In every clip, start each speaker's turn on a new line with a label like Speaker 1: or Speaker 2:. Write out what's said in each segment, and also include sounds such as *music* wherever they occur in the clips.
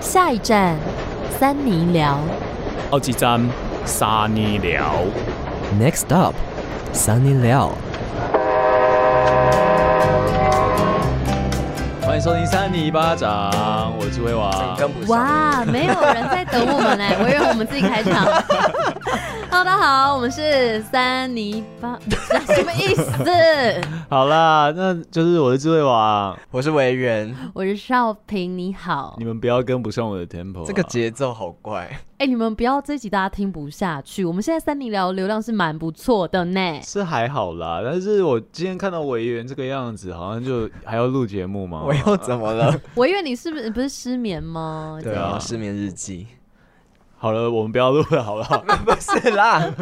Speaker 1: 下一站，三尼寮。
Speaker 2: 好几站沙尼寮，
Speaker 3: Next up, Sunny Liao。
Speaker 2: 欢迎收听三尼巴掌，我是威王。
Speaker 4: 跟不上。
Speaker 1: 哇，没有人在等我
Speaker 4: *laughs*
Speaker 1: 们哎、我以为我们自己开场。Hello，大家好，我们是三尼巴，什么意
Speaker 4: *laughs*
Speaker 1: 思？
Speaker 2: 好啦，那就是我是智慧王，
Speaker 4: 我是维园，
Speaker 1: 我是少平，你好
Speaker 2: 你。们不要跟不上我的 tempo 啊、
Speaker 4: 这个节奏好怪，
Speaker 1: 哎、你们不要这集大家听不下去，我们现在三尼聊流量是蛮不错的呢。
Speaker 2: 是还好啦，但是我今天看到委员这个样子，好像就还要录节目吗？
Speaker 4: *laughs* 我又怎么了？
Speaker 1: 我以为你是不是不是失眠吗？
Speaker 4: *laughs* 对
Speaker 2: 啊
Speaker 4: 啊，失眠日记
Speaker 2: 好了，我们不要录了，好不好？
Speaker 4: *laughs* 不是啦， *laughs*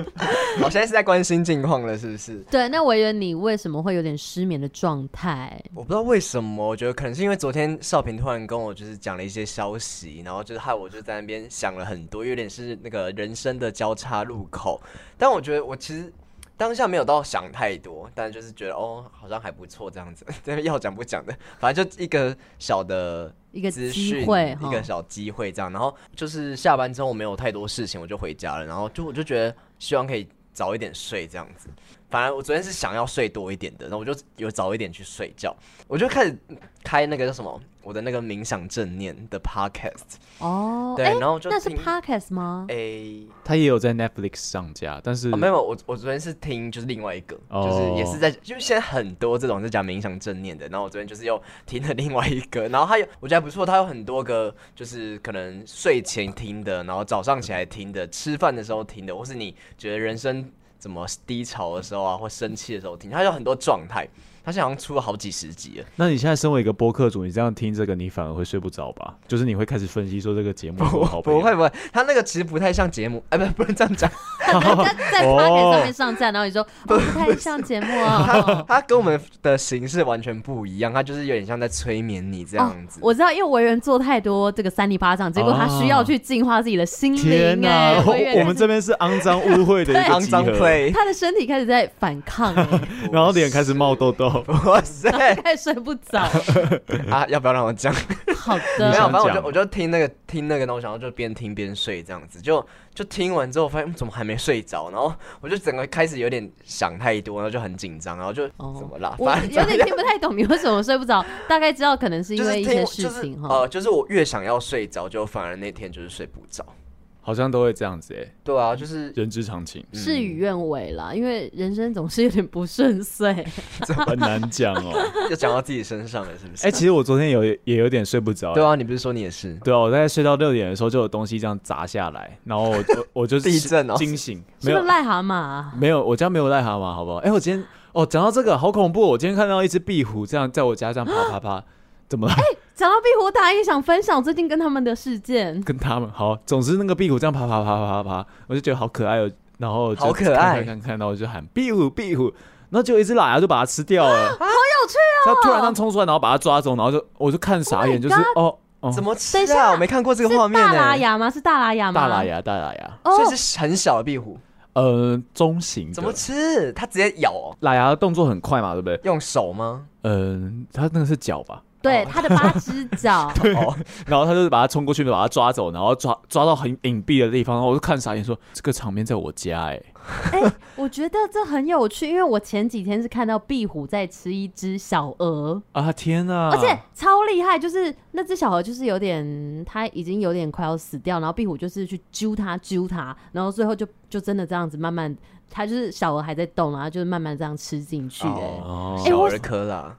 Speaker 4: 我现在是在关心近况了，是不是？
Speaker 1: 对，那我以为你为什么会有点失眠的状态？
Speaker 4: 我不知道为什么，我觉得可能是因为昨天少平突然跟我就是讲了一些消息，然后就是害我就在那边想了很多，有点是那个人生的交叉路口。但我觉得我其实当下没有到想太多，但就是觉得哦，好像还不错这样子。 *laughs* 但是要讲不讲的，反正就一个小的
Speaker 1: 一个
Speaker 4: 资
Speaker 1: 机
Speaker 4: 讯
Speaker 1: 会
Speaker 4: 一
Speaker 1: 哈
Speaker 4: 个小机会这样。然后就是下班之后我没有太多事情，我就回家了。然后就我就觉得希望可以早一点睡这样子。反正我昨天是想要睡多一点的，然后我就有早一点去睡觉，我就开始开那个叫什么我的那个冥想正念的 podcast，
Speaker 1: 哦。
Speaker 4: 对，
Speaker 1: 哎、
Speaker 4: 然后就
Speaker 1: 那是
Speaker 4: 听
Speaker 1: podcast 吗？
Speaker 4: 诶。
Speaker 2: *laughs* 他也有在 Netflix 上架，但是、
Speaker 4: 哦、没有，没有我我昨天是听就是另外一个，
Speaker 2: 嗯哦
Speaker 4: 就是也是在，就是现在很多这种在讲冥想正念的，然后我昨天就是又听了另外一个，然后还有我觉得还不错，它有很多个就是可能睡前听的，然后早上起来听的，吃饭的时候听的，或是你觉得人生怎么低潮的时候啊，或生气的时候听，它有很多状态，它现在好像出了好几十集了。
Speaker 2: 那你现在身为一个播客主，你这样听这个，你反而会睡不着吧？就是你会开始分析说这个节目有没有好朋友
Speaker 4: 不会不会，它那个其实不太像节目，哎、不不能这样讲，
Speaker 1: 在在
Speaker 2: 哦
Speaker 1: podcast 上面上架，然后你说哦不太像节目
Speaker 2: *laughs*
Speaker 4: 它
Speaker 1: 啊。
Speaker 4: 它跟我们的形式完全不一样，它就是有点像在催眠你这
Speaker 1: 哦
Speaker 4: 样子。
Speaker 1: 我知道，因为维园做太多这个三里巴掌，结果他需要去净化自己的心
Speaker 2: 天
Speaker 1: 灵、
Speaker 2: 哪、
Speaker 1: 哎、维园
Speaker 2: 我我们这边是肮脏污秽的一个
Speaker 4: 肮 *laughs*
Speaker 2: 集
Speaker 4: 脏
Speaker 2: 合，
Speaker 4: play，
Speaker 1: 他的身体开始在反抗、哎
Speaker 2: *laughs* 然后脸开始冒痘
Speaker 4: *laughs*
Speaker 2: 痘。
Speaker 4: 哇塞
Speaker 1: 开始睡不着。
Speaker 4: 啊！要不要让我讲？
Speaker 1: 好
Speaker 2: 你
Speaker 4: 没
Speaker 2: 想
Speaker 1: 的，
Speaker 4: 有，反正我
Speaker 2: 讲
Speaker 4: 就我就听那个听那个东西，然后就边听边睡这样子，就就听完之后发现嗯怎么还没睡着，然后我就整个开始有点想太多，然后就很紧张，然后就
Speaker 1: 哦
Speaker 4: 怎么啦？
Speaker 1: 我
Speaker 4: 反正
Speaker 1: 有点听不太懂你为什么睡不着，大概知道可能是因
Speaker 4: 就是
Speaker 1: 为一
Speaker 4: 听
Speaker 1: 些
Speaker 4: 我
Speaker 1: 事
Speaker 4: 就是
Speaker 1: 情哈。
Speaker 4: 呃，就是我越想要睡着，就反而那天就是睡不着。
Speaker 2: 好像都会这样子哎、
Speaker 4: 对啊，就是
Speaker 2: 人之常
Speaker 4: *laughs*
Speaker 2: 情，
Speaker 1: 事与愿违啦，因为人生总是有点不顺遂。
Speaker 2: 很难讲
Speaker 4: *laughs*
Speaker 2: 哦。
Speaker 4: 就讲到自己身上了，是不
Speaker 2: 哎、
Speaker 4: 是？
Speaker 2: 其实我昨天有也有点睡不着、
Speaker 4: 对啊，你不是说你也是？
Speaker 2: 对啊，我在睡到六点的时候就有东西这样砸下来，然后我就我就
Speaker 4: *laughs* 地震哦
Speaker 2: 惊醒，
Speaker 1: 是
Speaker 2: 没
Speaker 1: 不
Speaker 2: 有
Speaker 1: 是癞蛤蟆啊？
Speaker 2: 没有，我家没有癞蛤蟆，好不好？哎、我今天哦，讲到这个好恐怖哦，我今天看到一只壁虎这样在我家这样
Speaker 4: *gasps*
Speaker 2: 爬爬爬，怎么了？
Speaker 1: 讲到壁虎，大家也想分享最近跟他们的事件。
Speaker 2: 跟他们好，总之那个壁虎这样爬爬爬爬爬爬，我就觉得好可爱哦，然后我就
Speaker 4: 好可
Speaker 2: 看
Speaker 4: 爱
Speaker 2: 看看看，然后我就喊壁虎壁虎，然后就一只喇牙就把它吃掉了，好有趣哦！它突然它冲出来，然后把它抓走，然后就我就看傻
Speaker 1: Oh my
Speaker 2: 眼，就是哦哦，
Speaker 4: 怎么吃
Speaker 1: 等一下
Speaker 4: 啊？我没看过这个
Speaker 1: 是
Speaker 4: 画面
Speaker 1: 大
Speaker 4: 呢
Speaker 1: 拉。牙吗？是大拉牙吗？
Speaker 2: 大喇。牙大喇牙，
Speaker 1: 哦，
Speaker 4: 所以是很小的壁虎，
Speaker 2: 呃，中型的
Speaker 4: 怎么吃？它直接咬哦，
Speaker 2: 喇牙的动作很快嘛，对不对？
Speaker 4: 用手吗？
Speaker 2: 嗯、它那个是脚吧，
Speaker 1: 对，
Speaker 4: 哦
Speaker 1: 它的八只脚。 *laughs*
Speaker 4: 哦，
Speaker 2: *laughs* 然后他就是把它冲过去，把它抓走，然后抓抓到很隐蔽的地方，然后我就看傻眼说，这个场面在我家哎、
Speaker 1: 我觉得这很有趣，因为我前几天是看到壁虎在吃一只小鹅，
Speaker 2: 啊天啊！
Speaker 1: 而且超厉害，就是那只小鹅就是有点，它已经有点快要死掉，然后壁虎就是去揪它揪它，然后最后就就真的这样子慢慢，它就是小鹅还在动，然后就是慢慢这样吃进去、哎、
Speaker 2: 哦，
Speaker 1: 哎
Speaker 4: 小
Speaker 1: 我
Speaker 4: 儿科啦，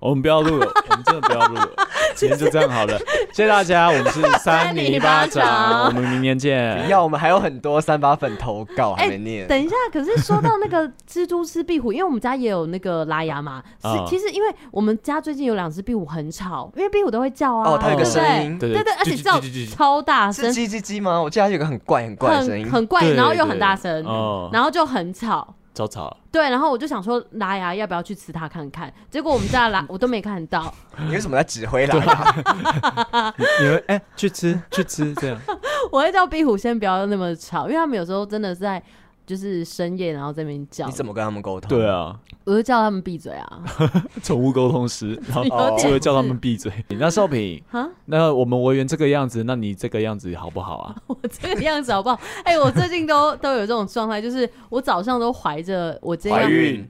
Speaker 2: 我们不
Speaker 1: *laughs*
Speaker 2: 要录了，我们真的不要录了，今天就这样好了，谢谢大家，我们是三
Speaker 1: 泥
Speaker 2: 泥
Speaker 1: 巴
Speaker 2: 巴
Speaker 1: 掌
Speaker 2: 掌，我们明年
Speaker 4: 不
Speaker 2: 见。
Speaker 4: 要，我们还有很多三八粉投稿还没念。
Speaker 1: 哎等一下，可是说到那
Speaker 2: *laughs*
Speaker 1: 个蜘蛛吃壁虎，因为我们家也有那个拉牙嘛，是、
Speaker 2: 啊
Speaker 1: 其实因为我们家最近有两只壁虎很吵，因为壁虎都会叫啊，
Speaker 4: 哦，它有个
Speaker 1: 对不对
Speaker 4: 声音，
Speaker 2: 对
Speaker 1: 对对，而且叫超大声
Speaker 4: 是，叽叽叽吗？我记得它有个很怪很怪的声
Speaker 1: 很
Speaker 4: 音。
Speaker 1: 很怪，
Speaker 2: 对
Speaker 1: 然后又很大声
Speaker 2: 对哦，
Speaker 1: 然后就很吵。
Speaker 2: 草草，
Speaker 1: 对，然后我就想说拉牙要不要去吃它看看，结果我们家的
Speaker 2: *laughs*
Speaker 1: 拉我都没看到，
Speaker 4: 你为什么在指挥啦？
Speaker 2: 你们哎、去吃去吃这样，
Speaker 1: 我会叫壁虎先不要那么吵，因为他们有时候真的是在就是深夜然后在那边叫
Speaker 4: *laughs* 你，怎么跟他们沟通？
Speaker 2: 对，啊，
Speaker 1: 我就叫他们闭嘴啊，
Speaker 2: *laughs* 宠物沟通师，然后
Speaker 1: 有
Speaker 2: 就
Speaker 1: 点
Speaker 2: 会叫他们闭 *laughs* 嘴。那少平，
Speaker 1: 啊，
Speaker 2: 那我们维园这个样子，那你这个样子好不好啊？
Speaker 1: 我这个样子好不好？ *laughs* 哎、我最近都都有这种状态，就是我早上都怀着我这
Speaker 4: 怀
Speaker 1: 样，
Speaker 4: 孕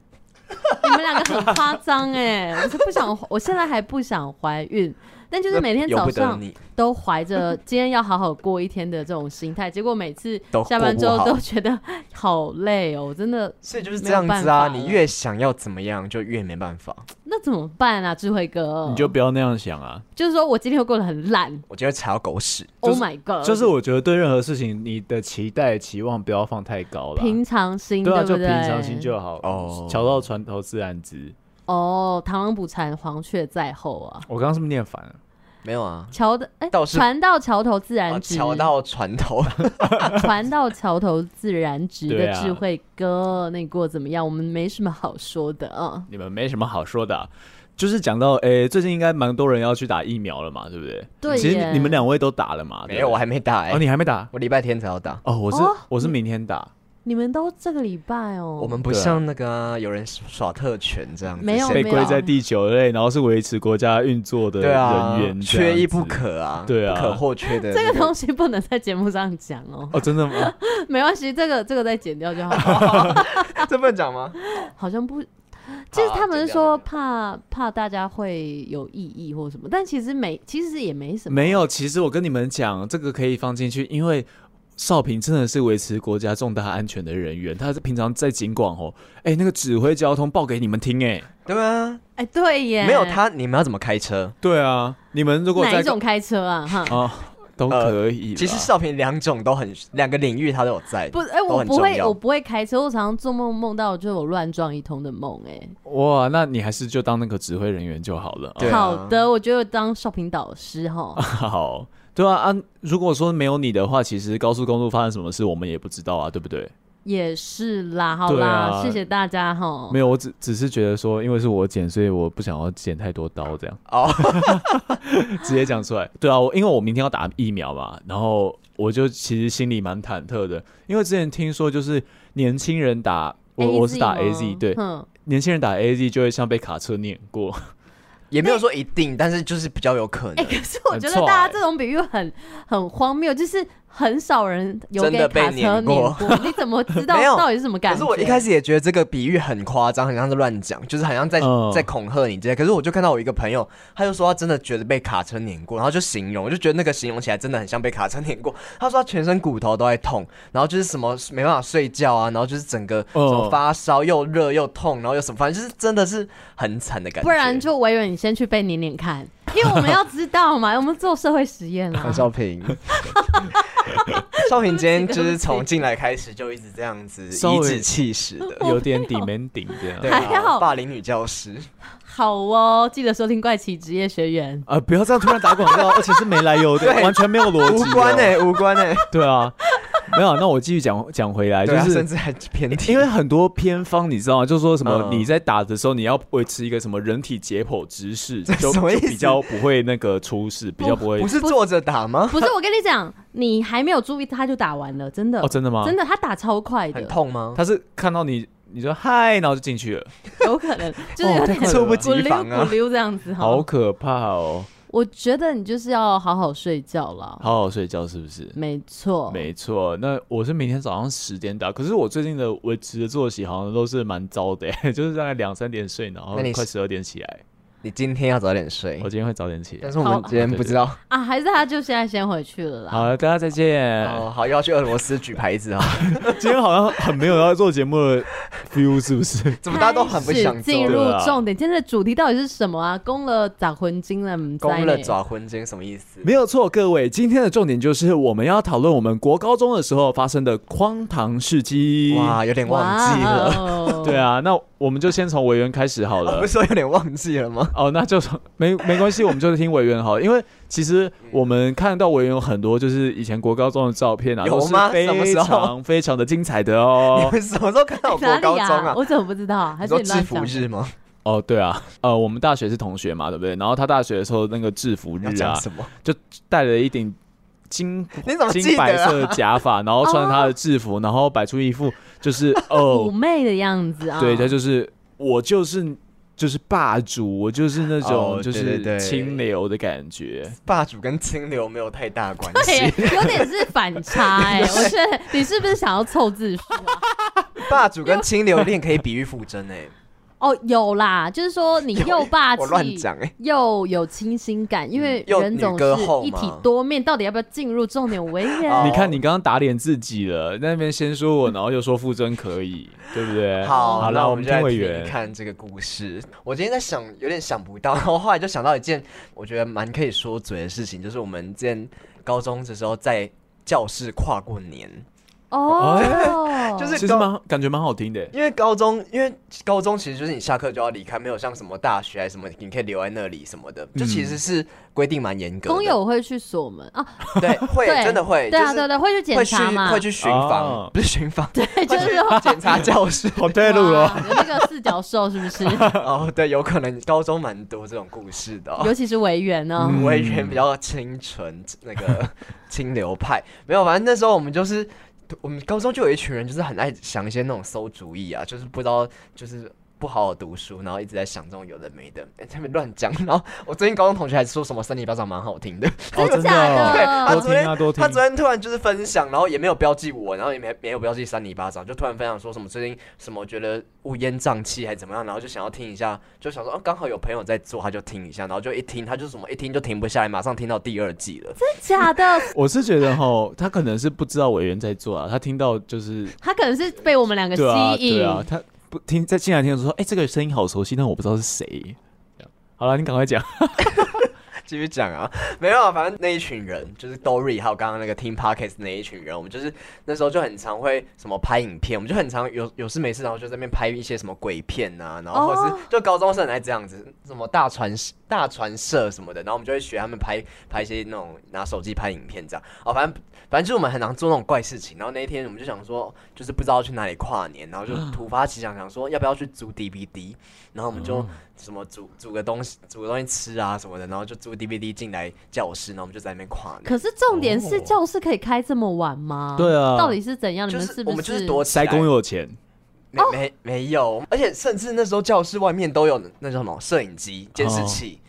Speaker 1: *laughs* 你们两个很夸张哎，我是不想，我现在还不想怀孕，但就是每天
Speaker 4: 由
Speaker 1: 早
Speaker 4: 不得
Speaker 1: 上
Speaker 4: 你，
Speaker 1: 都怀着今天要好好过一天的这种心态，结果每次
Speaker 4: 都
Speaker 2: 哦
Speaker 1: 下班之后
Speaker 4: 过不好
Speaker 1: 都觉得好累哦，我真的
Speaker 4: 所以就是
Speaker 1: 没
Speaker 4: 这
Speaker 1: 有
Speaker 4: 样
Speaker 1: 办
Speaker 4: 子
Speaker 1: 法
Speaker 4: 啊，你
Speaker 1: 了
Speaker 4: 越想要怎么样，就越没办法。
Speaker 1: 那怎么办啊？智慧哥，
Speaker 2: 你就不要那样想啊。
Speaker 1: 就是说我今天又过得很烂
Speaker 4: 我今天踩到狗屎，
Speaker 2: 就是
Speaker 1: ，Oh my god，
Speaker 2: 就是我觉得对任何事情，你的期待期望不要放太高了。
Speaker 1: 平常心，
Speaker 2: 对啊，
Speaker 1: 不
Speaker 2: 就
Speaker 1: 对？
Speaker 2: 平常心就好。
Speaker 4: 哦
Speaker 2: 桥到船头自然直。
Speaker 1: 哦，螳螂捕蝉，黄雀在后啊。
Speaker 2: 我刚刚是不是念反了？
Speaker 4: 没有啊，
Speaker 1: 桥的哎，
Speaker 4: 倒是
Speaker 1: 船到桥头自然
Speaker 4: 啊
Speaker 1: 直，
Speaker 4: 桥到 *laughs* 船头，
Speaker 1: *laughs* 船到桥头自然直
Speaker 2: 对
Speaker 1: 的
Speaker 2: 啊
Speaker 1: 智慧哥，那你过得怎么样？我们没什么好说的啊。
Speaker 2: 你们没什么好说的啊、就是讲到，诶、最近应该蛮多人要去打疫苗了嘛，对不对？
Speaker 1: 对
Speaker 2: 其实
Speaker 1: 耶
Speaker 2: 你们两位都打了嘛？
Speaker 4: 没有，我
Speaker 2: 我
Speaker 4: 还没打
Speaker 2: 哦，
Speaker 4: 哎，
Speaker 2: 你还没打？
Speaker 4: 我礼拜天才要打。
Speaker 2: 哦，我是、
Speaker 1: 哦
Speaker 2: 我是明天打，
Speaker 1: 你们都这个礼拜哦，
Speaker 4: 我们不
Speaker 2: 对啊
Speaker 4: 像那个啊有人耍特权这样子，
Speaker 1: 没有
Speaker 4: 谁
Speaker 2: 被
Speaker 1: 没
Speaker 2: 归在第九类，然后是维持国家运作的
Speaker 4: 对啊
Speaker 2: 人员，，
Speaker 4: 缺一不。可啊，
Speaker 2: 对啊
Speaker 4: 不可或缺的
Speaker 1: *laughs* 这
Speaker 4: 那
Speaker 1: 个东西不能在节目上讲 *laughs* 哦，
Speaker 2: 哦，真的吗？ *laughs*
Speaker 1: 没关系，这个这个再剪掉
Speaker 4: *laughs*
Speaker 1: 就好了。
Speaker 4: 这不能讲吗？
Speaker 1: 好像不，就是他们
Speaker 4: 剪
Speaker 1: 是
Speaker 4: 掉
Speaker 1: 说
Speaker 4: 剪掉
Speaker 1: 怕怕大家会有异议或什么，但其实没，其实也没什么。
Speaker 2: 没有，其实我跟你们讲，这个可以放进去，因为少平真的是维持国家重大安全的人员，他是平常在警广哦，哎、那个指挥交通报给你们听、哎，
Speaker 4: 对啊，
Speaker 1: 哎，对耶，
Speaker 4: 没有他，你们要怎么开车？
Speaker 2: 对啊，你们如果
Speaker 1: 哪
Speaker 2: 在
Speaker 1: 一种开车啊？
Speaker 4: *laughs*
Speaker 1: 哈，
Speaker 2: 哦，都可以啦、
Speaker 4: 呃其实少平两种都很，两个领域他都有在，
Speaker 1: 不，哎，
Speaker 4: 都
Speaker 1: 我
Speaker 4: 很
Speaker 1: 不
Speaker 4: 重
Speaker 1: 会，
Speaker 4: 要
Speaker 1: 我不会开车，我常常做梦梦到就是我乱撞一通的梦，哎，
Speaker 2: 哇，那你还是就当那个指挥人员就好了。
Speaker 4: 对啊
Speaker 1: 好的，我觉得当少平导师
Speaker 4: *laughs*
Speaker 1: 哈，
Speaker 2: *laughs* 好，对啊啊！如果说没有你的话，其实高速公路发生什么事我们也不知道啊，对不对？
Speaker 1: 也是啦，好
Speaker 2: 对
Speaker 1: 啦
Speaker 2: 啊，
Speaker 1: 谢谢大家
Speaker 4: 哦
Speaker 1: 哈
Speaker 2: 没。有，我只只是觉得说，因为是我剪，所以我不想要剪太多刀，这样
Speaker 4: *laughs* 哦，
Speaker 2: *laughs* 直接讲出来。对啊，我因为我明天要打疫苗嘛，然后我就其实心里蛮忐忑的，因为之前听说就是年轻人打。我
Speaker 1: AZ
Speaker 2: 我是打
Speaker 1: 吗
Speaker 2: AZ，对，
Speaker 1: 哼
Speaker 2: 年轻人打 AZ 就会像被卡车碾过，
Speaker 4: 也没有说一定，但是就是比较有可
Speaker 1: 哎、
Speaker 4: 能
Speaker 1: 可。是我
Speaker 2: 很
Speaker 1: 觉得
Speaker 2: 臭
Speaker 1: 大
Speaker 2: 欸
Speaker 1: 家这种比喻很很荒谬，就是很少人有
Speaker 4: 真
Speaker 1: 给
Speaker 4: 的被
Speaker 1: 卡车碾
Speaker 4: 碾过
Speaker 1: 过，你怎么知道
Speaker 4: *laughs* 没有
Speaker 1: 到底是什么感
Speaker 4: 可
Speaker 1: 觉？
Speaker 4: 是我一开始也觉得这个比喻很夸张，很像是乱讲，就是很像在、
Speaker 2: 嗯
Speaker 4: 在恐吓你这些。可是我就看到我一个朋友，他就说他真的觉得被卡车碾过，然后就形容，我就觉得那个形容起来真的很像被卡车碾过。他说他全身骨头都在痛，然后就是什么没办法睡觉啊，然后就是整个什
Speaker 2: 嗯
Speaker 4: 么发烧又热又痛，然后又什么，反正就是真的是很惨的感觉。
Speaker 1: 不然就委员你先去被碾碾看，因为我们要知道嘛，我们做社会实
Speaker 4: *laughs*
Speaker 1: 验啦
Speaker 4: 看。少平。少平今天就是
Speaker 1: *laughs*
Speaker 4: 从进来开始就一直这样子
Speaker 2: 稍
Speaker 4: 颐
Speaker 2: 微
Speaker 4: 指气使
Speaker 1: *laughs*
Speaker 4: 的，
Speaker 2: 有点 demanding 这样。
Speaker 4: 对
Speaker 1: 还
Speaker 4: 啊，
Speaker 1: 好
Speaker 4: 霸凌女教师。
Speaker 1: 好哦，记得收听怪奇职业学
Speaker 4: *laughs*
Speaker 1: 员。
Speaker 2: 啊、不要这样突然打广告，而且是没来由的，
Speaker 4: 对
Speaker 2: 完全没有逻辑
Speaker 4: 无
Speaker 2: 哦。
Speaker 4: 关哎、无关哎、
Speaker 2: 对啊，没有啊。那我继续讲讲回来，就
Speaker 4: 对啊，
Speaker 2: 是
Speaker 4: 甚至还偏题，
Speaker 2: 因为很多偏方，你知道吗？就说什么
Speaker 4: 嗯
Speaker 2: 你在打的时候，你要维持一个什么人体解剖姿势，
Speaker 4: 这
Speaker 2: 就
Speaker 4: *laughs* 什么
Speaker 2: 就
Speaker 4: 意思
Speaker 2: 比较不会那个出事，比较不会
Speaker 4: 不。是坐着打吗？
Speaker 1: 不是，我跟你讲，你还没有注意，他就打完了，真的，
Speaker 2: 哦，真的吗？
Speaker 1: 真的，他打超快的，
Speaker 4: 很痛吗？
Speaker 2: 他是看到你，你说嗨，然后就进去了，
Speaker 1: *laughs* 有可能就是有点
Speaker 2: 太快了
Speaker 4: 哦猝不
Speaker 2: 吧
Speaker 4: 及
Speaker 1: 鼓溜
Speaker 4: 防啊
Speaker 1: 鼓溜这样子哈。
Speaker 2: 好可怕哦！
Speaker 1: 我觉得你就是要好好睡觉啦。
Speaker 2: 好好睡觉是不是？
Speaker 1: 没错，
Speaker 2: 没错，那我是明天早上十点打，可是我最近的维持的作息好像都是蛮糟的、 *laughs* 就是大概两三点睡，然后
Speaker 4: 那你
Speaker 2: 快
Speaker 4: 是
Speaker 2: 十二点起来。
Speaker 4: 你今天要早点睡哦
Speaker 2: 我，今天会早点起来
Speaker 4: 但。是我们今天不知道。
Speaker 1: 啊，还是他就现在先回去了啦。
Speaker 2: 好了，大家再见。
Speaker 4: 哦，好，又要去俄罗斯举牌子啊！
Speaker 2: *laughs* 今天好像很没有要做节目的 feel，是不是？
Speaker 4: 怎么大家都很不想
Speaker 1: 开始进
Speaker 4: 做？
Speaker 1: 入
Speaker 2: 对啊
Speaker 1: 重点，今天的主题到底是什么啊？攻了咋魂经了？
Speaker 4: 攻了爪婚巾什么意思？
Speaker 2: *laughs* 没有错，各位，今天的重点就是我们要讨论我们国高中的时候发生的荒唐事迹。
Speaker 4: 哇，有点忘记了。
Speaker 1: 了
Speaker 4: *laughs*
Speaker 2: 对
Speaker 1: 啊，
Speaker 2: 啊，那我们就先从委员开始好
Speaker 4: 我
Speaker 2: 了
Speaker 4: 不是。说有点忘记了吗？
Speaker 2: 哦，那就从没没关系，我们就听委员好了，因为其实
Speaker 4: 嗯
Speaker 2: 我们看到委员有很多就是以前国高中的照片啊，
Speaker 4: 有
Speaker 2: 都是
Speaker 4: 吗什么
Speaker 2: 非
Speaker 4: 时候
Speaker 2: 常非常的精彩的哦
Speaker 4: 你。们什么时候看到我
Speaker 1: 哪
Speaker 4: 国高
Speaker 1: 里
Speaker 4: 中
Speaker 1: 啊
Speaker 4: 啊？？
Speaker 1: 我怎么不知道？还是
Speaker 4: 你说
Speaker 1: 你
Speaker 4: 制
Speaker 1: 乱
Speaker 4: 服
Speaker 1: 讲？
Speaker 4: 日吗？
Speaker 2: 哦，对啊，呃，我们大学是同学嘛，对不对？然后他大学的时候那个制服
Speaker 4: 要
Speaker 2: 日
Speaker 4: 讲
Speaker 2: 啊，
Speaker 4: 什么？
Speaker 2: 戴了一顶金
Speaker 4: 你怎么记
Speaker 2: 金
Speaker 4: 得啊哦
Speaker 2: 白色的假发，然后穿着他的制服，然后摆出一副
Speaker 4: *laughs*
Speaker 2: 就是
Speaker 1: 妩
Speaker 2: 哦，
Speaker 1: 媚的样子
Speaker 4: 哦
Speaker 1: 啊。
Speaker 2: 对，他就是我就是就是霸主，我就是那
Speaker 4: 哦
Speaker 2: 种就
Speaker 4: 对对对
Speaker 2: 是清流的感觉。
Speaker 4: 霸主跟清流没有太大关
Speaker 1: 对
Speaker 4: 系，
Speaker 1: 有点是反差
Speaker 4: *laughs*
Speaker 1: 哎、我觉得你是不是想要凑字数啊？
Speaker 4: 霸主跟
Speaker 1: *laughs*
Speaker 4: 清流恋可以比喻傅真哎、
Speaker 1: 哦，有啦，就是说你又霸气，
Speaker 4: *laughs* 我乱讲哎，
Speaker 1: 又有清新感，因为
Speaker 4: 嗯又
Speaker 1: 人总
Speaker 4: 女
Speaker 1: 是
Speaker 4: 歌后
Speaker 1: 一
Speaker 4: 嘛
Speaker 1: 体多面，到底要不要进入重点
Speaker 4: *laughs*
Speaker 1: 为人？
Speaker 4: 哦
Speaker 2: 你看，你刚刚打脸自己了，那边先说我，然后又说傅征可
Speaker 4: *laughs*
Speaker 2: 以，对不对？
Speaker 4: 好，
Speaker 2: 好
Speaker 4: 那
Speaker 2: 了，
Speaker 4: 我
Speaker 2: 我们
Speaker 4: 们就来
Speaker 2: 听委
Speaker 4: 听
Speaker 2: 员。
Speaker 4: 看这个故事。 *laughs* 我今天在想，有点想不到， *laughs* 然后后来就想到一件我觉得蛮可以说嘴的事情，就是我们之前高中的时候在教室跨过年，
Speaker 1: 哦，
Speaker 4: 就是
Speaker 2: 其实蛮感觉蛮好听
Speaker 4: *laughs*
Speaker 2: 的，
Speaker 4: 因为高中，因为高中其实就是你下课就要离开，没有像什么大学还是什么，你可以留在那里什么的，就其实是规定蛮严格的。
Speaker 1: 工友会去锁门啊，
Speaker 4: 对
Speaker 1: *laughs*
Speaker 4: 会
Speaker 1: 对，
Speaker 4: 真的会，
Speaker 1: 对啊，
Speaker 4: 哎就
Speaker 1: 对
Speaker 4: 是
Speaker 1: 对，会去
Speaker 4: 会
Speaker 1: 检
Speaker 4: 去
Speaker 1: 查嘛，
Speaker 4: 会去巡防
Speaker 2: 哦，
Speaker 4: 不是巡防，
Speaker 1: 对， *laughs* 就是
Speaker 4: 会去检查教室。 *laughs*
Speaker 2: 好带路
Speaker 1: 哇
Speaker 2: 哦。
Speaker 1: 有那个四角兽是不是？
Speaker 4: 哦，对，有可能高中蛮多这种故事的哦、
Speaker 1: 尤其是维园哦呢，
Speaker 2: 嗯
Speaker 4: 我也觉得比较清纯，那个清流派没有，反正那时候我们就是。我们高中就有一群人，就是很爱想一些那种馊主意啊，就是不知道，就是不好好读书，然后一直在想这种有的没的，哎他们乱讲。然后我最近高中同学还说什么三里巴掌蛮好听的，哎
Speaker 2: 哦，真
Speaker 1: 真的假
Speaker 2: 的
Speaker 1: 的
Speaker 2: 哦，多听啊，多听
Speaker 4: 他。昨天突然就是分享，然后也没有标记我，然后也没没有标记三里巴掌，就突然分享说什么最近什么觉得乌烟瘴气还是怎么样，然后就想要听一下，就想说哦刚好有朋友在做，他就听一下，然后就一听他就什么一听就停不下来，马上听到第二季了。
Speaker 1: 真假的，
Speaker 2: 我是觉得哈，他可能是不知道委员在做啊，他听到就是
Speaker 1: 他可能是被我们两个
Speaker 2: 对啊，
Speaker 1: 吸
Speaker 2: 对
Speaker 1: 引，
Speaker 2: 啊，他不听在进来听的时候说，哎、这个声音好熟悉，但我不知道是谁。这样好了，你赶快
Speaker 4: *laughs*
Speaker 2: 讲。
Speaker 4: 继续讲啊，没有啊，反正那一群人就是 Dory 还有刚刚那个 Team Pockets 那一群人，我们就是那时候就很常会什么拍影片，我们就很常有有事没事，然后就在那边拍一些什么鬼片啊，然后或者是
Speaker 1: 哦
Speaker 4: 就高中生来这样子，什么大船大船社什么的，然后我们就会学他们拍拍一些那种拿手机拍影片这样，哦，反正反正就是我们很常做那种怪事情，然后那一天我们就想说，就是不知道去哪里跨年，然后
Speaker 1: 嗯
Speaker 4: 就突发奇想想说要不要去租 DVD，然后我们就。
Speaker 1: 哦
Speaker 4: 什么煮煮个东西，煮个东西吃啊什么的，然后就租 DVD 进来教室，然后我们就在那边跨年。
Speaker 1: 可是重点是教室可以开这么晚吗？
Speaker 2: 对啊
Speaker 1: 到底是怎样？你
Speaker 4: 就
Speaker 1: 们
Speaker 4: 是
Speaker 1: 是不
Speaker 4: 我们就是躲起来
Speaker 2: 塞工有钱，
Speaker 4: 没没没有，而且甚至那时候教室外面都有那叫什么摄影机、监视器。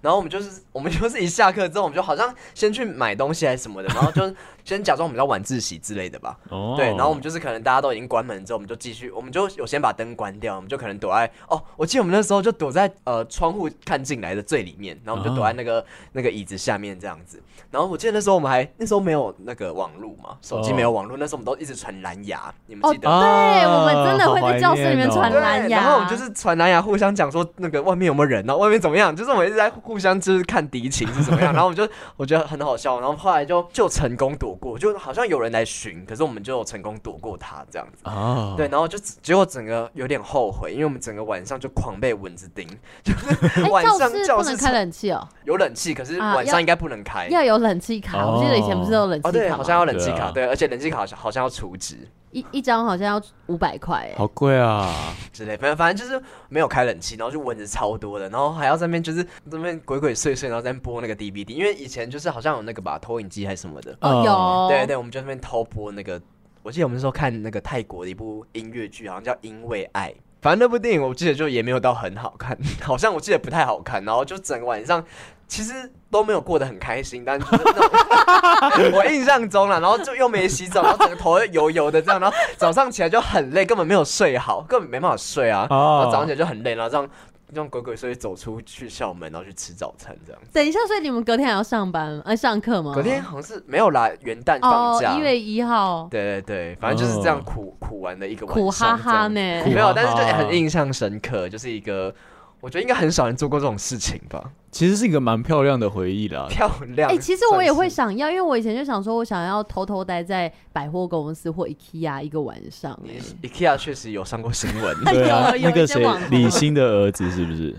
Speaker 4: 然后我们就是我们就是一下课之后，我们就好像先去买东西还是什么的，然后就 *laughs* 先假装我们要晚自习之类的吧。
Speaker 2: 哦
Speaker 4: 对，然后我们就是可能大家都已经关门之后，我们就继续，我们就有先把灯关掉，我们就可能躲在哦，我记得我们那时候就躲在呃窗户看进来的最里面，然后我们就躲在那
Speaker 2: 哦
Speaker 4: 个、那个椅子下面这样子。然后我记得那时候我们还那时候没有那个网络嘛，手机
Speaker 2: 哦
Speaker 4: 没有网络，那时候我们都一直传蓝牙，你们
Speaker 1: 哦
Speaker 4: 记得？
Speaker 1: 对我们真的
Speaker 2: 啊
Speaker 1: 会在教室里面传
Speaker 2: 哦
Speaker 4: 对，
Speaker 1: 蓝牙
Speaker 4: 然后我们就是传蓝牙，互相讲说那个外面有没有人，然后外面怎么样，就是我们一直在互相就是看敌情是怎么样，然后我们就我觉得很好笑，然后后来就就成功躲过，就好像有人来寻，可是我们就有成功躲过他这样子。
Speaker 2: 啊，
Speaker 4: 对，然后就只结果整个有点后悔，因为我们整个晚上就狂被蚊子叮， *laughs* 就是
Speaker 1: 哎，
Speaker 4: 晚
Speaker 1: 教
Speaker 4: 上
Speaker 1: 室
Speaker 4: 教
Speaker 1: 不
Speaker 4: 室
Speaker 1: 能开冷气哦，
Speaker 4: 有冷气，可是
Speaker 1: 啊
Speaker 4: 晚
Speaker 1: 要
Speaker 4: 上应该不能开。
Speaker 1: 要有冷气卡。我记得以前不是都有冷气
Speaker 4: 哦，对，
Speaker 1: 卡
Speaker 4: 好
Speaker 1: 吗？
Speaker 4: 像要冷气
Speaker 2: 对
Speaker 4: 卡，
Speaker 2: 啊
Speaker 4: 对，而且冷气卡好像好像要储值
Speaker 1: 一一张好像要五百块，哎，
Speaker 2: 好贵啊！
Speaker 4: 之类，反正反正就是没有开冷气，然后就蚊子超多的，然后还要在那边就是在那边鬼鬼祟祟，然后在那边播那个 DVD，因为以前就是好像有那个吧投影机还是什么的，
Speaker 1: 哦
Speaker 2: 嗯
Speaker 1: 有，
Speaker 4: 对对，我们就在那边偷播那个。我记得我们那时候看那个泰国的一部音乐剧，好像叫《因为爱》。反正那部电影我记得就也没有到很好看，好像我记得不太好看。然后就整个晚上其实都没有过得很开心，但就是那种 *laughs* 我印象中了。然后就又没洗澡，然后整个头又油油的这样，然后早上起来就很累，根本没有睡好，根本没办法睡啊。然
Speaker 2: 哦
Speaker 4: 后早上起来就很累，然后这样这样鬼鬼祟祟走出去校门，然后去吃早餐这样。
Speaker 1: 等一下，所以你们隔天还要上班呃上课吗？
Speaker 4: 隔天好像是没有啦，元旦放
Speaker 1: 哦
Speaker 4: 假，
Speaker 1: 一月一号，
Speaker 4: 对对对，反正就是这样苦、苦玩的一个晚上
Speaker 1: 苦哈哈呢
Speaker 4: 这
Speaker 1: 苦
Speaker 4: 样
Speaker 1: 哈
Speaker 2: 哈
Speaker 4: 没有，但是就很印象深刻，就是一个我觉得应该很少人做过这种事情吧，
Speaker 2: 其实是一个蛮漂亮的回忆啦。
Speaker 4: 漂亮。
Speaker 1: 哎、其实我也会
Speaker 4: 算
Speaker 1: 想要，因为我以前就想说，我想要偷偷待在百货公司或 IKEA 一个晚上、哎，
Speaker 4: 是 IKEA 确实有上过新闻
Speaker 1: *laughs* 哎呦
Speaker 2: 对啊，
Speaker 1: 有
Speaker 2: 那
Speaker 1: 一
Speaker 2: 个
Speaker 1: 些
Speaker 2: 谁
Speaker 1: 网，红
Speaker 2: *laughs* 李欣的儿子是不是？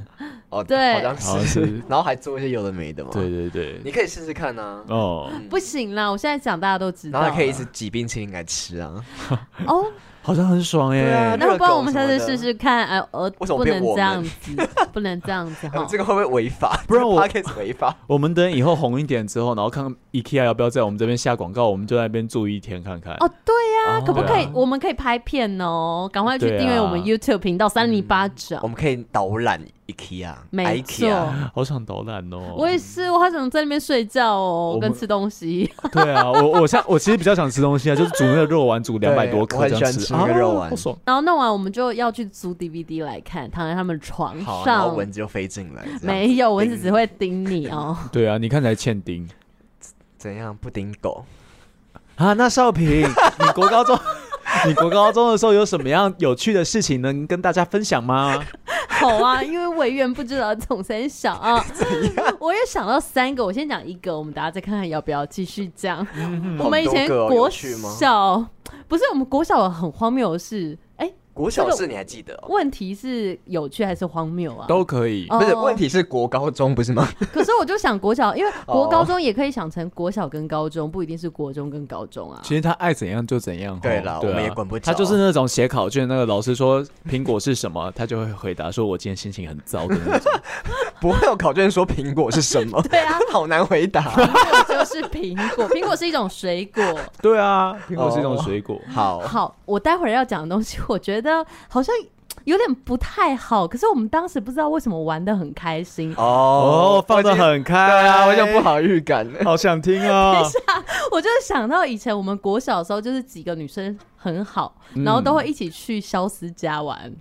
Speaker 4: 哦，
Speaker 1: 对
Speaker 4: *laughs* 好像
Speaker 2: 好像是
Speaker 4: 是，然后还做一些有的没的嘛。
Speaker 2: 对，对对，
Speaker 4: 你可以试试看啊，
Speaker 2: 哦，
Speaker 1: 不行啦，我现在讲大家都知道
Speaker 4: 然
Speaker 1: 了。
Speaker 4: 后还可以一直挤冰淇淋来吃啊。 *laughs*
Speaker 1: 哦，
Speaker 2: 好像很爽哎、
Speaker 4: 对啊
Speaker 1: 那
Speaker 4: 热
Speaker 1: 不然
Speaker 4: 狗
Speaker 1: 我们
Speaker 4: 什
Speaker 1: 下
Speaker 4: 么
Speaker 1: 次
Speaker 4: 的
Speaker 1: 试试看，呃，呃，
Speaker 4: 为什么
Speaker 1: 不
Speaker 4: 变
Speaker 1: 能
Speaker 4: 我
Speaker 1: 这
Speaker 4: 们
Speaker 1: 样子， *laughs* 不能这样子哈
Speaker 4: *laughs* 这。个会不会违法？
Speaker 2: 不然我
Speaker 4: p o d 违法。
Speaker 2: 我们等以后红一点之后，然后看看 IKEA 要不要在我们这边下广告，我们就在那边住一天看看。
Speaker 1: 哦， *laughs* 对呀、
Speaker 2: 哦
Speaker 1: 可不可以
Speaker 2: 对啊？
Speaker 1: 我们可以拍片哦，赶快去
Speaker 2: 对啊
Speaker 1: 订阅我们 YouTube 频道三零八掌
Speaker 4: 嗯我。们可以导览 IKEA，
Speaker 1: 没错，
Speaker 4: IKEA
Speaker 2: 好想导览哦！
Speaker 1: 我也是，我好想在那边睡觉哦
Speaker 2: 我，们
Speaker 1: 跟吃东西。 *laughs*
Speaker 2: 对啊，我我像我其实比较想吃东西啊，就是煮那个肉丸，煮两百多
Speaker 4: 我
Speaker 2: 克
Speaker 4: 很
Speaker 2: 这样
Speaker 4: 喜
Speaker 2: 啊，
Speaker 4: 欢吃那个肉丸
Speaker 2: 好爽。
Speaker 1: 然后弄完，我们就要去租 DVD 来看，躺在他们床
Speaker 4: 好，然后
Speaker 1: 上。
Speaker 4: 蚊子就飞进来，这样
Speaker 1: 没有蚊子
Speaker 4: 叮
Speaker 1: 只会叮你哦。
Speaker 2: 对啊，你看起来欠丁
Speaker 4: 怎样不顶狗？
Speaker 2: 啊。那少平， *laughs* 你国高中，你国高中的时候有什么样有趣的事情能跟大家分享吗？
Speaker 1: 好啊， *laughs* 因为委员不知道总三小啊，我也想到三个，我先讲一个，我们大家再看看要不要继续讲。我们以前
Speaker 4: 好多个哦
Speaker 1: 国
Speaker 4: 有趣吗
Speaker 1: 小不是我们国小有很荒谬的事，哎、
Speaker 4: 国小事你还记得哦？
Speaker 1: 问题是有趣还是荒谬啊？
Speaker 2: 都可以
Speaker 1: 哦
Speaker 4: 不是，问题是国高中不是吗？ *laughs*
Speaker 1: 可是我就想国小，因为国
Speaker 4: 哦
Speaker 1: 高中也可以想成国小跟高中，不一定是国中跟高中啊。
Speaker 2: 其实他爱怎样就怎样。
Speaker 4: 对
Speaker 2: 吼
Speaker 4: 啦
Speaker 2: 对啊
Speaker 4: 我们也管不着
Speaker 2: 他就是那种写考卷，那个老师说苹果是什么，他就会回答说：“我今天心情很糟的
Speaker 4: *laughs*
Speaker 2: 那种。
Speaker 4: 不会有考卷说苹果是什么？
Speaker 1: *laughs* 对啊，
Speaker 4: *laughs* 好难回
Speaker 1: *laughs*
Speaker 4: 答。
Speaker 1: 苹果就是苹果，苹果是一种水
Speaker 2: *laughs*
Speaker 1: 果。”
Speaker 2: 对啊，苹果是一种水果。
Speaker 4: 好，
Speaker 1: 好，我待会儿要讲的东西，我觉得好像有点不太好。可是我们当时不知道为什么玩的很开心，
Speaker 2: 哦，放得
Speaker 4: 我已经
Speaker 2: 很开
Speaker 4: 对啊，我有不，好啊预感。
Speaker 1: *laughs*
Speaker 2: 好想听哦。
Speaker 1: 我就是想到以前我们国小的时候，就是几个女生很好，然后
Speaker 2: 嗯
Speaker 1: 都会一起去肖思家玩，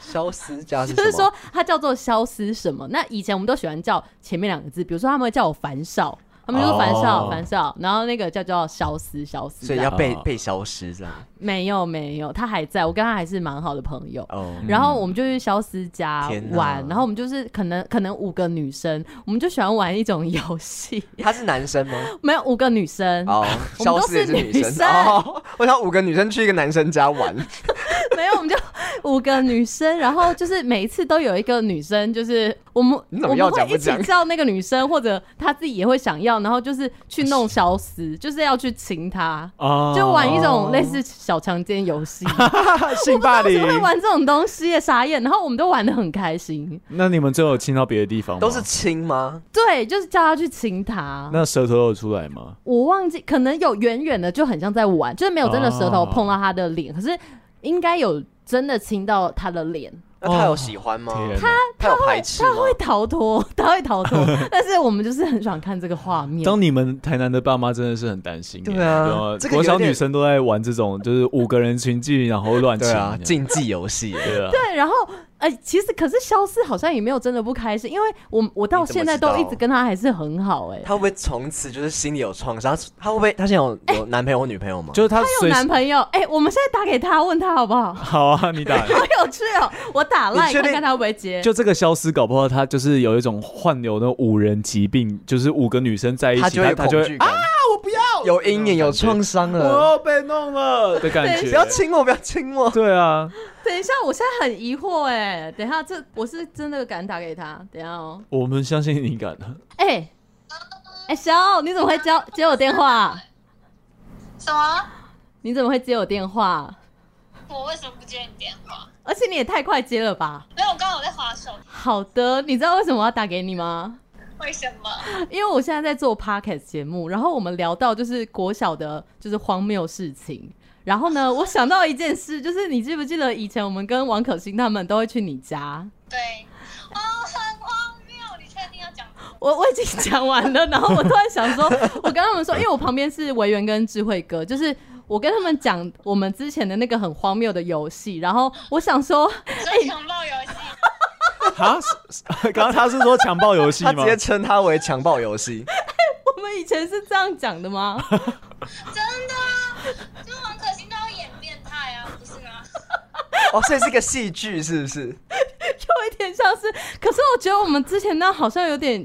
Speaker 4: 肖思佳是
Speaker 1: 就是
Speaker 4: 什么
Speaker 1: 说它叫做肖思什么。那以前我们都喜欢叫前面两个字，比如说他们会叫我樊少。他们就说樊少，
Speaker 2: 哦
Speaker 1: 樊少，然后那个叫叫肖思，肖思这
Speaker 4: 所以
Speaker 1: 样。
Speaker 4: 要被
Speaker 2: 哦
Speaker 4: 被消失这样。
Speaker 1: 没有没有，他还在我跟他还是蛮好的朋友。
Speaker 4: 哦，
Speaker 1: 然后我们就去肖思家
Speaker 4: 天哪
Speaker 1: 玩，然后我们就是可能可能五个女生，我们就喜欢玩一种游戏， *laughs*
Speaker 4: 他是男生吗？
Speaker 1: 没有五个女生，
Speaker 4: 哦，
Speaker 1: 嗯我们
Speaker 4: 消
Speaker 1: 都
Speaker 4: 失
Speaker 1: 是
Speaker 4: 也是
Speaker 1: 女
Speaker 4: 女
Speaker 1: 生
Speaker 4: 生。哦， *laughs* 我想五个女生去一个男生家玩，
Speaker 1: 没有我们就 *laughs* 五个女生，然后就是每一次都有一个女生，就是我们
Speaker 4: 你怎
Speaker 1: 我
Speaker 4: 么要
Speaker 1: 们
Speaker 4: 讲
Speaker 1: 会
Speaker 4: 不
Speaker 1: 一起
Speaker 4: 讲
Speaker 1: 叫那个女生，或者她自己也会想要，然后就是去弄肖思，就是要去亲她。
Speaker 2: 哦
Speaker 1: 就玩一种类似小强奸游戏，
Speaker 4: 哦
Speaker 1: 就
Speaker 2: 性
Speaker 1: *laughs*
Speaker 2: 霸凌。
Speaker 1: 会玩这种东西耶，傻眼。然后我们都玩的很开心，
Speaker 2: 那你们最后有亲到别的地方吗？
Speaker 4: 都是亲吗？
Speaker 1: 对，就是叫她去亲她。
Speaker 2: 那舌头有出来吗？
Speaker 1: 我忘记，可能有远远的就很像在玩，就是没有真的舌头
Speaker 2: 哦
Speaker 1: 碰到他的脸，可是应该有真的亲到他的脸。
Speaker 4: 那他有喜欢吗？
Speaker 2: 天哪
Speaker 4: 他有排斥吗
Speaker 1: 他？会逃脱，他会逃
Speaker 4: *laughs*
Speaker 1: 脱，但是我们就是很喜欢看这个画面。
Speaker 2: 当你们台南的爸妈真的是很担心耶，欸
Speaker 4: 对啊这个有
Speaker 2: 国小
Speaker 4: 点
Speaker 2: 女生都在玩这种，就是五个人群聚，然后乱亲，
Speaker 4: 对啊，
Speaker 2: 这样
Speaker 4: 竞技游戏。
Speaker 2: 对啊，
Speaker 1: 对，然后哎、其实可是消失好像也没有真的不开心，因为我我到
Speaker 4: 你怎么
Speaker 1: 现在都
Speaker 4: 知道
Speaker 1: 一直跟他还是很好哎、
Speaker 4: 他会不会从此就是心里有创伤？他他会不会他现在有
Speaker 1: 哎
Speaker 4: 有男朋友或女朋友吗？
Speaker 2: 就是她
Speaker 1: 有
Speaker 2: 随时
Speaker 1: 男朋友哎、我们现在打给他问他好不
Speaker 4: *laughs*
Speaker 1: 好？好
Speaker 2: *laughs* 好啊，你打。
Speaker 1: 有趣哦，我打
Speaker 4: 你
Speaker 1: 赖
Speaker 4: 确
Speaker 1: 看
Speaker 4: 定
Speaker 1: 看他会不会接。
Speaker 2: 就这个消失，搞不好她就是有一种患有那种五人疾病，就是五个女生在一
Speaker 4: 他
Speaker 2: 起，
Speaker 4: 就会
Speaker 2: 她
Speaker 4: 有
Speaker 2: 她就
Speaker 4: 恐
Speaker 2: 会
Speaker 4: 惧感啊！我不要，有阴影，有创伤了。
Speaker 2: 被弄了的感觉。
Speaker 4: 不要亲我，不要亲我。
Speaker 2: 对啊，
Speaker 1: 等一下，我现在很疑惑哎、等一下这我是真的敢打给他，等一下哦。
Speaker 2: 我们相信你敢的。
Speaker 1: 哎、哎、小欧，你怎么会接接我电话？
Speaker 5: 什么？
Speaker 1: 你怎么会接我电话？
Speaker 5: 我为什么不接你电话？
Speaker 1: 而且你也太快接了吧！
Speaker 5: 没有，我刚刚我在划手机，
Speaker 1: 好的，你知道为什么我要打给你吗？ *laughs*
Speaker 5: 为什么？
Speaker 1: 因为我现在在做 podcast 节目，然后我们聊到就是国小的，就是荒谬事情。然后呢，我想到一件事，就是你记不记得以前我们跟王可欣他们都会去你家？
Speaker 5: 对，哦，很荒谬，你确定要讲这个？
Speaker 1: 我我已经讲完了，然后我突然想说，我跟他们说，因为我旁边是维园跟智慧哥，就是我跟他们讲我们之前的那个很荒谬的游戏，然后我想说， *laughs*
Speaker 5: 所以强暴游戏，
Speaker 2: 哈， *laughs* 是是刚刚他是说强暴游戏
Speaker 4: 他
Speaker 2: 吗？
Speaker 4: 直接称他为强暴游戏，
Speaker 1: 我们以前是这样讲的吗？
Speaker 5: 真的啊，就是王可欣都要演变态啊，不是吗？
Speaker 4: 哦，所以是一个戏剧，是不是？
Speaker 1: 有一点像是，可是我觉得我们之前那好像有点，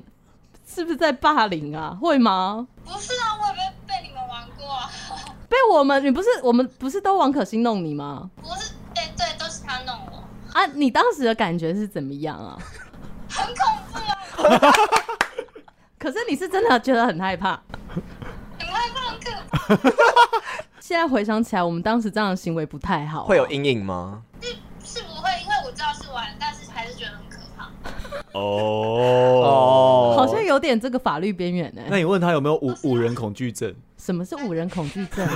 Speaker 1: 是不是在霸凌啊？会吗？
Speaker 5: 不是啊，我也没被你们玩过、啊，
Speaker 1: 被我们，你不是我们不是都王可欣弄你吗？
Speaker 5: 不是，哎、对，都是他弄我，
Speaker 1: 啊，你当时的感觉是怎么样啊？
Speaker 5: 很恐
Speaker 1: 可是你是真的觉得很害怕。
Speaker 5: 很害怕，很可怕。
Speaker 1: 现在回想起来，我们当时这样的行为不太好。啊
Speaker 4: 会有阴影吗？
Speaker 5: 是不会，因为我知道是玩，但是还是觉得很可怕。
Speaker 2: 哦。
Speaker 1: 好像有点这个法律边缘呢。欸
Speaker 2: 那你问他有没有五五人恐惧症？ *laughs*
Speaker 1: 什么是五人恐惧症？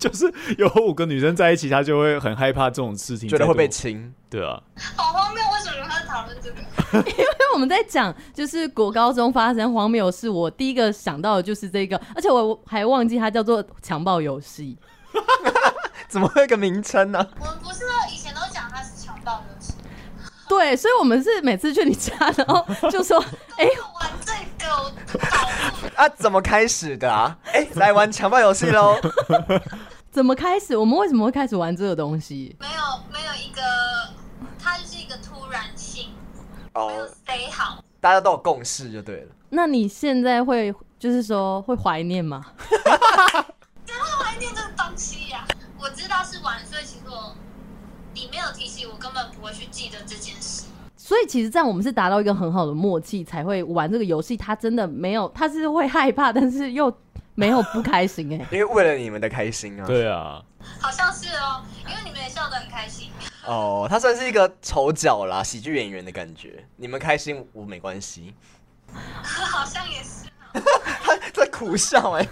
Speaker 2: 就是有五个女生在一起，他就会很害怕这种事情，
Speaker 4: 觉得会
Speaker 2: 再
Speaker 4: 被嗯
Speaker 2: 多
Speaker 4: 亲，
Speaker 2: 对啊，
Speaker 5: 好荒谬，为什么他讨论这个？
Speaker 1: 因为我们在讲就是国高中发生荒谬的事，我第一个想到的就是这个，而且我还忘记它叫做强暴游戏。
Speaker 4: 怎么会有个名称啊呢、
Speaker 5: 我们不是都以前都讲他是强暴游戏，
Speaker 1: 对，所以我们是每次去你家，然后就说，哎、
Speaker 5: 我玩这个我搞不
Speaker 4: 啊？怎么开始的啊？哎、
Speaker 2: *laughs*
Speaker 4: 来玩强暴游戏喽！
Speaker 1: 怎么开始？我们为什么会开始玩这个东西？
Speaker 5: 没有没有一个，他就是一个突然性，没有
Speaker 4: 哦，
Speaker 5: 塞好。
Speaker 4: 大家都有共识就对了。
Speaker 1: 那你现在会就是说会怀念吗？
Speaker 5: 怀念这个东西呀、我知道是玩，所以其实我你没有提起，我根本不会去记得这件事。
Speaker 1: 所以其实这样我们是达到一个很好的默契，才会玩这个游戏。他真的没有，他是会害怕，但是又没有不开心、哎，
Speaker 4: 因为为了你们的开心啊。
Speaker 2: 对啊，
Speaker 5: 好像是哦，因为你们也笑得很开心。
Speaker 4: 哦，他算是一个丑角啦，喜剧演员的感觉。你们开心我没关系，
Speaker 5: 好像也
Speaker 1: *laughs*
Speaker 5: 是。
Speaker 4: 他在苦笑哎、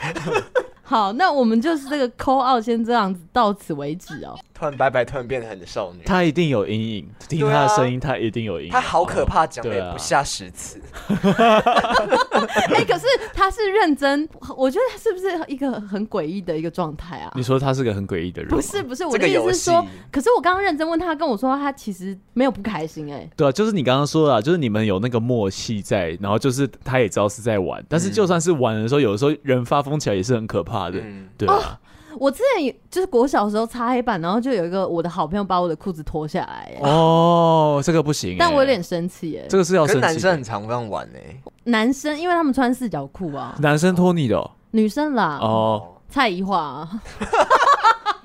Speaker 1: 好，那我们就是这个扣 out 先这样子到此为止哦。
Speaker 4: 突然白白突然变得很少女，
Speaker 2: 他一定有阴影，听他的声音，他一定有阴影。
Speaker 4: 啊他好可怕，讲
Speaker 2: 对
Speaker 4: 了
Speaker 2: 啊
Speaker 4: 不下十次。
Speaker 1: 哎、可是他是认真，我觉得他是不是一个很诡异的一个状态啊？
Speaker 2: 你说他是个很诡异的人，
Speaker 1: 不是不是，我
Speaker 4: 这个
Speaker 1: 的意思
Speaker 4: 游
Speaker 1: 是
Speaker 4: 戏
Speaker 1: 说，可是我刚刚认真问他，他跟我说他其实没有不开心哎、
Speaker 2: 对啊，就是你刚刚说的、啊，就是你们有那个默契在，然后就是他也知道是在玩，但
Speaker 4: 嗯
Speaker 2: 是就算是玩的时候，有的时候人发疯起来也是很可怕的，
Speaker 4: 嗯
Speaker 2: 对啊，
Speaker 1: 我之前也就是国小的时候擦黑板，然后就有一个我的好朋友把我的裤子脱下来、欸，
Speaker 2: 哦，这个不行欸、
Speaker 1: 但我有点生气哎、
Speaker 2: 这个是要
Speaker 4: 可
Speaker 2: 生气
Speaker 4: 是
Speaker 2: 的，
Speaker 4: 男生很常这样玩哎、
Speaker 1: 男生因为他们穿四角裤啊，
Speaker 2: 男生拖你的哦，
Speaker 1: 女生啦，
Speaker 2: 哦
Speaker 1: 蔡宜桦、啊。 *laughs*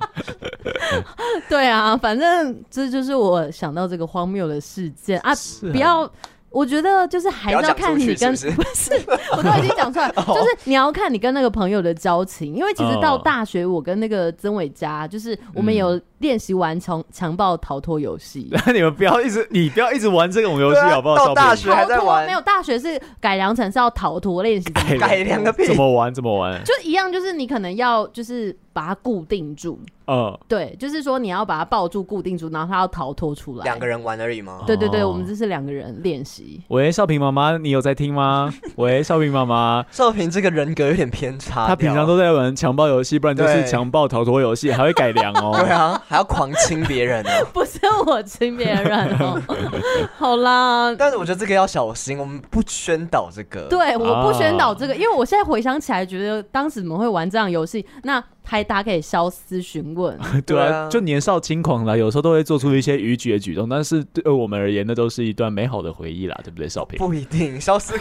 Speaker 1: 对啊，反正这就是我想到这个荒谬的事件啊！
Speaker 2: 啊
Speaker 1: 不要，我觉得就是还是
Speaker 4: 不要讲
Speaker 1: 看你
Speaker 4: 出去
Speaker 1: 跟
Speaker 4: 是
Speaker 1: *laughs*
Speaker 4: 哦
Speaker 1: 不
Speaker 4: 不
Speaker 1: 是，我都已经讲出来
Speaker 4: *laughs*
Speaker 1: 了，就是你要看你跟那个朋友的交情，因为其实到
Speaker 2: 哦
Speaker 1: 大学，我跟那个曾伟嘉，就是我们
Speaker 4: 嗯
Speaker 1: 有练习玩强强暴逃脱游戏。
Speaker 2: 那 *laughs* 你们不要一直，你不要一直玩这种游戏
Speaker 4: *laughs* 对啊
Speaker 2: 好不好？少
Speaker 4: 到
Speaker 2: 平
Speaker 4: 大学还
Speaker 1: 逃
Speaker 4: 在
Speaker 1: 脱
Speaker 4: 玩
Speaker 1: 没有，大学是改良成是要逃脱练习，
Speaker 2: 改
Speaker 4: *laughs* 改良个屁！
Speaker 2: 怎么玩怎么玩？
Speaker 1: 就一样，就是你可能要就是把它固定住，
Speaker 2: 嗯，
Speaker 1: 对，就是说你要把它抱住、固定住，然后它要逃脱出来。
Speaker 4: 两个人玩而已吗？
Speaker 1: 对对对，
Speaker 2: 哦
Speaker 1: 我们这是两个人练习。
Speaker 2: 喂，少平妈妈，你有在听吗？喂，少平妈
Speaker 4: *laughs*
Speaker 2: 妈，
Speaker 4: 少平这个人格有点偏差掉，
Speaker 2: 她平常都在玩强暴游戏，不然就是
Speaker 4: 对
Speaker 2: 强暴逃脱游戏，还会改良哦。
Speaker 4: *laughs* *laughs* 对啊，还要狂亲别人哦。
Speaker 1: 不是我亲别人
Speaker 2: *laughs*
Speaker 1: 哦，好啦，
Speaker 4: *laughs* 但是我觉得这个要小心，我们不宣导这个。，
Speaker 1: 对，我不宣导这
Speaker 2: 啊
Speaker 1: 个，因为我现在回想起来，觉得当时怎么会玩这样游戏？那还打给肖思询
Speaker 2: *laughs*
Speaker 1: 问，
Speaker 2: 对
Speaker 4: 对
Speaker 2: 啊，
Speaker 4: 啊
Speaker 2: 就年少轻狂啦，有时候都会做出一些逾矩的举动，但是对我们而言，那都是一段美好的回忆啦，对不对，少平？
Speaker 4: 不一定，肖思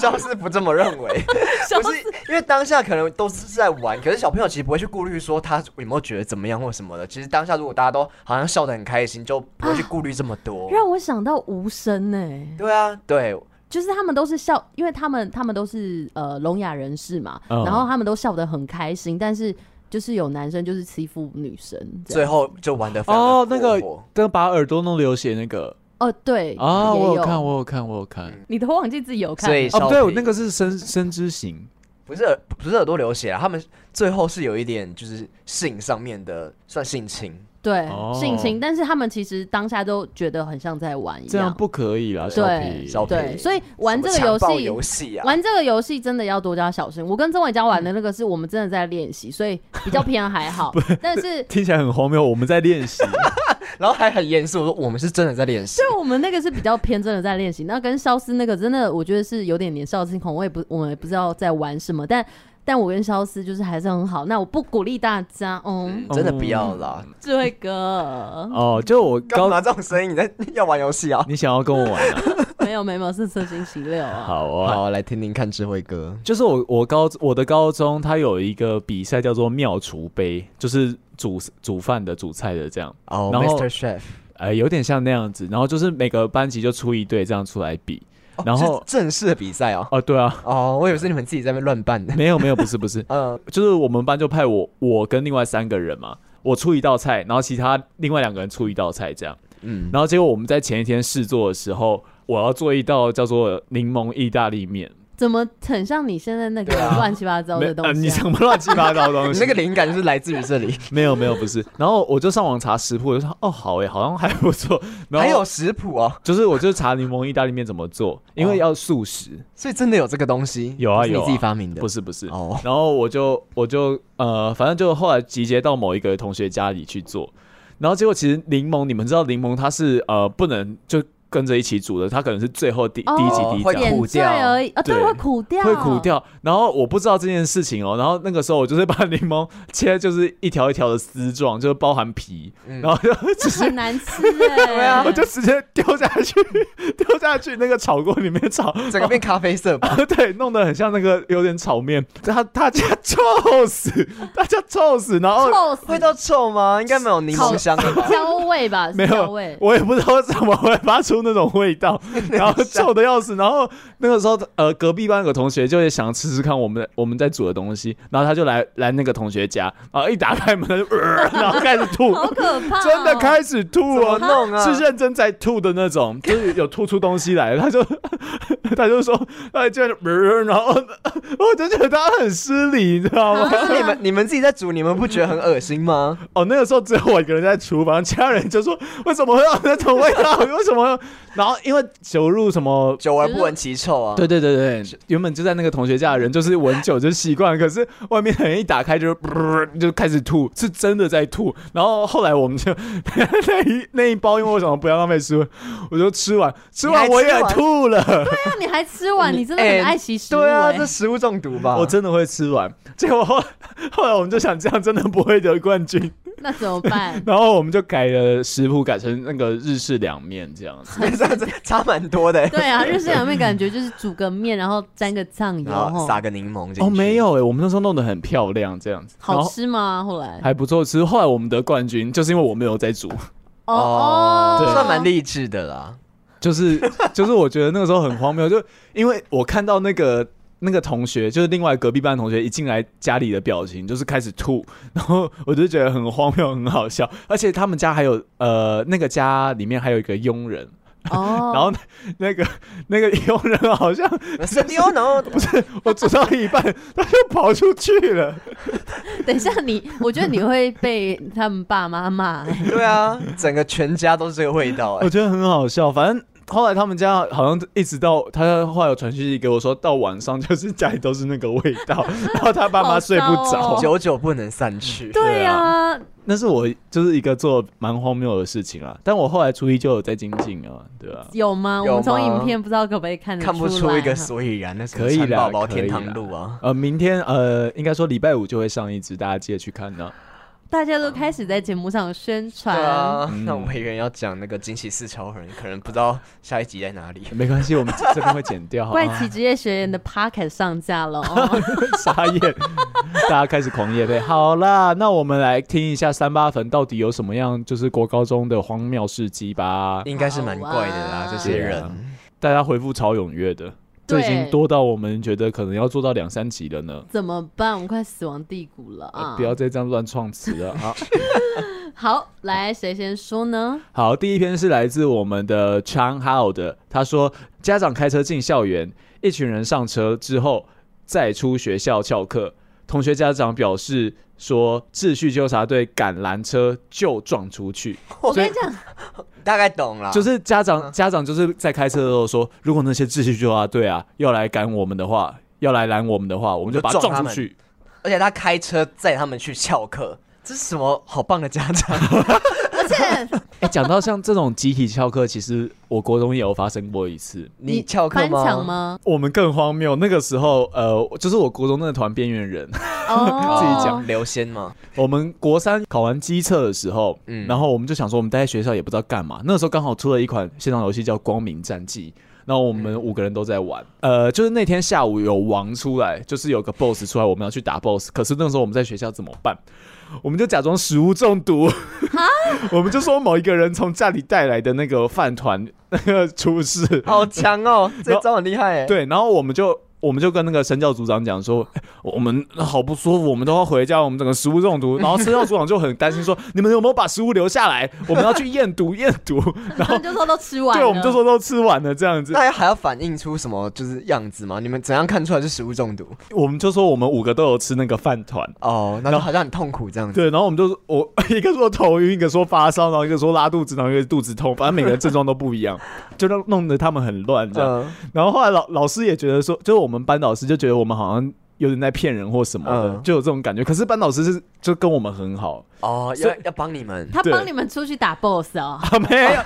Speaker 4: 肖思不这么认为，
Speaker 1: 肖
Speaker 4: 不是因为当下可能都是在玩，可是小朋友其实不会去顾虑说他有没有觉得怎么样或什么的。其实当下如果大家都好像笑得很开心，就不会去顾虑这么多。
Speaker 1: 让我想到无声呢、
Speaker 4: 对啊，对，
Speaker 1: 就是他们都是笑，因为他们他们都是呃聋哑人士嘛，
Speaker 2: 嗯
Speaker 1: 然后他们都笑得很开心，但是就是有男生就是欺负女生，这
Speaker 4: 最
Speaker 1: 样
Speaker 4: 后就玩的
Speaker 2: 哦，那个那个把耳朵弄流血那个
Speaker 1: 哦对
Speaker 2: 啊，
Speaker 1: 也
Speaker 2: 我有
Speaker 1: 有嗯
Speaker 2: 看，我有看，我有看。
Speaker 1: 你都忘记自己有看
Speaker 4: 所以
Speaker 1: 了，
Speaker 2: 哦，不对，
Speaker 4: 少
Speaker 2: 我
Speaker 4: 平
Speaker 2: 那个是生生之行，
Speaker 4: 不是耳不是耳朵流血啊，他们最后是有一点就是性上面的算性侵，
Speaker 1: 对
Speaker 2: 哦
Speaker 1: 性侵，但是他们其其实当下都觉得很像在玩一
Speaker 2: 这样不可以啦，少
Speaker 1: 对
Speaker 2: 平。
Speaker 4: 少平
Speaker 1: 对，所以玩这个
Speaker 4: 什么
Speaker 1: 游
Speaker 4: 强暴
Speaker 1: 戏
Speaker 4: 游戏啊，
Speaker 1: 玩这个游戏真的要多加小心。我跟曾伟佳
Speaker 2: 嗯
Speaker 1: 玩的那个是我们真的在练习，所以比较偏还
Speaker 2: *laughs*
Speaker 1: 好。但是
Speaker 2: 听起来很荒谬，我们在练习。
Speaker 4: 然后还很严肃，我说我们是真的在练习。
Speaker 1: 就我们那个是比较偏真的在练习，那跟肖思那个真的，我觉得是有点年少轻狂，我也不我们也不知道在玩什么，但。但我跟肖思就是还是很好，那我不鼓励大家。嗯，
Speaker 5: *laughs*
Speaker 4: 嗯真的不要啦！
Speaker 2: 嗯
Speaker 1: 智慧哥，
Speaker 2: 哦，就我
Speaker 4: 干
Speaker 2: 高，
Speaker 4: 嘛这种声音？你在要玩游戏啊？
Speaker 2: 你想要跟我玩啊？
Speaker 1: 没有没有没有是色星期六啊。
Speaker 2: 好啊，
Speaker 4: 好，来听听看智慧哥。
Speaker 2: 就是我我高我的高中，它有一个比赛叫做妙厨杯，就是煮煮饭的、煮菜的这样，
Speaker 4: 哦
Speaker 2: 然后
Speaker 4: ，Mr. Chef，
Speaker 2: 呃，有点像那样子。然后就是每个班级就出一队这样出来比。然后
Speaker 4: 哦是正式的比赛哦。
Speaker 2: 啊，对啊，
Speaker 4: 哦，我以为是你们自己在那边乱办的。
Speaker 2: 没有没有，不是不是，
Speaker 4: 嗯，
Speaker 2: 就是我们班就派我我跟另外三个人嘛，我出一道菜，然后其他另外两个人出一道菜这样。
Speaker 4: 嗯
Speaker 2: 嗯，然后结果我们在前一天试做的时候，我要做一道叫做柠檬意大利面。
Speaker 1: 怎么很像你现在那个乱七八糟
Speaker 2: 啊没
Speaker 1: 的东
Speaker 2: 呃你
Speaker 1: 西、啊
Speaker 2: 什么乱七八糟的东
Speaker 4: 你
Speaker 2: 西？
Speaker 4: *laughs* 那个灵感就是来自于这里。
Speaker 2: 没有没有不是，然后我就上网查食谱，我就说哦好诶，好像还不错。然后
Speaker 4: 还有食谱哦，
Speaker 2: 就是我就查柠檬意大利面怎么做，因为要素食，
Speaker 4: 所以真的有这个东西。
Speaker 2: 有啊
Speaker 4: 不是
Speaker 2: 有
Speaker 4: 你
Speaker 2: 啊
Speaker 4: 自己发明的，
Speaker 2: 不是不是。
Speaker 4: 哦
Speaker 2: 然后我就我就呃，反正就后来集结到某一个同学家里去做，然后结果其实柠檬，你们知道柠檬它是呃不能就跟着一起煮的，它可能是最后第、第一集第一
Speaker 4: 会
Speaker 2: 集。
Speaker 1: 点
Speaker 4: 苦
Speaker 1: 缀
Speaker 4: 掉
Speaker 1: 而已啊，对，
Speaker 2: 对
Speaker 1: 会苦掉，
Speaker 2: 会苦。掉，然后我不知道这件事情哦，然后那个时候我就是把柠檬切就是一条一条的丝状，就是包含皮，然后就直接
Speaker 1: 很难吃哎、
Speaker 2: 我就直接丢下去， *laughs* 丢下去那个炒锅里面炒， *laughs*
Speaker 4: 整个变咖啡色吧？
Speaker 2: 啊对，弄得很像那个有点炒面，他大家臭死，大家臭死，然后
Speaker 1: 臭
Speaker 4: 味
Speaker 1: 死
Speaker 4: 道臭吗？应该没有柠檬香 *laughs* 的吧？
Speaker 1: 焦味吧，是
Speaker 2: 没
Speaker 1: 焦
Speaker 2: 有
Speaker 1: 味，。
Speaker 2: *laughs* 我也不知道为什么会发出那种味
Speaker 4: *laughs*
Speaker 2: 道，然后臭的要死。然后那个时候，呃，隔壁班有个同学就也想吃吃看我们我们在煮的东西，然后他就来来那个同学家，然后一打开门，他就、 *laughs* 呃、然后开始
Speaker 4: *laughs*
Speaker 2: 吐，
Speaker 1: 好可怕、哦！
Speaker 2: 真的开始吐
Speaker 4: 怎么
Speaker 2: 哦，
Speaker 4: 弄啊？
Speaker 2: 是认真在吐的那种，就是有吐出东西来，他就 *laughs* 他就说，哎，居然就， *laughs* 然后我就觉得他很失礼，你知道吗？
Speaker 4: 可是你们你们自己在煮，你们不觉得很恶心吗？
Speaker 2: 哦，那个时候只有我一个人在厨房，其他人就说为什么会有那种味道？ *laughs* 为什么？然后因为酒入什么？
Speaker 4: 久而不闻其臭啊。
Speaker 2: 对对对对，原本就在那个同学家的人，就是闻酒就习惯，可是外面的人一打开就是就开始吐，是真的在吐。然后后来我们就 *laughs* 那一那一包，因为我想说不要浪费食物，我就吃完，吃完我也吐了，
Speaker 1: 那你还吃完，你真的
Speaker 4: 哎
Speaker 1: 很爱惜食物、
Speaker 4: 对啊，
Speaker 1: 哎
Speaker 4: 这食物中毒吧？
Speaker 2: 啊我真的会吃完。结果后后来我们就想这样真的不会得冠军，？
Speaker 1: 那怎么办
Speaker 4: *laughs*
Speaker 2: 然后我们就改了食谱，改成那个日式凉面这样子。
Speaker 4: *laughs* 这样子差蛮多的。
Speaker 1: 对啊，日式凉面感觉就是煮个面，然后沾个酱油，
Speaker 4: 然后
Speaker 1: 吼
Speaker 4: 撒个柠檬进去。
Speaker 2: 哦，没，有哎、我们那时候弄得很漂亮，这样子，然
Speaker 1: 好
Speaker 2: 后
Speaker 1: 吃吗？后来
Speaker 2: 还不错吃。后来我们得冠军，就是因为我没有在煮， *laughs*
Speaker 1: 哦
Speaker 4: 哦，
Speaker 2: 对
Speaker 4: 算蛮励志的啦。
Speaker 2: 就是就是我觉得那个时候很荒谬，就因为我看到那个那个同学，就是另外隔壁班同学一进来家里的表情就是开始吐， *laughs* 然后我就觉得很荒谬，很好笑。而且他们家还有呃，那个家里面还有一个佣人，
Speaker 1: 哦，
Speaker 2: 然后 *laughs* 那那个那个佣人好像
Speaker 4: 是丢呢？不是，
Speaker 2: 我煮到一半，他就跑出去了。
Speaker 1: 等一下你，我觉得你会被他们爸妈骂、
Speaker 4: *laughs*
Speaker 1: 哎
Speaker 2: *laughs*
Speaker 4: 对啊，整个全家都是这个味道。哎
Speaker 2: 我觉得很好笑。反正后来他们家好像一直到他后来有传讯息给我说，到晚上就是家里都是那个味
Speaker 1: *laughs*
Speaker 2: 道，然后他爸妈睡不
Speaker 1: 好
Speaker 2: 着。
Speaker 1: 糟哦
Speaker 4: 久久不能散去。
Speaker 1: 对啊，
Speaker 2: 那是我就是一个做蛮荒谬的事情啊，但我后来初一就有在精进啊，对啊。
Speaker 1: 有吗？
Speaker 4: 有
Speaker 1: 我们从
Speaker 4: 吗
Speaker 1: 影片不知道可不可以看得
Speaker 4: 看不
Speaker 1: 出
Speaker 4: 出
Speaker 1: 来
Speaker 4: 一个
Speaker 1: 哈
Speaker 4: 所以然，那是
Speaker 2: 可以啦
Speaker 4: 宝宝
Speaker 2: 可以
Speaker 4: 天堂
Speaker 2: 啦
Speaker 4: 路啊。
Speaker 2: 呃，明天呃，应该说礼拜五就会上一支，大家记得去看呢、
Speaker 1: 大家都开始在节目上宣传，
Speaker 4: 对啊，那
Speaker 2: 嗯
Speaker 4: 委员要讲那个惊奇四超人，可能不知道下一集在
Speaker 2: *laughs*
Speaker 4: 哪里。
Speaker 2: 没关系，我们这边会剪掉，好
Speaker 1: 怪
Speaker 2: 吗？
Speaker 1: 奇职业学员的 Pocket 上架了、
Speaker 4: *laughs*
Speaker 1: 哦，
Speaker 2: 傻眼，大家开始狂夜配。好啦，那我们来听一下三八粉到底有什么样，就是国高中的荒谬事迹吧。
Speaker 4: 应该是蛮怪的
Speaker 1: 好
Speaker 4: 啦，
Speaker 1: 啊
Speaker 4: 这些
Speaker 2: 对啊
Speaker 4: 人。
Speaker 2: 大家回复超踊跃的，这已经多到我们觉得可能要做到两三集了呢。
Speaker 1: 怎么办？我们快死亡低谷了啊！
Speaker 4: 哎
Speaker 2: 呃不要再这样乱创词了啊！
Speaker 1: 好，来谁先说呢？
Speaker 2: *laughs* 好，第一篇是来自我们的 Chang Hao 的，他说家长开车进校园，一群人上车之后再出学校翘课，同学家长表示说秩序纠察队赶拦车就撞出去，
Speaker 1: 我
Speaker 2: 所
Speaker 1: 跟
Speaker 2: 以
Speaker 1: 你讲，
Speaker 4: 大概懂了，
Speaker 2: 就是家长家长就是在开车的时候说，如果那些秩序纠察队啊要来赶我们的话，要来拦我们的话，我们就把它
Speaker 4: 撞他
Speaker 2: 撞出
Speaker 4: 们
Speaker 2: 去。
Speaker 4: 而且他开车载他们去翘课，这是什么好棒的家
Speaker 2: *laughs*
Speaker 4: 长？
Speaker 1: 而且
Speaker 2: 哎、讲到像这种集体翘课，其实我国中也有发生过一次。
Speaker 4: 你翘课
Speaker 1: 翻墙
Speaker 4: 吗？
Speaker 1: 吗？
Speaker 2: 我们更荒谬，那个时候，呃，就是我国中那团边缘人，
Speaker 1: 哦，
Speaker 2: *laughs* 自己讲。
Speaker 4: 刘先吗？
Speaker 2: 我们国三考完机测的时候，
Speaker 4: 嗯
Speaker 2: 然后我们就想说，我们待在学校也不知道干嘛。那时候刚好出了一款线上游戏叫《光明战记》，然后我们五个人都在玩，呃，就是那天下午有王出来，就是有个 boss 出来，我们要去打 boss，可是那时候我们在学校怎么办？我们就假装食物中毒， *laughs* 我们就说某一个人从家里带来的那个饭团那个出事，
Speaker 4: 好强哦，这招很厉害哎。，
Speaker 2: 对，然后我们就我们就跟那个神教组长讲说， *laughs* 哎我们好不舒服，我们都要回家，我们整个食物中毒。然后神教组长就很担心说，你们有没有把食物留下来？我们要去验毒， *laughs* 验毒。
Speaker 1: 他
Speaker 2: 然后
Speaker 1: 们就说都吃完了，
Speaker 2: 对，我们就说都吃完了这样子，
Speaker 4: 那还要反映出什么就是样子吗？你们怎样看出来是食物中毒？
Speaker 2: 我们就说我们五个都有吃那个饭团。
Speaker 4: 哦，那就好像很痛苦这样子。
Speaker 2: 对，然后我们就我 *laughs* 一个说头晕，一个说发烧，然后一个说拉肚子，然后一个肚子痛，反正每个人症状都不一样，就让弄得他们很乱这样。
Speaker 4: 嗯
Speaker 2: 然后后来老老师也觉得说，就是我们班导师就觉得我们好像有点在骗人或什么的，
Speaker 4: 嗯
Speaker 2: 就有这种感觉。可是班导师是就跟我们很好，
Speaker 4: 哦，要要帮你们。
Speaker 1: 他
Speaker 2: 对
Speaker 1: 帮你们出去打 boss 哦，
Speaker 2: 啊、没
Speaker 4: 哎
Speaker 2: 有，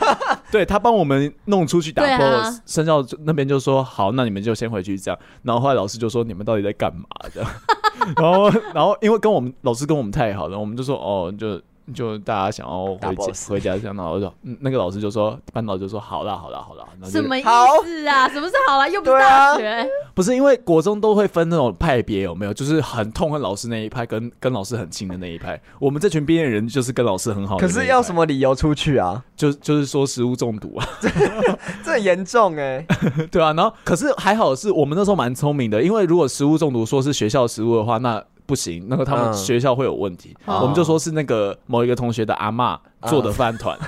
Speaker 2: 对他帮我们弄出去打
Speaker 1: 对啊
Speaker 2: boss，生效、那边就说好，那你们就先回去这样。然后后来老师就说你们到底在干嘛的？ *laughs* 然后然后因为跟我们老师跟我们太好了，我们就说哦就。就大家想要
Speaker 4: 打
Speaker 2: 回家
Speaker 4: boss
Speaker 2: 回家这样，然后就、嗯那个老师就说，班导就说好啦好啦好啦，然后就
Speaker 1: 什么意
Speaker 4: 好
Speaker 1: 思啊？什么是好了？又不是
Speaker 4: 对啊
Speaker 1: 大学，
Speaker 2: 不是因为国中都会分那种派别，有没有？就是很痛恨老师那一派，跟跟老师很亲的那一派。我们这群毕业人就是跟老师很好的
Speaker 4: 可
Speaker 2: 那一派
Speaker 4: 是要什？么理由出去啊？
Speaker 2: 就就是说食物中毒啊， *laughs*
Speaker 4: 这很严重哎、
Speaker 2: 对啊。然后可是还好是我们那时候蛮聪明的，因为如果食物中毒说是学校食物的话，那不行，那个他们
Speaker 4: 嗯
Speaker 2: 学校会有问题。
Speaker 1: 哦
Speaker 2: 我们就说是那个某一个同学的阿嬷做的饭
Speaker 4: 嗯
Speaker 2: 团，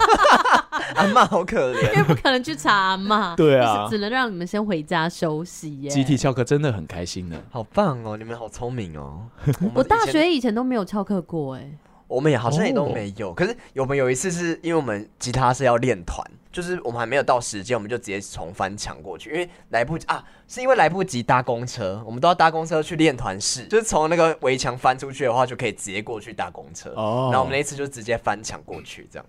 Speaker 4: 阿妈好可怜。
Speaker 1: 因为不可能去查嘛，
Speaker 2: *laughs* 对
Speaker 1: 就
Speaker 2: 啊
Speaker 1: 是只能让你们先回家休息耶。
Speaker 2: 集体翘课真的很开心呢。
Speaker 4: 好棒哦！你们好聪
Speaker 2: *laughs*
Speaker 4: 明哦！
Speaker 1: 我大
Speaker 4: 以前
Speaker 1: 学以前都没有翘课过哎、
Speaker 4: 我们也好像也都
Speaker 2: 哦
Speaker 4: 没有，可是我们有一次是因为我们吉他是要练团，就是我们还没有到时间，我们就直接从翻墙过去，因为来不及啊，是因为来不及搭公车，我们都要搭公车去练团室，就是从那个围墙翻出去的话，就可以直接过去搭公车。
Speaker 2: 哦
Speaker 4: 然后我们那一次就直接翻墙过去，这样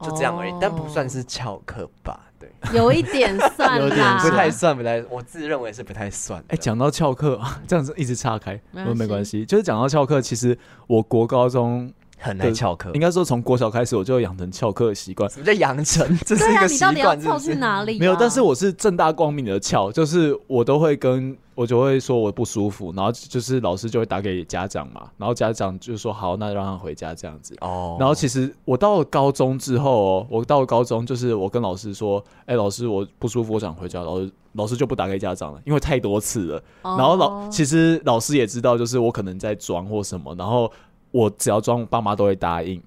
Speaker 4: 就这样而已，
Speaker 1: 哦
Speaker 4: 但不算是翘课吧？对，
Speaker 1: 有一
Speaker 2: *laughs*
Speaker 1: 点算
Speaker 2: 有一点
Speaker 1: 啦，
Speaker 4: 不太算，不太，我自认为是不太算的。
Speaker 2: 哎，讲到翘课， *laughs* 这样子一直岔开，
Speaker 1: 没关
Speaker 2: 没关
Speaker 1: 系
Speaker 2: 系。就是讲到翘课，其实我国高中
Speaker 4: 很难翘课
Speaker 2: 应，该说从国小开始我就养成翘课的习惯。
Speaker 4: 什么叫养成？这是
Speaker 1: *laughs* 对
Speaker 4: 一
Speaker 1: 啊，
Speaker 4: 个
Speaker 1: 你
Speaker 4: 习
Speaker 1: 到底要
Speaker 4: 惯，是
Speaker 1: 翘
Speaker 4: 不
Speaker 1: 去
Speaker 4: 是？
Speaker 1: 哪里、啊？
Speaker 2: 没有，但是我是正大光明的翘，就是我都会跟我就会说我不舒服，然后就是老师就会打给家长嘛，然后家长就说好，那让他回家这样子。
Speaker 4: 哦
Speaker 2: 然后其实我到了高中之后哦，我到了高中就是我跟老师说，哎、老师我不舒服，我想回家。老师老师就不打给家长了，因为太多次了。
Speaker 1: 哦
Speaker 2: 然后老其实老师也知道，就是我可能在装或什么，然后我只要装，我爸妈都会答应。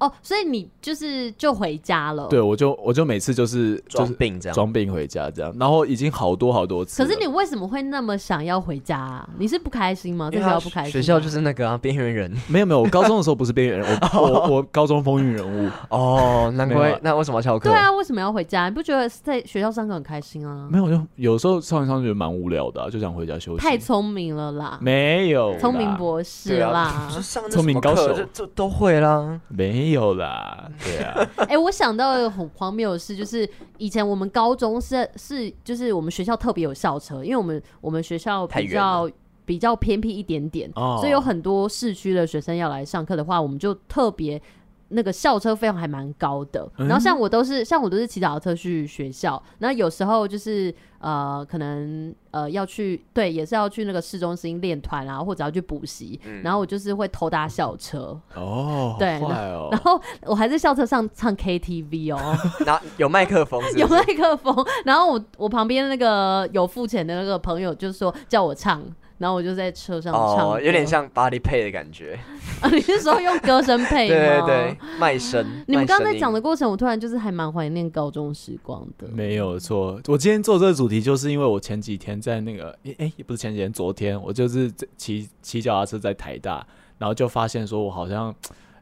Speaker 1: 哦，所以你就是就回家了。
Speaker 2: 对，。我就我就每次就是就
Speaker 4: 装
Speaker 2: 是
Speaker 4: 病这样。
Speaker 2: 装病回家这样，然后已经好多好多次
Speaker 1: 可
Speaker 2: 了。
Speaker 1: 是你为什么会那么想要回家、啊？你是不开心吗？在学校不开心吗？
Speaker 4: 学校就是那个啊，边缘人
Speaker 2: 没有没有，我高中的时候不是边缘人，
Speaker 1: *laughs*
Speaker 2: 我我我高中风云人物。
Speaker 4: 哦，难
Speaker 2: 没有
Speaker 4: 怪
Speaker 2: 啊
Speaker 4: 那为什么要翘课？
Speaker 1: 对啊，为什么要回家？你不觉得在学校上课很开心啊？
Speaker 2: 没有，就有时候上一上觉得蛮无聊的啊、就想回家休息。
Speaker 1: 太聪明了啦，
Speaker 2: 没有嗯啦，
Speaker 1: 聪明博士
Speaker 4: 对啊，
Speaker 1: 啦。
Speaker 4: 就上那
Speaker 2: 聪明
Speaker 4: 什么课
Speaker 2: 高手
Speaker 4: 就就都会啦。 *laughs*
Speaker 2: 没有啦，对
Speaker 1: *laughs*
Speaker 2: 啊，
Speaker 1: 哎、我想到了很荒谬的事，就是以前我们高中是是就是我们学校特别有校车，因为我们我们学校
Speaker 4: 太
Speaker 1: 比
Speaker 4: 远了
Speaker 1: 较比较偏僻一点点，
Speaker 2: 哦
Speaker 1: 所以有很多市区的学生要来上课的话，我们就特别。那个校车费用还蛮高的，
Speaker 4: 嗯
Speaker 1: 然后像我都是像我都是骑脚踏车去学校，然后有时候就是呃可能呃要去对也是要去那个市中心练团啊，或者要去补习，
Speaker 4: 嗯
Speaker 1: 然后我就是会偷搭校车，
Speaker 2: 哦，
Speaker 1: 对
Speaker 2: 好坏哦
Speaker 1: 然，后我还在校车上唱 KTV 哦，
Speaker 4: 那有麦克风是不是
Speaker 1: 有麦克风，然后我我旁边那个有付钱的那个朋友就说叫我唱，然后我就在车上唱歌，
Speaker 4: 哦，有点像 body pay 的感觉。
Speaker 1: 啊， *laughs* 你是说用歌声配
Speaker 4: *laughs* 对
Speaker 1: 吗？
Speaker 4: 对对，卖身。
Speaker 1: 哎你们刚刚在
Speaker 4: 卖声音
Speaker 1: 讲的过程，我突然就是还蛮怀念高中时光的。
Speaker 4: 嗯
Speaker 2: 没有错。我今天做这个主题，就是因为我前几天在那个，诶、诶也不是前几天，昨天我就是在骑骑脚踏车在台大，然后就发现说我好像。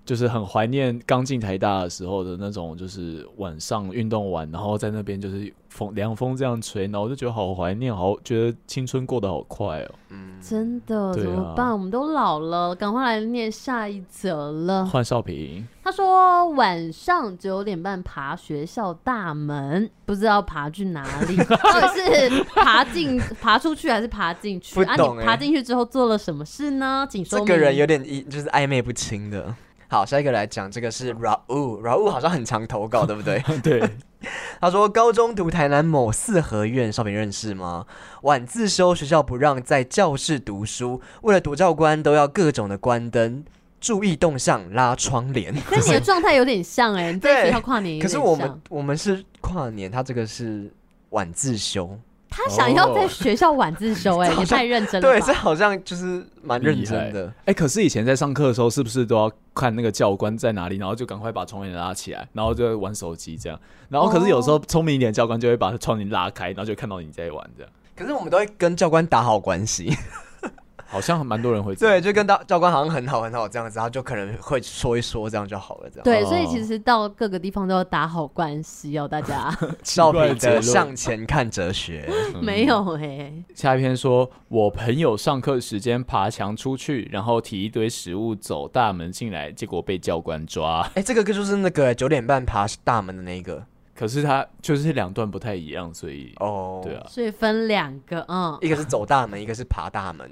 Speaker 2: 就是很怀念刚进台大的时候的那种，就是晚上运动完，然后在那边就是风凉风这样吹，然后我就觉得好怀念，好觉得青春过得好快哦。
Speaker 4: 嗯
Speaker 1: 真的
Speaker 2: 对啊
Speaker 1: 怎么办？我们都老了，赶快来念下一则了。
Speaker 2: 换少平， *laughs*
Speaker 1: 他说晚上九点半爬学校大门，不知道爬去哪里，到底是爬进、 *laughs* 爬出去还是爬进去？
Speaker 4: 不
Speaker 1: 啊，
Speaker 4: 懂
Speaker 1: 你
Speaker 4: 欸
Speaker 1: 爬进去之后做了什么事呢？请说
Speaker 4: 这
Speaker 1: 明。
Speaker 4: 个人有点一就是暧昧不清的。好，下一个来讲这个是 Raul，Raul 好像很常投稿，对不对？
Speaker 2: 对，
Speaker 4: 他说高中读台南某四合院，少平认识吗？晚自修学校不让在教室读书，为了躲教官都要各种的关灯，注意动向，拉窗帘。
Speaker 1: 跟 *laughs* 你的状态有点像哎、你这一
Speaker 4: 对
Speaker 1: 题要跨年有点
Speaker 4: 可是
Speaker 1: 像，
Speaker 4: 我们我们是跨年，他这个是晚自修，
Speaker 1: 他想要在学校晚自修哎、
Speaker 4: 哦
Speaker 1: 也太认真了
Speaker 4: 对，
Speaker 1: 吧
Speaker 4: 这？好像就是蛮认真
Speaker 2: 厉
Speaker 4: 的。
Speaker 2: 哎、可是以前在上课的时候，是不是都要看那个教官在哪里，然后就赶快把窗帘拉起来，然后就玩手机这样。然后可是有时候
Speaker 1: 哦
Speaker 2: 聪明一点的教官就会把窗帘拉开，然后就看到你在玩这样。
Speaker 4: 可是我们都会跟教官打好关
Speaker 2: *laughs*
Speaker 4: 系，
Speaker 2: 好像蛮多人会这样
Speaker 4: 对，就跟教教官好像很好很好这样子，他就可能会说一说，这样就好了。这样，
Speaker 1: 对，
Speaker 2: 哦
Speaker 1: 所以其实到各个地方都要打好关系哦，大家
Speaker 4: 少
Speaker 2: 怪的
Speaker 4: 平的
Speaker 2: 结论
Speaker 4: 向前看哲学，
Speaker 1: 没有哎、
Speaker 2: 嗯下一篇说，我朋友上课时间爬墙出去，然后提一堆食物走大门进来，结果被教官抓。
Speaker 4: 哎、这个歌就是那个九点半爬大门的那一个
Speaker 2: 可是他就是两段不太一样，所以
Speaker 4: 哦。
Speaker 2: 对啊，
Speaker 1: 所以分两个，嗯，
Speaker 4: 一个是走大门，一个是爬大门。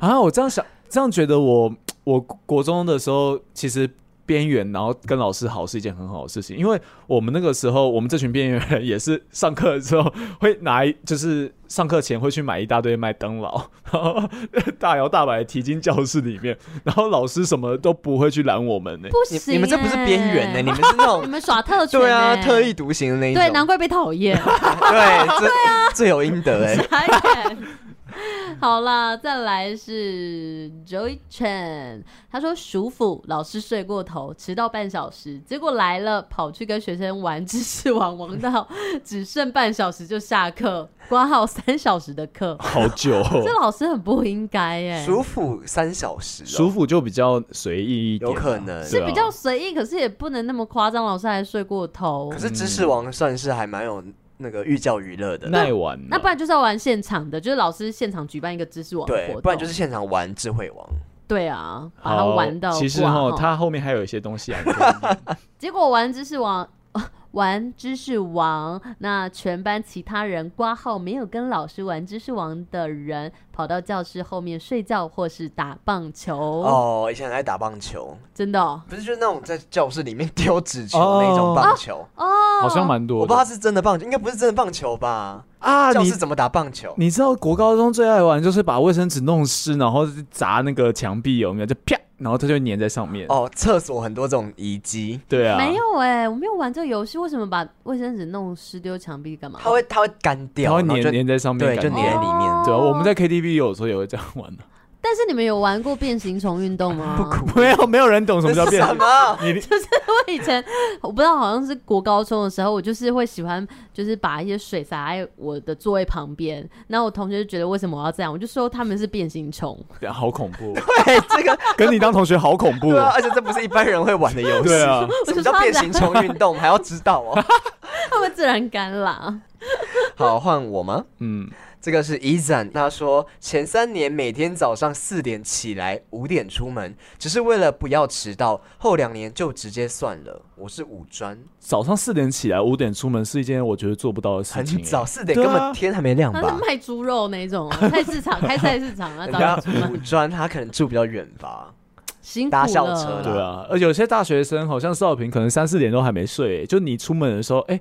Speaker 2: 啊，我这样想，这样觉得我，我国中的时候其实边缘，然后跟老师好是一件很好的事情，因为我们那个时候，我们这群边缘人也是上课的时候会拿一，就是上课前会去买一大堆麦当劳，然后大摇大摆地提进教室里面，然后老师什么都不会去拦我们呢、
Speaker 1: 不
Speaker 4: 你
Speaker 1: 行、
Speaker 4: 你们这不是边缘呢，
Speaker 1: 哎
Speaker 4: 你们是那
Speaker 1: *laughs* 你
Speaker 4: 种
Speaker 1: 们耍特权、
Speaker 4: 对啊，
Speaker 1: 哎
Speaker 4: 特立独行的那一种。
Speaker 1: 对，难怪啊被讨厌。 *laughs*
Speaker 4: 对，罪罪有应得哎。
Speaker 1: 傻眼。好啦，再来是 Joy Chen，他说暑辅老师睡过头，迟到半小时，结果来了，跑去跟学生玩知识王，玩 *laughs* 到只剩半小时就下
Speaker 4: *laughs*
Speaker 1: 课，挂号三小时的课，
Speaker 2: 好久、哦
Speaker 1: 这，老师很不应该耶、
Speaker 4: 舒服啊三小时、哦，
Speaker 2: 舒服就比较随意一点啊，
Speaker 4: 有可能
Speaker 1: 是
Speaker 2: 对啊
Speaker 1: 比较随意，可是也不能那么夸张，老师还睡过头
Speaker 4: 可。是知
Speaker 2: 嗯
Speaker 4: 识王算是还蛮有那个寓教于乐的，
Speaker 2: 耐玩啊，
Speaker 1: 那不然就是要玩现场的，就是老师现场举办一个知识网活
Speaker 4: 对
Speaker 1: 动，，
Speaker 4: 不然就是现场玩智慧王。
Speaker 1: 对啊，把它
Speaker 2: 好
Speaker 1: 玩到
Speaker 2: 其实
Speaker 1: 挂
Speaker 2: 哈
Speaker 1: 吼，
Speaker 2: 它后面还有一些东西啊，
Speaker 1: *laughs* 结果玩知识王。 *laughs* 玩知识王，那全班其他人挂号没有跟老师玩知识王的人，跑到教室后面睡觉或是打棒球，
Speaker 4: 哦，以前很爱打棒球，
Speaker 1: 真的哦，
Speaker 4: 不是就是那种在教室里面 *laughs* 丢纸球那种棒球，
Speaker 1: 哦
Speaker 2: 好像蛮多的。
Speaker 4: 我不知道是真的棒球，应该不是真的棒球吧？
Speaker 2: 啊，
Speaker 4: 教
Speaker 2: 你
Speaker 4: 室怎么打棒球？
Speaker 2: 你知道国高中最爱玩就是把卫生纸弄湿，然后砸那个墙壁，有没有？就啪，然后它就会粘在上面。
Speaker 4: 哦，厕所很多这种遗迹，
Speaker 2: 对啊，
Speaker 1: 没，有哎、我没有玩这个游戏，为什么把卫生纸弄湿丢墙壁干嘛？
Speaker 4: 它会它会干
Speaker 2: 它
Speaker 4: 掉，
Speaker 2: 会
Speaker 4: 然后就
Speaker 2: 粘粘在上面，
Speaker 4: 对，就
Speaker 2: 感
Speaker 4: 粘
Speaker 2: 觉
Speaker 4: 在里面。
Speaker 1: 哦
Speaker 2: 对啊，我们在 KTV 有时候也会这样玩的、
Speaker 1: 但是你们有玩过变形虫运动
Speaker 4: *laughs*
Speaker 1: 吗？不
Speaker 2: *laughs* 没有，没有人懂什么叫
Speaker 4: 这是
Speaker 2: 变 *laughs*
Speaker 4: 什
Speaker 2: 形。
Speaker 4: 么？
Speaker 2: 你
Speaker 1: 我以前我不知道，好像是国高中的时候，我就是会喜欢，就是把一些水洒在我的座位旁边。然后我同学就觉得为什么我要这样，我就说他们是变形虫。
Speaker 2: 你啊好恐 *laughs* 怖，
Speaker 4: 对， *laughs* 这个
Speaker 2: 跟你当同学好恐怖
Speaker 4: 对啊，
Speaker 2: 哦。
Speaker 4: 而且这不是一般人会玩的游戏。
Speaker 2: 对啊，
Speaker 4: 什么叫变形虫运动？还要知道 *laughs* 哦。
Speaker 1: 他们自然干啦。
Speaker 4: 好，换我吗？
Speaker 2: 嗯，
Speaker 4: 这个是 Ethan，他说前三年每天早上四点起来，五点出门，只是为了不要迟到。后两年就直接算了，我是五专，
Speaker 2: 早上四点起来，五点出门是一件我觉得做不到的事
Speaker 4: 很
Speaker 2: 情。
Speaker 4: 早，四点
Speaker 2: 对啊
Speaker 4: 根本天还没亮
Speaker 1: 他是
Speaker 4: 吧？
Speaker 1: 卖猪肉那种、啊，菜市场开菜市
Speaker 4: *laughs*
Speaker 1: 场啊，
Speaker 4: 人
Speaker 1: 早上
Speaker 4: 家五专他可能住比较远吧，
Speaker 1: 辛苦
Speaker 4: 搭校
Speaker 1: 了。
Speaker 4: 车
Speaker 1: *laughs*
Speaker 4: 啦
Speaker 2: 对啊，而有些大学生好像少平，可能三四点都还没睡、欸就你出门的时候，哎、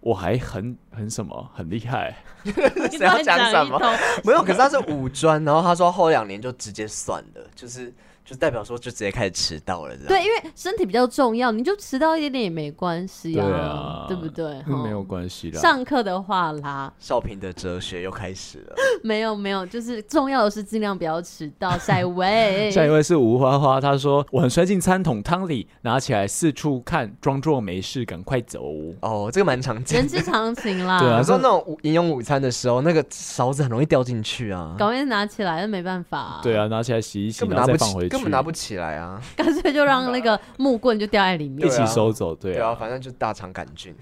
Speaker 2: 我还很很什么，很厉害。
Speaker 4: *laughs*
Speaker 1: 你
Speaker 4: 谁要
Speaker 1: 乱
Speaker 4: 讲
Speaker 1: 讲
Speaker 4: 什
Speaker 1: 一
Speaker 4: 么
Speaker 1: 通
Speaker 4: 没有，可是他是五专，然后他说后两年就直接算了，就是就代表说就直接开始迟到了，这样。
Speaker 1: 对，因为身体比较重要，你就迟到一点点也没关系
Speaker 2: 对啊
Speaker 1: 对不对？哦
Speaker 2: 那
Speaker 1: 齁
Speaker 2: 没有关系啦。
Speaker 1: 上课的话啦，
Speaker 4: 少平的哲学又开始了。
Speaker 1: 没有没有，就是重要的是尽量不要迟
Speaker 2: *laughs*
Speaker 1: 到。下一位，
Speaker 2: 下一位是吴花花，她说我很摔进餐桶汤里，拿起来四处看，装作没事，赶快走。
Speaker 4: 哦，这个蛮常见
Speaker 1: 人
Speaker 4: 的。
Speaker 1: 之常情啦。
Speaker 2: 对啊
Speaker 4: 有时候那种午营养午餐的时候，那个勺子很容易掉进去啊，
Speaker 1: 赶快拿起来，那没办法、啊。
Speaker 2: 对，啊，拿起来洗一洗，
Speaker 4: 根本
Speaker 2: 然
Speaker 4: 拿
Speaker 2: 后
Speaker 4: 不
Speaker 2: 再放回
Speaker 4: 起，
Speaker 2: 去，
Speaker 4: 根本拿不起来啊。
Speaker 1: 干脆就让那个木棍就掉在里
Speaker 2: 一
Speaker 1: 面，
Speaker 2: 起收走。对
Speaker 4: 对
Speaker 2: 啊，
Speaker 4: 啊，反正就大肠杆菌。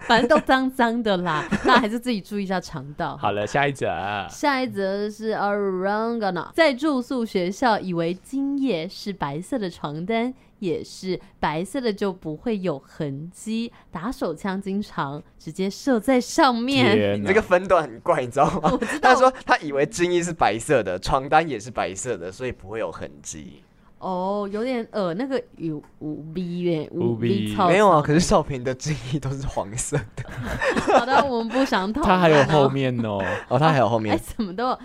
Speaker 1: 反正都脏脏的啦。 *laughs* 那还是自己注意一下肠道。
Speaker 2: 好了，下一则、啊
Speaker 1: 下一则是 Arangana，在住宿学校，以为今夜是白色的床单，也是白色的就不会有痕迹。打手枪经常直接射在上面，
Speaker 2: 天
Speaker 4: 你
Speaker 2: 哪
Speaker 4: 这个分段很怪，你知道吗
Speaker 1: 我知？道
Speaker 4: 他说他以为金衣是白色的，床单也是白色的，所以不会有痕迹。
Speaker 1: 哦，有点呃，那个有五 B 耶，
Speaker 2: 五 B
Speaker 1: 草
Speaker 4: 没有啊，可是少平的记忆都是黄色的。
Speaker 1: 好的，我们不想讨论。
Speaker 2: 他还有后，面哦，
Speaker 4: 哦，他还有后
Speaker 1: 哎，
Speaker 4: 面，
Speaker 1: 怎么都有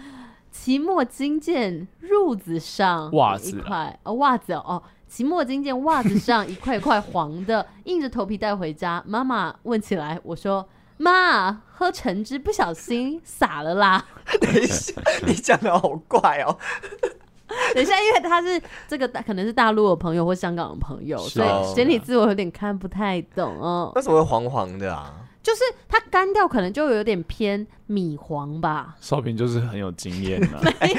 Speaker 1: 期末金剑褥子上
Speaker 2: 袜
Speaker 1: 有
Speaker 2: 子
Speaker 1: 一
Speaker 2: 啊
Speaker 1: 块哦，袜子哦哦，期末金剑袜子上一块块黄的，硬着头皮带回家。妈妈问起来，我说妈，喝橙汁不小心洒了啦。 *laughs*
Speaker 4: 等一下，你讲的好怪哦。
Speaker 1: 等一下，因为他是这个大可能是大陆的朋友或香港的朋友，
Speaker 2: 是，
Speaker 1: 所
Speaker 4: 啊
Speaker 1: 以简体字我有点看不太懂哦。
Speaker 4: 为什么会黄黄的啊？
Speaker 1: 就是它干掉可能就有点偏米黄吧
Speaker 2: 少平就是很有经验啊。 *laughs*
Speaker 1: 没有，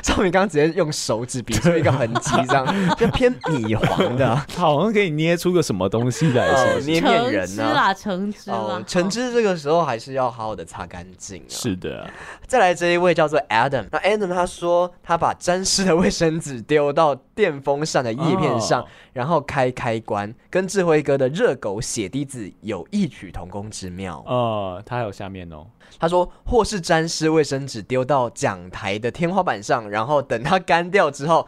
Speaker 4: 少平刚刚直接用手指比出一个痕迹，这 *laughs* 样就偏米黄的 *laughs* 啊。
Speaker 2: 他好像可以捏出个什么东西 *laughs* 来，是不
Speaker 4: 哦，
Speaker 2: 是？
Speaker 4: 捏 *laughs* 面
Speaker 1: 橙
Speaker 4: 人
Speaker 1: *laughs* 汁啊
Speaker 4: 呢、
Speaker 1: 啦，橙汁啦
Speaker 4: 哦，，橙汁这个时候还是要好好的擦干净啊。
Speaker 2: 是的，
Speaker 4: 再来这一位叫做 Adam，那 Adam 他说他把沾湿的卫生纸丢到电风扇的叶片上，
Speaker 2: 哦
Speaker 4: 然后开开关，跟智慧哥的热狗血滴子有异曲同工之妙。
Speaker 2: 呃，他还有下面哦，
Speaker 4: 他说，或是沾湿卫生纸丢到讲台的天花板上，然后等它干掉之后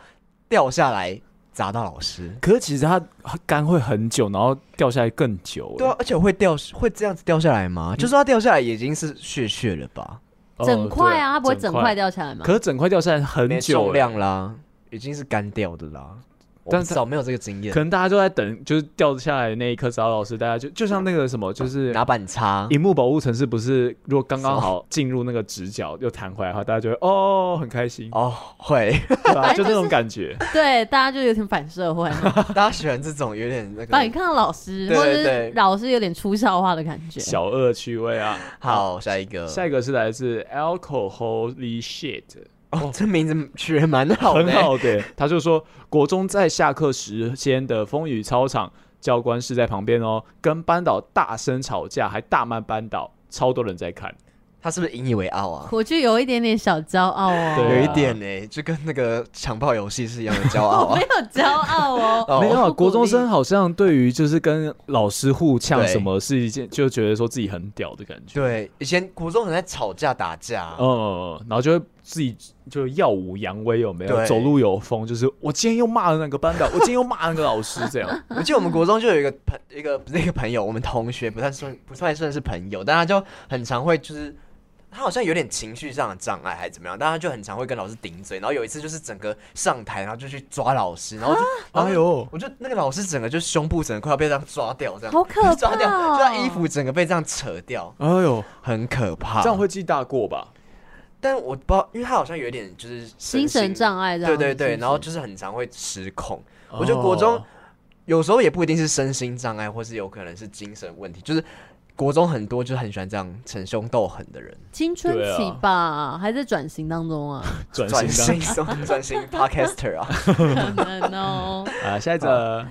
Speaker 4: 掉下来砸到老师。
Speaker 2: 可是其实它干会很久，然后掉下来更久。欸
Speaker 4: 对啊，而且会掉，会这样子掉下来
Speaker 2: 嗯
Speaker 4: 吗？就说它掉下来已经是血血了吧，
Speaker 2: 哦，
Speaker 1: 整块
Speaker 2: 对
Speaker 1: 啊，它不会整块。掉下来吗
Speaker 2: 可？是整块掉下来很
Speaker 4: 没
Speaker 2: 久
Speaker 4: 重
Speaker 2: 欸，
Speaker 4: 量啦，已经是干掉的啦。
Speaker 2: 但
Speaker 4: 但
Speaker 2: 是
Speaker 4: 少没有这个经验
Speaker 2: 可，能大家就在等，就是掉下来的那一刻，找老师，大家就就像那个什么，就是
Speaker 4: 拿板擦。
Speaker 2: 荧幕保护城市，不是如果刚刚好进入那个直角又弹回来的话，大家就会哦很开心，
Speaker 4: 哦，会， *laughs*
Speaker 2: 对吧？
Speaker 1: 反正
Speaker 2: 就那
Speaker 1: 就是
Speaker 2: 种感觉。
Speaker 1: 对，大家就有点反社会嘛，
Speaker 4: 大家喜欢这种有点那
Speaker 1: 反
Speaker 4: 个。
Speaker 1: 抗老师，
Speaker 4: 对
Speaker 1: 或者
Speaker 4: 对
Speaker 1: 是 *laughs* 老师有点出笑话的感觉。
Speaker 2: 小恶趣味啊！
Speaker 4: 好，下一个，
Speaker 2: 下一个是来自 Alcoholy Shit，
Speaker 4: 哦，这名字取得蛮好的，欸
Speaker 2: 很好的。他就说，国中在下课时间的风雨操场，教官是在旁边哦，跟班导大声吵架，还大骂班导，超多人在看。
Speaker 4: 他是不是引以为傲啊？
Speaker 1: 我就有一点点小骄傲
Speaker 2: 对啊
Speaker 1: 哦，
Speaker 4: 有一点呢，就跟那个抢炮游戏是一样的骄傲
Speaker 1: *laughs* 我 *laughs*
Speaker 4: 啊
Speaker 1: 没。有骄傲哦。
Speaker 4: 哦
Speaker 2: 没有啊，
Speaker 1: 我不鼓
Speaker 2: 国
Speaker 1: 励
Speaker 2: 中生好像对于就是跟老师互呛
Speaker 4: 对
Speaker 2: 什么是一件，就觉得说自己很屌的感觉。
Speaker 4: 对，以前国中很爱吵架打架，啊
Speaker 2: 嗯，然后就会自己就耀武扬威，有没有？
Speaker 4: 对
Speaker 2: 走路有风，就是我今天又骂了那个班
Speaker 4: *laughs*
Speaker 2: 导，我今天又骂了那个老师，这样。
Speaker 4: 我记得我们国中就有一个朋，一个不是一个朋友，我们同学不算算不算算是朋友，但他就很常会就是。他好像有点情绪上的障碍，还是怎么样？但他就很常会跟老师顶嘴。然后有一次就是整个上台，然后就去抓老师，然后就，然
Speaker 2: 哎
Speaker 4: 后就
Speaker 2: 呦，
Speaker 4: 我就那个老师整个就胸部整个快要被这样抓掉，这样
Speaker 1: 好
Speaker 4: *laughs*
Speaker 1: 可怕哦
Speaker 4: 抓掉，就他衣服整个被这样扯掉，
Speaker 2: 哎呦，
Speaker 4: 很可怕。
Speaker 2: 这样会记大过吧？
Speaker 4: 但我不知道，因为他好像有点就是身
Speaker 1: 精神障碍这样
Speaker 4: 对
Speaker 1: 子，
Speaker 4: 对对，
Speaker 1: 是不是
Speaker 4: 然后就是很常会失控。我觉得国
Speaker 2: 哦
Speaker 4: 中有时候也不一定是身心障碍，或是有可能是精神问题，就是国中很多就是很喜欢这样逞凶斗狠的 *laughs* 人。
Speaker 1: 青春期
Speaker 2: 啊
Speaker 1: 吧，还在转型当中
Speaker 2: *laughs*
Speaker 1: 啊，
Speaker 2: 转
Speaker 4: 转
Speaker 2: 型
Speaker 4: 型转型 *laughs* podcaster 啊，
Speaker 1: 可能哦。
Speaker 2: 当啊，下一则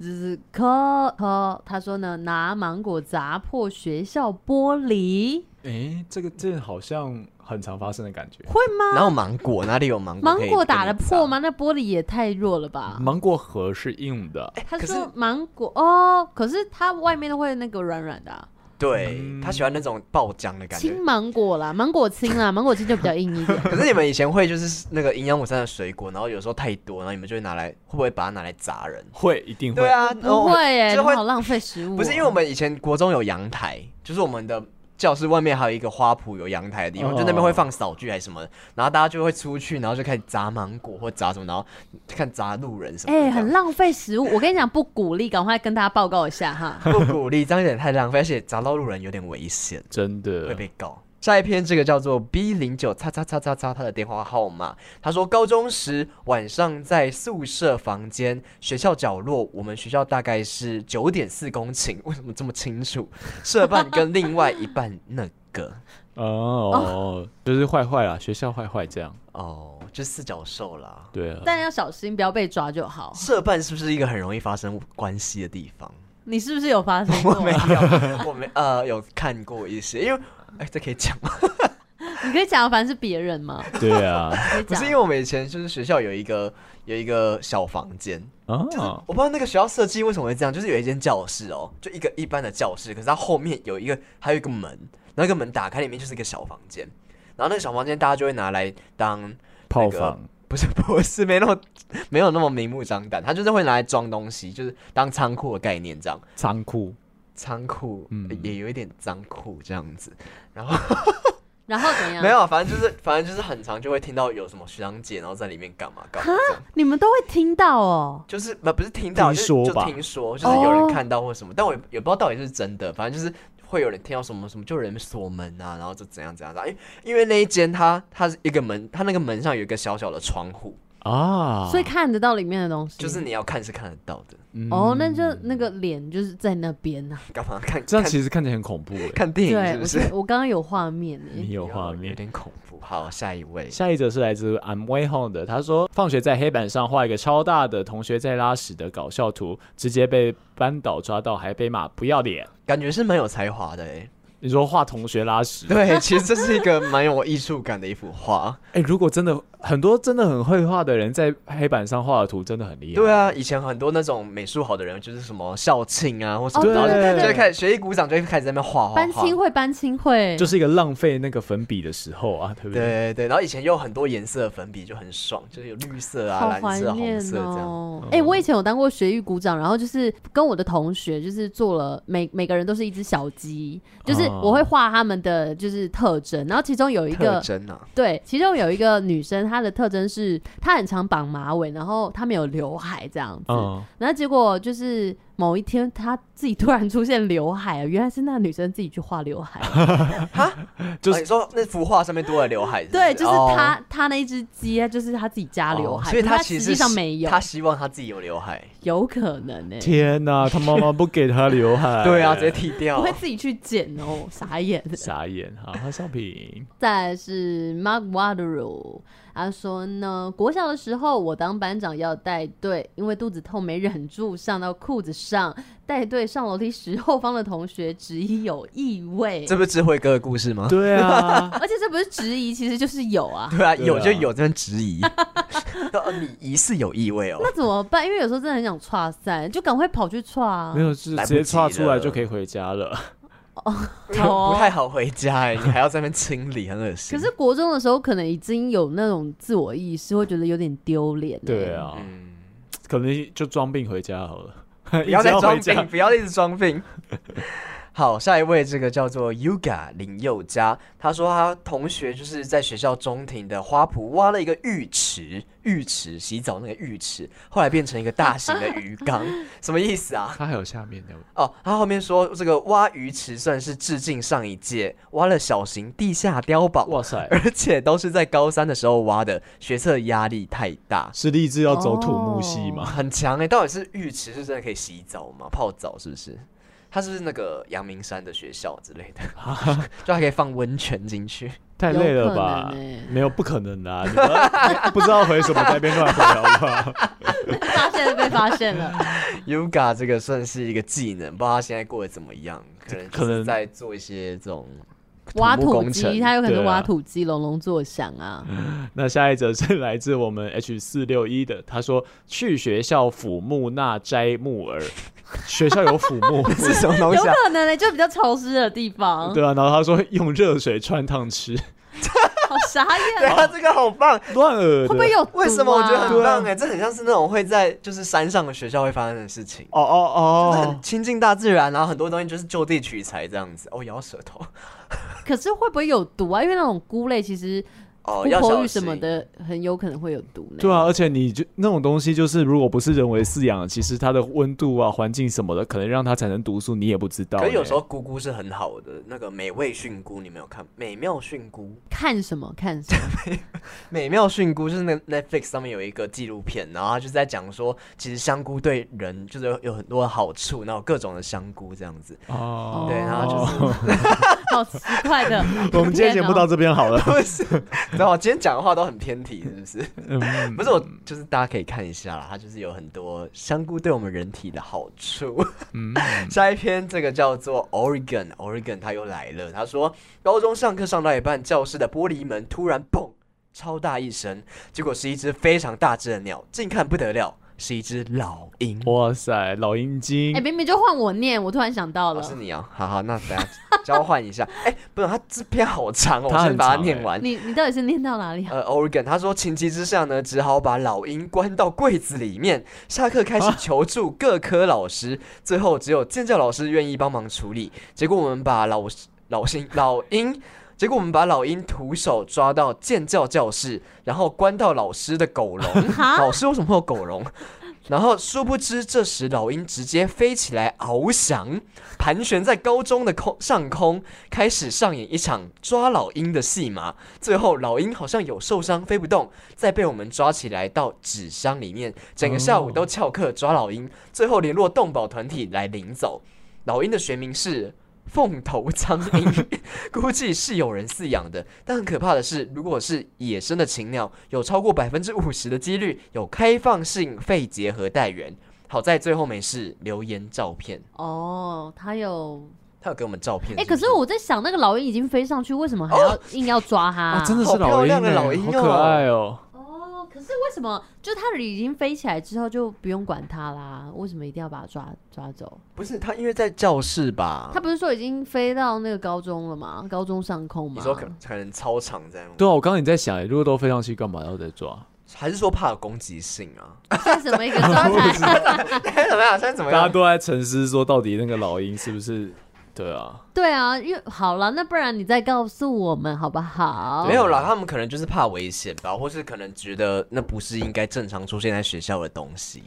Speaker 1: 就是科科，他说呢，拿芒果砸破学校玻璃，
Speaker 2: 诶，这个这好像很常发生的感觉。
Speaker 1: 会吗？
Speaker 4: 哪有芒果？哪里有芒果？
Speaker 1: 芒果打得破？吗？那玻璃也太弱了吧。
Speaker 4: 啊
Speaker 2: 芒果核是硬的，
Speaker 1: 他
Speaker 4: 嗯可是
Speaker 1: 说芒果哦，可是它外面都会那个软软的啊、
Speaker 4: 对他喜欢那种爆浆的感觉
Speaker 1: 青。芒果啦，芒果青啦，芒果青就比较硬一点。
Speaker 4: 可是你们以前会就是那个营养午餐的水果，然后有时候太多，然后你们就会拿来，会不会把它拿来砸人？
Speaker 2: 会一定会
Speaker 4: 对。啊，然
Speaker 1: 不
Speaker 4: 后我们
Speaker 1: 会耶，
Speaker 4: 就
Speaker 1: 你
Speaker 4: 会
Speaker 1: 好浪费食物哦、
Speaker 4: 不是因为我们以前国中有阳台，就是我们的教室外面还有一个花圃有阳台的地方，
Speaker 2: 哦
Speaker 4: 就那边会放扫具还是什么的，然后大家就会出去，然后就开始砸芒果或砸什么，然后看砸路人什么的这
Speaker 1: 哎、
Speaker 4: 样。
Speaker 1: 很浪费食物。我跟你讲，不鼓励，赶快跟大家报告一下哈。
Speaker 4: *laughs* 不鼓励，这样有点太浪费，而且砸到路人有点危险，
Speaker 2: 真的
Speaker 4: 会被告。下一篇这个叫做 B 零九叉叉叉叉叉，他的电话号码。他说高中时晚上在宿舍房间、学校角落，我们学校大概是九点四公顷，为什么这么清 *laughs* 楚？社办跟另外一半那个。
Speaker 2: 哦，就是坏坏啦，学校坏坏这样，
Speaker 4: 哦，就四角兽啦。
Speaker 2: 对啊，
Speaker 1: 但要小心，不要被抓就好。
Speaker 4: 社办是不是一个很容易发生关系的地方？
Speaker 1: 你是不是有发生
Speaker 4: 我
Speaker 1: 过
Speaker 4: *laughs* 没
Speaker 1: 啊？
Speaker 4: 有，我没呃有看过一些，因为哎，这可以讲吗？
Speaker 1: 你可以讲，反正是别人嘛。
Speaker 2: 对啊，
Speaker 1: 可以
Speaker 4: 不是因
Speaker 1: 讲
Speaker 4: 为我们以前就是学校有一个有一个小房间，
Speaker 2: *laughs* 啊，
Speaker 4: 我不知道那个学校设计为什么会这样，就是有一间教室哦，就一个一般的教室，可是它后面有一个还有一个门，然后一个门打开，里面就是一个小房间，然后那个小房间大家就会拿来当
Speaker 2: 炮
Speaker 4: 那个
Speaker 2: 房
Speaker 4: 不是不是没那么没有那么明目张胆，他就是会拿来装东西，就是当仓库的概念这样。
Speaker 2: 仓库，
Speaker 4: 仓库、
Speaker 2: 嗯
Speaker 4: 呃也有一点脏裤这样子，
Speaker 1: 然后怎样？
Speaker 4: 没，有，啊反正就是反正就是很常就会听到有什么学长姐，然后在里面干嘛干嘛这样，
Speaker 1: 你们都会听到哦。
Speaker 4: 就是呃不不是听到，
Speaker 2: 听说
Speaker 4: 就是
Speaker 2: 吧
Speaker 4: 就听说，就是有人
Speaker 1: 哦
Speaker 4: 看到或什么，但我也也不知道到底是真的，反正就是会有人听到什么什么，就有人锁门啊，然后就怎样怎样的，因为因为那一间它它是一个门，它那个门上有一个小小的窗户，
Speaker 2: 啊，
Speaker 1: 所以看得到里面的东西，
Speaker 4: 哦就是你要看是看得到的，
Speaker 2: 嗯
Speaker 1: 哦，那就那个脸就是在那边啊呐、
Speaker 4: 干嘛看
Speaker 2: 这样
Speaker 4: 看
Speaker 2: 其实看起来很恐怖哎。
Speaker 4: 看电影
Speaker 1: 对，
Speaker 4: 是
Speaker 1: 我觉
Speaker 4: 不是？ *laughs*
Speaker 1: 得我刚刚有画面欸
Speaker 2: 你
Speaker 1: 诶、
Speaker 2: 有画
Speaker 4: 有
Speaker 2: 面。
Speaker 4: 点恐怖。好，下一位，
Speaker 2: 下一则是来自 I'm Way Home 的，他说放学在黑板上画一个超大的同学在拉屎的搞笑图，直接被班导抓到，还被骂不要脸。
Speaker 4: 感觉是蛮有才华的哎、
Speaker 2: 你说画同学拉屎，
Speaker 4: *laughs* 对，其实这是一个蛮有艺术感的一幅画。
Speaker 2: 哎、如果真的很多真的很会画的人在黑板上画的图，真的很厉害。
Speaker 4: 对，啊，以前很多那种美术好的人，就是什么校庆啊，或
Speaker 1: 哦
Speaker 4: 什么，
Speaker 2: 对
Speaker 4: 然后就
Speaker 2: 对对
Speaker 4: 就会开始学艺鼓掌，就会开始在那边画画
Speaker 1: 班
Speaker 4: 画。
Speaker 1: 亲会，班亲会，
Speaker 2: 就是是一个浪费那个粉笔的时候啊，对不
Speaker 4: 对对对，然后以前有很多颜色的粉笔就很爽，就是有绿色啊、
Speaker 1: 好
Speaker 4: 蓝
Speaker 1: 怀
Speaker 4: 色、
Speaker 1: 念
Speaker 4: 红色这样。嗯
Speaker 1: 哦！哎、我以前有当过学艺鼓掌，然后就是跟我的同学，就是做了每每个人都是一只小鸡，就是
Speaker 2: 哦
Speaker 1: 我会画他们的就是特征，然后其中有一
Speaker 4: 特
Speaker 1: 个
Speaker 4: 征啊，
Speaker 1: 对，其中有一个女生，她的特征是她很常绑马尾，然后她没有刘海这样子。
Speaker 2: 嗯，
Speaker 1: 然后结果就是某一天，她自己突然出现刘海，啊原来是那个女生自己去画刘海。
Speaker 2: 就
Speaker 4: 就是是、哦你说那幅画上面多了刘海是不
Speaker 1: 对，就是
Speaker 4: 哦
Speaker 1: 她，她那一只鸡，她就是她自己加刘海，
Speaker 4: 哦所以
Speaker 1: 可是她
Speaker 4: 其
Speaker 1: 实
Speaker 4: 实
Speaker 1: 际上
Speaker 4: 是
Speaker 1: 没有，
Speaker 4: 他希望他自己有刘海。
Speaker 1: 有可能欸呢、
Speaker 2: *laughs* 天哪、他妈妈不给他刘 *laughs* 海，
Speaker 4: 对啊，直接剃掉
Speaker 1: 不。会自己去剪
Speaker 4: *laughs*
Speaker 1: 哦，傻眼。
Speaker 2: 傻眼。好，他上品，
Speaker 1: 再来是 Mark Wateroo，他说呢，国小的时候我当班长要带队，因为肚子痛没忍住，上到裤子上，带队上楼梯时，后方的同学质疑有异味，
Speaker 4: 这不是智慧哥的故事吗？
Speaker 2: *laughs* 对啊， *laughs*
Speaker 1: 而且这不是质疑，其实就是有啊。
Speaker 4: 对啊，
Speaker 2: 对啊
Speaker 4: 有就有，这边质疑。 *laughs* 呃你疑似有异味哦。
Speaker 1: 那怎么办？因为有时候真的很想岔散，就赶快跑去岔啊
Speaker 2: 没。有，就是
Speaker 4: 来
Speaker 2: 直
Speaker 4: 不及
Speaker 2: 接刷出来
Speaker 4: 了
Speaker 2: 就可以回家了。
Speaker 1: 好哦
Speaker 4: 不太好回家哎、你还要在那边清理，很恶心。
Speaker 1: 可是，国中的时候，可能已经有那种自我意识，会觉得有点丢脸、欸
Speaker 2: *laughs* 对，啊，
Speaker 4: 嗯，
Speaker 2: 可能就装病回家好 *laughs* 了。
Speaker 4: 不要再
Speaker 2: 一直
Speaker 4: 装
Speaker 2: 回家
Speaker 4: 病，不要一直装病。 *laughs* 好，下一位这个叫做 Yuga 林宥嘉，他说他同学就是在学校中庭的花圃挖了一个浴池，浴池洗澡那个浴池，后来变成一个大型的鱼缸，什么意思
Speaker 2: *laughs*
Speaker 4: 啊？
Speaker 2: 他还有下面的，
Speaker 4: 哦，他后面说这个挖鱼池算是致敬上一届，挖了小型地下碉堡，
Speaker 2: 哇塞，
Speaker 4: 而且都是在高三的时候挖的，学测压力太大。
Speaker 2: *laughs* 是立志要走土木系
Speaker 1: 哦
Speaker 2: 吗？
Speaker 4: 很强哎、欸，到底是浴池是真的可以洗澡吗？泡澡是不是？它是不是那个阳明山的学校之
Speaker 2: *laughs*
Speaker 4: 类的？就还可以放温泉进去。
Speaker 2: 太累了
Speaker 1: 有
Speaker 2: 吧
Speaker 1: 可能欸？
Speaker 2: 没有，不可能的啊，你们 *laughs* 不知道回什么，在那边乱回好不好？
Speaker 1: 发现了被发现了。
Speaker 4: Yoga 这个算是一个技能，不知道他现在过得怎么样，可能
Speaker 2: 可
Speaker 4: 可
Speaker 2: 能
Speaker 4: 能在做一些这种
Speaker 1: 挖
Speaker 4: *laughs* 土木
Speaker 1: 土
Speaker 4: 工
Speaker 1: 机，
Speaker 4: 程
Speaker 1: 它有可能
Speaker 2: 对啊
Speaker 1: 挖土机隆隆作响啊。
Speaker 2: *laughs* 那下一则是来自我们 H 四六一的，他说去学校抚木纳摘木耳，学校有抚木，
Speaker 4: 是什么东
Speaker 1: 有
Speaker 4: 西啊？
Speaker 1: 可能呢、欸就比较潮湿的地方，
Speaker 2: 对啊，然后他说用热水穿烫吃， *laughs*
Speaker 1: 好傻
Speaker 4: 对
Speaker 1: 眼哦、
Speaker 4: 啊，这个好棒！
Speaker 2: 乱耳的，
Speaker 1: 会不会有、
Speaker 4: 为什么我觉得很
Speaker 2: 对啊
Speaker 4: 棒哎、欸？这很像是那种会在就是山上的学校会发生的事情。
Speaker 2: 哦
Speaker 4: 就是
Speaker 2: 哦
Speaker 4: 很亲近大自然，然后很多东西就是就地取材这样子。哦，咬舌头，
Speaker 1: 可是会不会有毒啊？因为那种菇类其实
Speaker 4: 哦，
Speaker 1: 琥
Speaker 4: 要
Speaker 1: 珀
Speaker 4: 小
Speaker 1: 玉什么
Speaker 4: 心。
Speaker 1: 的，很有可能会有毒呢。
Speaker 2: 对啊，，而且你就那种东西，就是如果不是人为饲养，其实它的温度啊、环境什么的，可能让它产生毒素，你也不知道欸、
Speaker 4: 可是有时候菇菇是很好的，那个美味菌菇你没有看？美妙菌菇，
Speaker 1: 看什么看什么？
Speaker 4: 美妙菌菇就是那 Netflix 上面有一个纪录片，然后他就是在讲说，其实香菇对人就是有有很多好处，然后各种的香菇这样子。 *laughs*
Speaker 2: 哦，。
Speaker 4: 对，然后就是、
Speaker 1: 好奇怪
Speaker 4: *laughs*
Speaker 1: 的
Speaker 2: 我们今天节目到这边好
Speaker 1: 啊
Speaker 2: 了。
Speaker 4: 不是，你知道我今天讲的话都很偏题，是不是？
Speaker 2: 嗯，
Speaker 4: 不是我，就是大家可以看一下啦，它就是有很多香菇对我们人体的好处。
Speaker 2: 嗯
Speaker 4: 下一篇这个叫做 Oregon，Oregon 他又来了，他说高中上课上到一半，教室的玻璃门突然砰，超大一声，结果是一只非常大只的鸟，近看不得了。是一只老鹰。
Speaker 2: 哇塞，老鹰精
Speaker 1: 哎、，明明就换我念，我突然想到了，
Speaker 4: 哦，是你啊，好好，那等下交换一下。哎、不是，他这篇好长哦，我
Speaker 2: 它
Speaker 4: 先
Speaker 2: 很
Speaker 4: 把它
Speaker 2: 长
Speaker 4: 念
Speaker 2: 哎
Speaker 4: 完。
Speaker 1: 你你到底是念到哪里啊？
Speaker 4: 呃，Oregon，他说情急之下呢，只好把老鹰关到柜子里面。下课开始求助各科老师，最后只有建教老师愿意帮忙处理。结果我们把老师老鹰老鹰，结果我们把老鹰徒手抓到建教教室，然后关到老师的狗笼。 *laughs* 老师为什么会有狗笼？然后殊不知，这时老鹰直接飞起来翱翔，盘旋在高中的空上空，开始上演一场抓老鹰的戏码。最后，老鹰好像有受伤，飞不动，再被我们抓起来到纸箱里面，整个下午都翘课抓老鹰，最后联络动保团体来领走。老鹰的学名是。凤头苍鹰， *laughs* 估计是有人饲养的，但很可怕的是，如果是野生的禽鸟，有超过百分之五十的几率有开放性肺结核带源。好在最后没事，留言照片，
Speaker 1: 哦，他有
Speaker 4: 他有给我们照片
Speaker 1: 哎、
Speaker 4: 不
Speaker 1: 可是我在想，那个老鹰已经飞上去，为什么还要硬要抓它、
Speaker 2: 哇，啊真的是
Speaker 4: 好漂
Speaker 2: 老鹰
Speaker 4: 亮的
Speaker 2: 哎，
Speaker 4: 老鹰
Speaker 2: 好
Speaker 4: 哦
Speaker 2: 可爱哦。
Speaker 1: 哦，可是为什么就它已经飞起来之后就不用管它啦？为什么一定要把它抓抓走？
Speaker 4: 不是他，因为在教室吧？
Speaker 1: 它不是说已经飞到那个高中了吗？高中上空
Speaker 4: 你
Speaker 1: 吗？
Speaker 4: 说可可能操场这样吗，
Speaker 2: 对啊，我刚刚也在想，如果都飞上去，干嘛要再抓？
Speaker 4: 还是说怕有攻击性
Speaker 2: *laughs*
Speaker 4: 啊？
Speaker 1: 是什么一个状态？
Speaker 4: *laughs* 现在怎么样？现在怎么
Speaker 2: 大家
Speaker 4: 样？
Speaker 2: 都在沉思说，到底那个老鹰是不是？对啊，
Speaker 1: *laughs* 对啊，因为好了，那不然你再告诉我们好不好
Speaker 4: 没？有啦，他们可能就是怕危险吧，或是可能觉得那不是应该正常出现在学校的东西。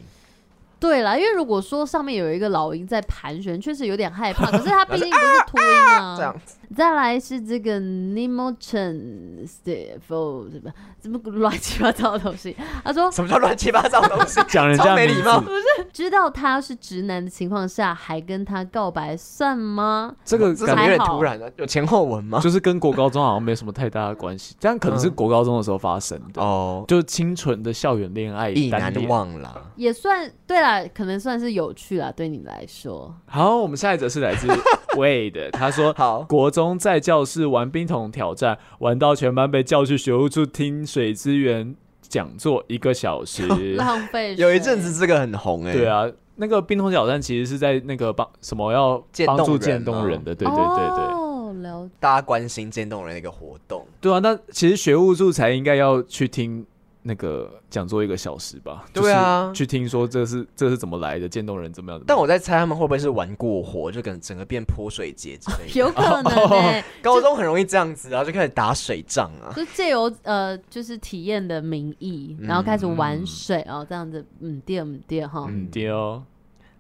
Speaker 1: 对啦，因为如果说上面有一个老鹰在盘旋，确实有点害怕。可是它毕竟不是秃鹰啊。
Speaker 2: 嗯
Speaker 4: *laughs* 这样子，
Speaker 1: 再来是这个 Nemo Chen Stefo 什么什么乱七八糟的东西。他说，
Speaker 4: 什么叫乱七八糟的
Speaker 2: *laughs*
Speaker 4: 东西？
Speaker 2: 讲人
Speaker 4: 超
Speaker 2: 家
Speaker 4: 没礼
Speaker 2: 名
Speaker 4: 貌
Speaker 2: 字，
Speaker 1: 知道他是直男的情况下，还跟他告白算吗？
Speaker 2: 这个
Speaker 4: 这
Speaker 2: 感觉
Speaker 4: 怎么有点
Speaker 1: 还好
Speaker 4: 突然啊呢、有前后文吗？
Speaker 2: 就是跟国高中好像没什么太大的关系，但可能是
Speaker 4: 嗯
Speaker 2: 国高中的时候发生的，
Speaker 4: 哦，
Speaker 2: 就清纯的校园恋爱
Speaker 4: 意
Speaker 2: 单
Speaker 4: 难
Speaker 2: 恋。
Speaker 4: 忘啦。
Speaker 1: 也算对啦，可能算是有趣啦，对你来说。
Speaker 2: 好，我们下一则是来自 *laughs* Wade，他说：“
Speaker 4: 好
Speaker 2: 国中在教室玩冰桶挑战，玩到全班被叫去学务处听水资源讲座一个小
Speaker 4: *laughs*
Speaker 2: 时。
Speaker 1: 浪费水
Speaker 4: 有一阵子这个很红哎、
Speaker 2: 对，啊，那个冰桶挑战其实是在那个帮什么要
Speaker 4: 渐冻
Speaker 2: 帮助
Speaker 4: 人
Speaker 2: 渐冻
Speaker 4: 啊
Speaker 2: 人的，对对对对。
Speaker 1: 哦，了解
Speaker 4: 大家关心渐冻人的一个活动，
Speaker 2: 对啊，那其实学务助才应该要去听那个讲座一个小时吧？
Speaker 4: 对啊
Speaker 2: 就是去听说这是这是怎么来的，渐冻人怎么样？
Speaker 4: 但
Speaker 2: 我
Speaker 4: 我在猜他们会不会是玩过火，就可能整个变泼水节之
Speaker 2: *laughs*
Speaker 4: 类的。
Speaker 1: 有可能
Speaker 4: 哦
Speaker 1: 欸
Speaker 4: 高中很容易这样子，然后就开始打水仗
Speaker 1: *laughs*
Speaker 4: 啊。
Speaker 1: 就借由呃，就是体验的名义，
Speaker 4: 嗯
Speaker 1: 然后开始玩水哦，这样子，嗯，掉嗯掉哈，
Speaker 2: 嗯丢、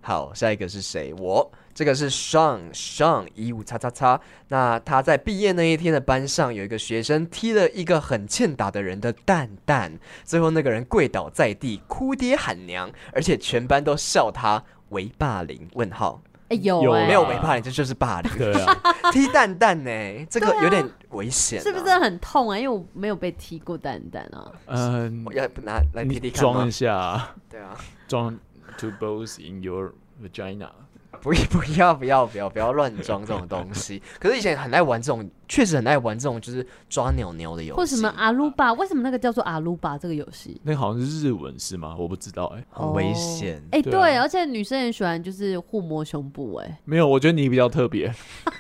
Speaker 4: 好，下一个是谁？我这个是 Sean Sean 一五叉叉叉。那他在毕业那一天的班上，有一个学生踢了一个很欠打的人的蛋蛋，最后那个人跪倒在地，哭爹喊娘，而且全班都笑他为霸凌。问号，
Speaker 1: 哎有
Speaker 2: 有
Speaker 1: 哎，
Speaker 4: 没有为霸凌，这就是霸凌。
Speaker 2: 对啊，
Speaker 4: *laughs* 踢蛋蛋呢、这个
Speaker 1: 对啊
Speaker 4: 有点危险、啊
Speaker 1: 是不是很痛啊？因为我没有被踢过蛋蛋啊，
Speaker 2: 嗯
Speaker 4: 我，要不拿来踢
Speaker 2: 你
Speaker 4: 踢看
Speaker 2: 装
Speaker 4: 吗
Speaker 2: 一？下，
Speaker 4: 对啊，
Speaker 2: 装 two balls in your vagina。
Speaker 4: 不 *laughs* 不要不要不要不要乱装这种东西。可是以前很爱玩这种，确实很爱玩这种，就是抓鸟鸟的游戏。
Speaker 1: 或什么阿鲁巴，为什么那个叫做阿鲁巴这个游戏？
Speaker 2: 那个好像是日文是吗？我不知道哎、
Speaker 4: 很危险。
Speaker 1: 哎、
Speaker 2: 对啊
Speaker 1: 对，而且女生很喜欢就是互摸胸部、哎，
Speaker 2: 没有，我觉得你比较特别。
Speaker 1: *laughs*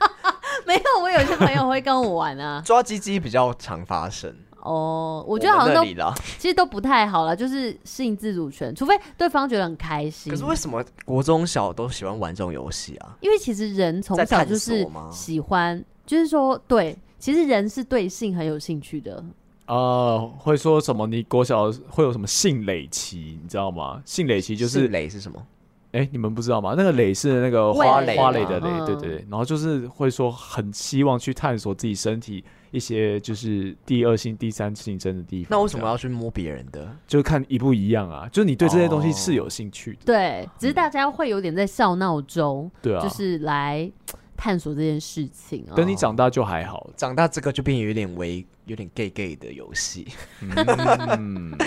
Speaker 1: 没有，我有些朋友会跟我玩啊
Speaker 4: 抓鸡鸡比较常发生。
Speaker 1: 哦、我
Speaker 4: 我
Speaker 1: 觉得好像
Speaker 4: 们那
Speaker 1: 都
Speaker 4: 里啦。
Speaker 1: *laughs* 其实都不太好了，就是性自主权，除非对方觉得很开心。
Speaker 4: 可是为什么国中小都喜欢玩这种游戏啊？
Speaker 1: 因为其实人从
Speaker 4: 在
Speaker 1: 小
Speaker 4: 探
Speaker 1: 就
Speaker 4: 索
Speaker 1: 是
Speaker 4: 吗
Speaker 1: 喜欢，就是说对，其实人是对性很有兴趣的。
Speaker 2: 啊，会说什么？你国小会有什么性蕾旗，你知道吗？性蕾旗就是
Speaker 4: 雷是什么？
Speaker 2: 哎、你们不知道吗？那个蕾是那个
Speaker 1: 味
Speaker 2: 花
Speaker 1: 蕾
Speaker 2: 花
Speaker 1: 吗
Speaker 2: 蕾的蕾，
Speaker 4: 嗯
Speaker 2: 对对对。然后就是会说很希望去探索自己身体一些就是第二性、第三性征的地方。
Speaker 4: 那为什么
Speaker 2: 这样
Speaker 4: 要去摸别人的？
Speaker 2: 就看一不一样啊？就是你对这些东西是
Speaker 4: 哦。
Speaker 2: 有兴趣的，
Speaker 1: 对，只是大家会有点在笑闹中，
Speaker 2: 对啊。
Speaker 1: 就是来嘖探索这件事情啊、
Speaker 2: 等你长大就还好
Speaker 4: 长大这个就变有点微，有点 gay gay 的游戏。 *laughs*
Speaker 2: 嗯，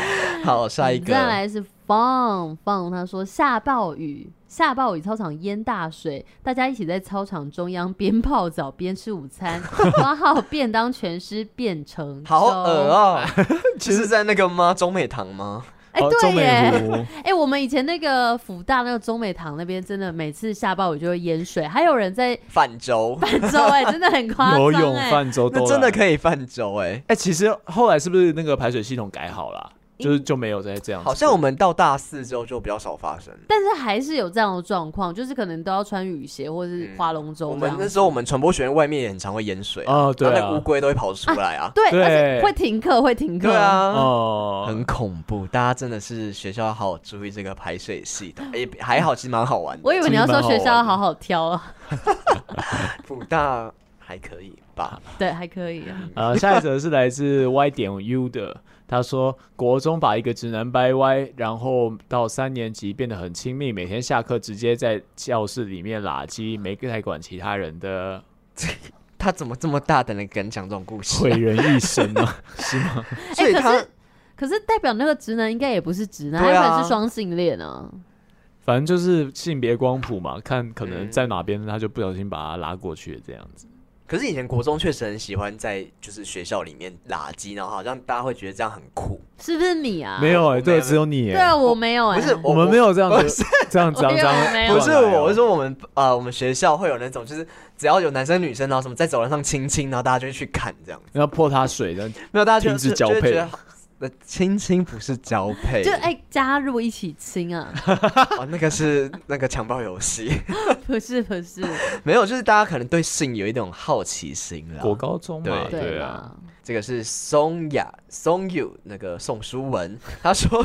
Speaker 4: 好，下一
Speaker 1: 嗯
Speaker 4: 个。
Speaker 1: 再来是放放，他说下暴雨，下暴雨操场淹大水，大家一起在操场中央边泡澡边吃午
Speaker 4: *laughs*
Speaker 1: 餐，花号便当全湿变成
Speaker 4: 好啊
Speaker 1: 粥
Speaker 4: *laughs* 恶。哦、其实在那个吗？中美堂吗？
Speaker 1: 哎、哎、
Speaker 2: *laughs* 哦，
Speaker 1: 对
Speaker 2: 中美
Speaker 1: 耶，
Speaker 2: 湖，
Speaker 1: 哎、我们以前那个辅大那个中美堂那边，真的每次下暴雨就会淹水，还有人在
Speaker 4: 泛舟，
Speaker 1: 泛舟、哎，真的很夸张、哎
Speaker 2: 游泳、泛舟都
Speaker 4: 欸那
Speaker 2: 来
Speaker 4: 真的可以泛舟哎、
Speaker 2: 哎、其实后来是不是那个排水系统改好了啊、就是就没有再这样子？
Speaker 4: 好像我们到大四之后就比较少发生了。
Speaker 1: 但是还是有这样的状况，就是可能都要穿雨鞋或是划龙舟
Speaker 4: 嗯我
Speaker 1: 这
Speaker 4: 们
Speaker 1: 样
Speaker 4: 那时候我们传播学院外面也很常会淹水啊，
Speaker 2: 哦对啊
Speaker 4: 然后那个乌龟都会跑出来
Speaker 1: *laughs*
Speaker 4: 啊，
Speaker 1: 对，
Speaker 2: 对
Speaker 1: 而且会停课，会停课。
Speaker 4: 对，啊，
Speaker 2: 哦，
Speaker 4: 很恐怖，大家真的是学校要好好注意这个排水系统，哎，还好，其实蛮好玩的。
Speaker 1: 我以为你要说学校要好好挑啊，
Speaker 4: 辅大还可以吧，
Speaker 1: *laughs* 对，还可以、啊。
Speaker 2: 呃，下一则是来自 Y 点 U 的，他说国中把一个直男掰歪，然后到三年级变得很亲密，每天下课直接在教室里面拉鸡，没太管其他人
Speaker 4: *laughs*
Speaker 2: 的，
Speaker 4: 他怎么这么大胆的敢讲这种故事
Speaker 2: 毁
Speaker 4: 啊？
Speaker 2: 人一生啊！
Speaker 1: 哎、
Speaker 4: 所以
Speaker 1: 可
Speaker 4: 他
Speaker 1: 是可是代表那个直男应该也不是直男，他
Speaker 4: 对
Speaker 1: 有
Speaker 4: 啊
Speaker 1: 可能是双性恋啊。
Speaker 2: 反正就是性别光谱嘛，看可能
Speaker 4: 嗯
Speaker 2: 在哪边他就不小心把他拉过去这样子。
Speaker 4: 可是以前国中确实很喜欢在就是学校里面拉鸡，然后好像大家会觉得这样很酷。
Speaker 1: 是不是你啊？
Speaker 2: 没有哎、
Speaker 4: 我
Speaker 2: 这
Speaker 4: 没
Speaker 2: 个
Speaker 4: 有
Speaker 2: 只有你
Speaker 1: 对
Speaker 2: 哎、
Speaker 1: 啊，我没有哎、
Speaker 4: 不是
Speaker 2: 我们没有这样
Speaker 4: 我
Speaker 2: 子，这样脏
Speaker 1: 我没有
Speaker 2: 脏
Speaker 1: 没有
Speaker 2: 乱
Speaker 4: 不是
Speaker 2: 来哦
Speaker 4: 我，我是说我们呃，我们学校会有那种，就是只要有男生女生，然后什么在走廊上亲亲，然后大家就会去看这样。
Speaker 2: 然后泼他水，然后
Speaker 4: 没有，大家就
Speaker 2: 停止
Speaker 4: 就
Speaker 2: 交
Speaker 4: 就会
Speaker 2: 配
Speaker 4: 觉得好那亲亲不是交配，
Speaker 1: 就哎、加入一起亲啊， *laughs*
Speaker 4: 哦，那个是 *laughs* 那个强暴游戏，
Speaker 1: 不是不是，
Speaker 2: 啊
Speaker 4: 没有，就是 *laughs* 大家可能对性有一种好奇心啦。
Speaker 2: 国高中嘛，
Speaker 4: 啊对
Speaker 2: 对
Speaker 1: 对
Speaker 2: 啊。
Speaker 1: 啦，
Speaker 4: 这个是松雅松友那个宋书文， *laughs* 他说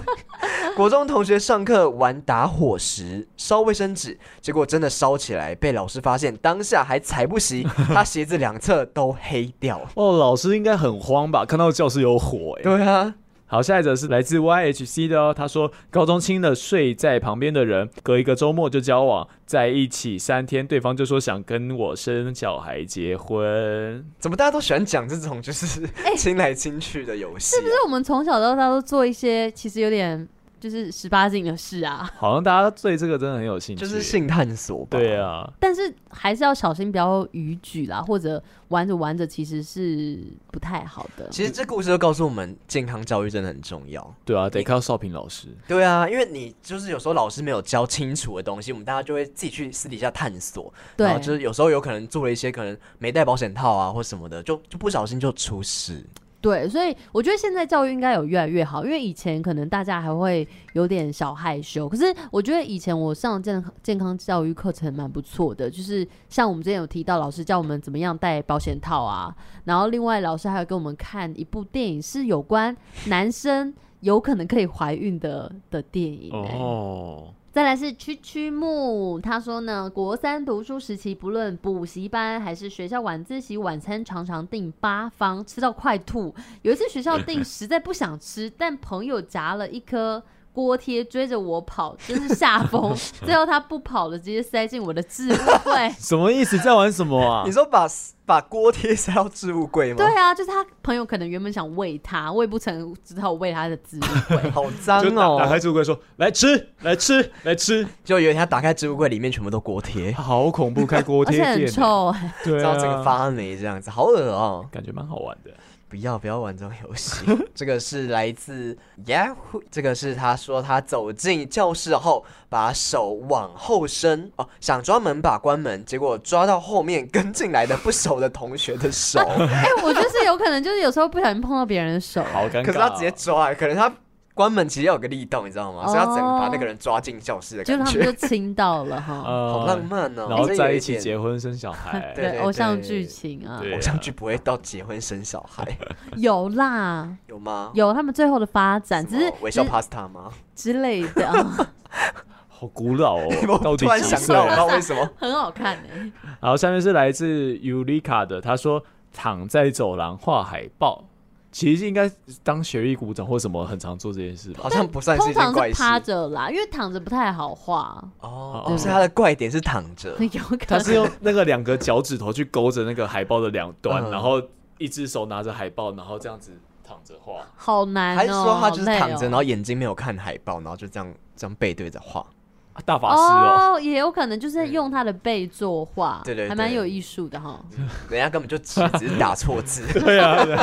Speaker 4: 国中同学上课玩打火石烧卫生纸，结果真的烧起来，被老师发现，当下还踩
Speaker 2: *laughs*
Speaker 4: 不熄，他鞋子两侧都黑掉。
Speaker 2: 哦，老师应该很慌吧？看到教室有火、欸，
Speaker 4: 对啊，
Speaker 2: 好，下一则是来自 YHC 的哦，他说高中亲了睡在旁边的人，隔一个周末就交往，在一起三天，对方就说想跟我生小孩结婚。
Speaker 4: 怎么大家都喜欢讲这种就是
Speaker 1: 哎
Speaker 4: 亲来亲去的游戏、啊
Speaker 1: 是不是我们从小到大都做一些其实有点就是十八禁的事啊？ *laughs*
Speaker 2: 好像大家对这个真的很有兴趣，
Speaker 4: 就是性探索吧？
Speaker 2: 对，啊，
Speaker 1: 但是还是要小心，不要逾矩啦，或者玩着玩着其实是不太好的。
Speaker 4: 其实这故事就告诉我们，健康教育真的很重要。
Speaker 2: 对啊，得靠少平老师。
Speaker 4: 对啊，因为你就是有时候老师没有教清楚的东西，我们大家就会自己去私底下探索，
Speaker 1: 对
Speaker 4: 然后就是有时候有可能做了一些可能没带保险套啊或什么的，就就不小心就出事。
Speaker 1: 对，所以我觉得现在教育应该有越来越好，因为以前可能大家还会有点小害羞，可是我觉得以前我上健健康教育课程蛮不错的，就是像我们之前有提到，老师教我们怎么样戴保险套啊，然后另外老师还有给我们看一部电影，是有关男生有可能可以怀孕的的电影、欸。
Speaker 2: 哦，。
Speaker 1: 再来是区区木，他说呢，国三读书时期，不论补习班还是学校晚自习，晚餐常常订八方，吃到快吐。有一次学校订，实在不想吃，但朋友夹了一颗。锅贴追着我跑，真是吓疯。最后他不跑了，直接塞进我的置物柜 *laughs*
Speaker 2: 什么意思？在玩什么啊
Speaker 4: 你？说把把锅贴塞到置物柜吗？
Speaker 1: 对啊，就是他朋友可能原本想喂他，喂不成，只好喂他的置
Speaker 4: *laughs*
Speaker 1: 物柜。
Speaker 4: 好脏 *laughs*
Speaker 2: 就打打开
Speaker 4: 哦！
Speaker 2: 置物柜说来吃，来 *laughs* 吃，来吃，
Speaker 4: 就有一天他打开置物柜，里面全部都锅贴，
Speaker 2: 好恐怖！开锅
Speaker 1: 而
Speaker 2: 贴
Speaker 1: 且
Speaker 2: 店
Speaker 1: 很
Speaker 2: 欸，
Speaker 1: 臭、 *laughs*
Speaker 2: *laughs* 对
Speaker 4: 然后整个
Speaker 2: 啊，
Speaker 4: 发霉这样子，好恶哦、
Speaker 2: 感觉蛮好玩的。
Speaker 4: 不要不要玩这种游戏。 *laughs* 这个是来自 Yahoo，这个是他说他走进教室后，把手往后伸哦，想抓门把关门，结果抓到后面跟进来的不熟的同学
Speaker 2: *laughs*
Speaker 4: 的手，
Speaker 1: 哎、我就是有可能就是有时候不小心碰到别人的手，
Speaker 2: 好尴尬、啊
Speaker 4: 可是他直接抓，可能他关门其实要有个力道，你知道吗？所以他整个把那个人抓进教室的
Speaker 1: 就是
Speaker 4: 感
Speaker 1: 他哦们就
Speaker 4: 觉，
Speaker 1: 亲到了哈。
Speaker 2: 呃
Speaker 4: 好浪漫 *laughs* 哦、
Speaker 2: 然后
Speaker 4: 这有
Speaker 2: 在一
Speaker 4: 一
Speaker 2: 起
Speaker 4: 点
Speaker 2: 结婚生小 *laughs* 孩。
Speaker 4: 对
Speaker 1: 对偶像剧情啊，
Speaker 2: 对
Speaker 4: 偶像剧不会到结婚生小孩
Speaker 1: 有啦，
Speaker 4: 有吗？
Speaker 1: 有他们最后的发展，只
Speaker 4: 什么
Speaker 1: 是
Speaker 4: 哦微笑
Speaker 1: 只
Speaker 4: pasta
Speaker 2: *laughs*
Speaker 4: 吗？
Speaker 1: 之类
Speaker 4: *laughs*
Speaker 1: 的，啊
Speaker 2: 好古老哦
Speaker 4: 我，
Speaker 2: 到底
Speaker 4: 突然
Speaker 2: 几
Speaker 4: 想
Speaker 2: 岁
Speaker 4: 到，不知
Speaker 2: 啊？
Speaker 4: 道为什么。
Speaker 1: 很好看哎。
Speaker 2: 然后下面是来自 Eureka 的，他说躺在走廊画海报，其实应该当学艺鼓掌或什么，很常做这件事吧。
Speaker 4: 好像不算是
Speaker 1: 通
Speaker 4: 一件
Speaker 1: 常
Speaker 4: 怪
Speaker 1: 是
Speaker 4: 事
Speaker 1: 趴着啦，因为躺着不太好画， *laughs*
Speaker 4: 哦，
Speaker 2: 对
Speaker 4: 就是他的怪点是躺着，
Speaker 1: 有可
Speaker 2: 他
Speaker 1: 能
Speaker 2: 是用那个两个脚趾头去勾着那个海报的两端，
Speaker 4: 嗯
Speaker 2: 然后一只手拿着海报，然后这样子躺着画。
Speaker 1: 好难哦，
Speaker 4: 还是说他就是
Speaker 1: 好累哦
Speaker 4: 躺着，然后眼睛没有看海报，然后就这样这样背对着画？
Speaker 2: 啊大法师 *laughs* 哦，
Speaker 1: 哦，也有可能就是用他的背作画，
Speaker 4: 对对对
Speaker 1: 还蛮有艺术的哈。
Speaker 2: *laughs*
Speaker 4: *laughs*
Speaker 2: 啊
Speaker 4: 人家根本就只只是打错字。
Speaker 2: 对啊，对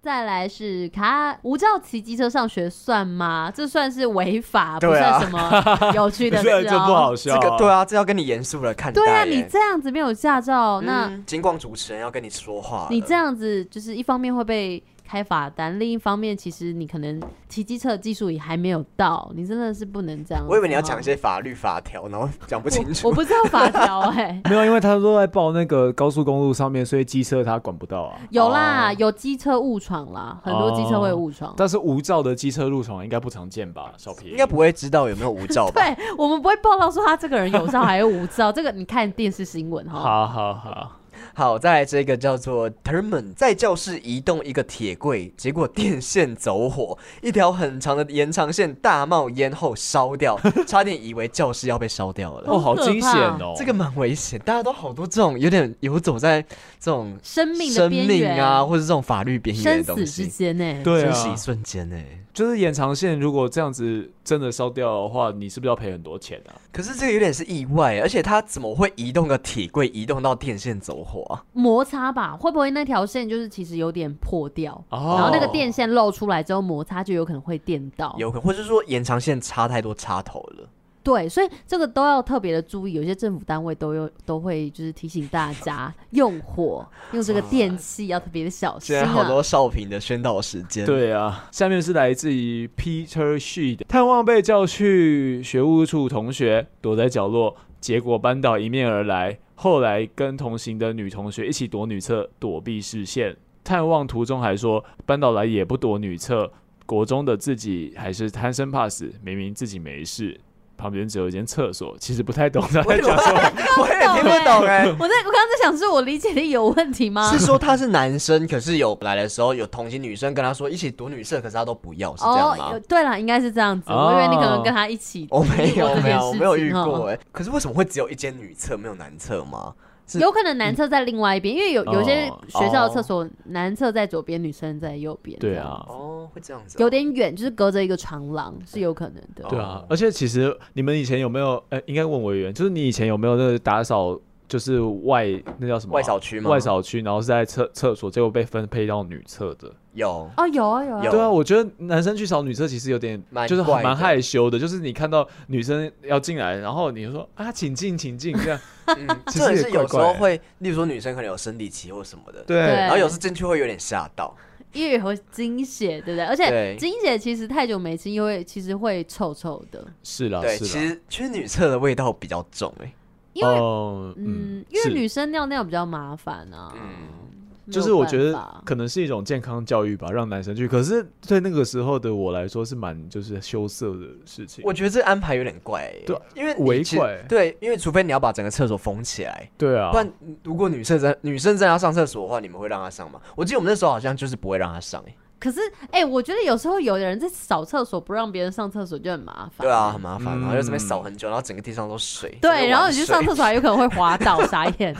Speaker 1: 再来是卡无照骑机车上学算吗？这算是违法，不
Speaker 4: 对啊
Speaker 1: 算什么有
Speaker 4: *laughs*
Speaker 1: 趣的事
Speaker 2: 这
Speaker 1: 哦。
Speaker 2: 这不好笑
Speaker 4: 这
Speaker 2: 啊，
Speaker 4: 个对啊，这要跟你严肃的看待耶。
Speaker 1: 对啊，你这样子没有驾照，那
Speaker 4: 嗯金光主持人要跟你说话了，
Speaker 1: 你这样子就是一方面会被开罚单，另一方面其实你可能骑机车的技术也还没有到，你真的是不能这样子哦。
Speaker 4: 我以为你要讲一些法律法条，然后讲不清
Speaker 1: 我，
Speaker 4: 楚
Speaker 1: 我。不知道法条哎、
Speaker 2: 没有，因为他都在报那个高速公路上面，所以机车他管不到啊。
Speaker 1: 有啦，
Speaker 4: *laughs* 哦
Speaker 1: 有机车误闯啦，很多机车会误闯。
Speaker 2: 但是无照的机车入闯应该不常见吧，小皮？
Speaker 4: 应该不会知道有没有
Speaker 1: *laughs*
Speaker 4: 无照吧？
Speaker 1: 对我们不会报道说他这个人有照还是无照，这个你看电视新闻哈。
Speaker 2: 好好好，
Speaker 4: 好，再来这个叫做 Terman，在教室移动一个铁柜，结果电线走火， *laughs* 一条很长的延长线大冒烟后烧掉， *laughs* 差点以为教室要被烧掉了。
Speaker 2: 哦，好惊险哦！
Speaker 4: 这个蛮危险，大家都好多这种有点游走在这种
Speaker 1: 生命的
Speaker 4: 生
Speaker 1: 边
Speaker 4: 命
Speaker 1: 缘
Speaker 4: 啊，，或者这种法律边缘
Speaker 1: 生
Speaker 4: 的东
Speaker 1: 死之
Speaker 4: 西，
Speaker 1: 间呢、
Speaker 2: 对
Speaker 4: 真
Speaker 2: 啊，
Speaker 4: 是一瞬间哎、
Speaker 2: 就是延长线，如果这样子真的烧掉的话，你是不是要赔很多钱啊？
Speaker 4: 可是这个有点是意外，而且它怎么会移动个铁柜，移动到电线走火啊？
Speaker 1: 摩擦吧，会不会那条线就是其实有点破掉，
Speaker 2: 哦
Speaker 1: 然后那个电线露出来之后摩擦就有可能会电到。
Speaker 4: 有可能，或者说延长线插太多插头了。
Speaker 1: 对，所以这个都要特别的注意，有些政府单位都有都会就是提醒大家用
Speaker 4: *laughs*
Speaker 1: 火用这个电器要特别的小
Speaker 4: 现
Speaker 1: 心啊。
Speaker 4: 在好多少平的宣导时间，，
Speaker 2: 对啊，下面是来自于 Peter She 的探望被叫去学务处同学躲在角落，结果班导迎面而来，后来跟同行的女同学一起躲女厕躲避视线。探望途中还说，班导来也不躲女厕，国中的自己还是贪生怕死，明明自己没事，旁边只有一间厕所，其实不太懂 *laughs* 他在讲什么。
Speaker 4: 我也 *laughs* 听不懂哎、
Speaker 2: *laughs*
Speaker 1: 我在我刚刚在想，是我理解力有问题吗？
Speaker 4: 是说他是男生，可是有来的时候有同行女生跟他说一起读女社，可是他都不要，是这样
Speaker 1: 哦
Speaker 4: 吗？
Speaker 1: 有对啦，应该是这样子。我以为你可能跟他一起
Speaker 4: 我没
Speaker 1: 经历过
Speaker 4: 哦有
Speaker 1: 这
Speaker 4: 没
Speaker 1: 件
Speaker 4: 有
Speaker 1: 事
Speaker 4: 我没有遇
Speaker 1: 情哦
Speaker 4: 过哎、可是为什么会只有一间女厕没有男厕吗？是
Speaker 1: 有可能男厕在另外一边，因为有有些
Speaker 2: 哦
Speaker 1: 学校的厕所，男厕在左边，女生在右边。
Speaker 2: 对
Speaker 1: 这样，
Speaker 2: 啊，
Speaker 4: 哦，会这样子哦、
Speaker 1: 有点远，就是隔着一个长廊是有可能的。
Speaker 2: 对啊
Speaker 4: 哦，
Speaker 2: 而且其实你们以前有没有？呃，应该问委员，就是你以前有没有那个打扫，就是外那叫什么啊、
Speaker 4: 外扫区吗
Speaker 2: 外扫区，然后是在厕厕所，结果被分配到女厕的。
Speaker 4: 有
Speaker 1: 哦，有啊有啊
Speaker 4: 有，
Speaker 2: 对啊，我觉得男生去扫女厕其实有点
Speaker 4: 蛮，
Speaker 2: 就是
Speaker 4: 怪的
Speaker 2: 蛮害羞的，就是你看到女生要进来，然后你就说啊，请进，请进，
Speaker 4: *laughs*
Speaker 2: 这样。
Speaker 4: 嗯，
Speaker 2: *laughs* 其
Speaker 4: 这
Speaker 2: 实也
Speaker 4: 也是有时
Speaker 2: 怪怪
Speaker 4: 候
Speaker 2: 欸
Speaker 4: 会，例如说女生可能有生理期或什么的，
Speaker 1: 对
Speaker 4: 然后有时进去会有点吓到，
Speaker 1: 因为有经血，对不对？而且
Speaker 4: 对
Speaker 1: 经血其实太久没清，因为其实会臭臭的。
Speaker 2: 是啦，
Speaker 4: 对，
Speaker 2: 啊是
Speaker 4: 其
Speaker 2: 啦。
Speaker 4: 实其实女厕的味道比较重哎、
Speaker 1: 因为
Speaker 2: 哦
Speaker 1: 嗯，因为
Speaker 2: 是嗯
Speaker 1: 女生尿尿比较麻烦啊。没有
Speaker 2: 就是我觉
Speaker 1: 办
Speaker 2: 得
Speaker 1: 法
Speaker 2: 可能是一种健康教育吧，让男生去。可是对那个时候的我来说是蛮就是羞涩的事情。
Speaker 4: 我觉得这安排有点怪、欸，
Speaker 2: 对啊
Speaker 4: 因为
Speaker 2: 微
Speaker 4: 你其实
Speaker 2: 怪欸
Speaker 4: 对，因为除非你要把整个厕所封起来，
Speaker 2: 对啊，
Speaker 4: 不然如果女生真女生真的要上厕所的话，你们会让她上吗？我记得我们那时候好像就是不会让她上、欸，
Speaker 1: 可是，哎、我觉得有时候有的人在扫厕所不让别人上厕所就很麻烦。
Speaker 4: 对啊，很麻烦，
Speaker 2: 嗯
Speaker 4: 然后又这边扫很久，然后整个地上都是水，整
Speaker 1: 对，
Speaker 4: 个
Speaker 1: 然后
Speaker 4: 碗
Speaker 1: 你去
Speaker 4: 水
Speaker 1: 上厕。所还有可能会滑倒，傻眼。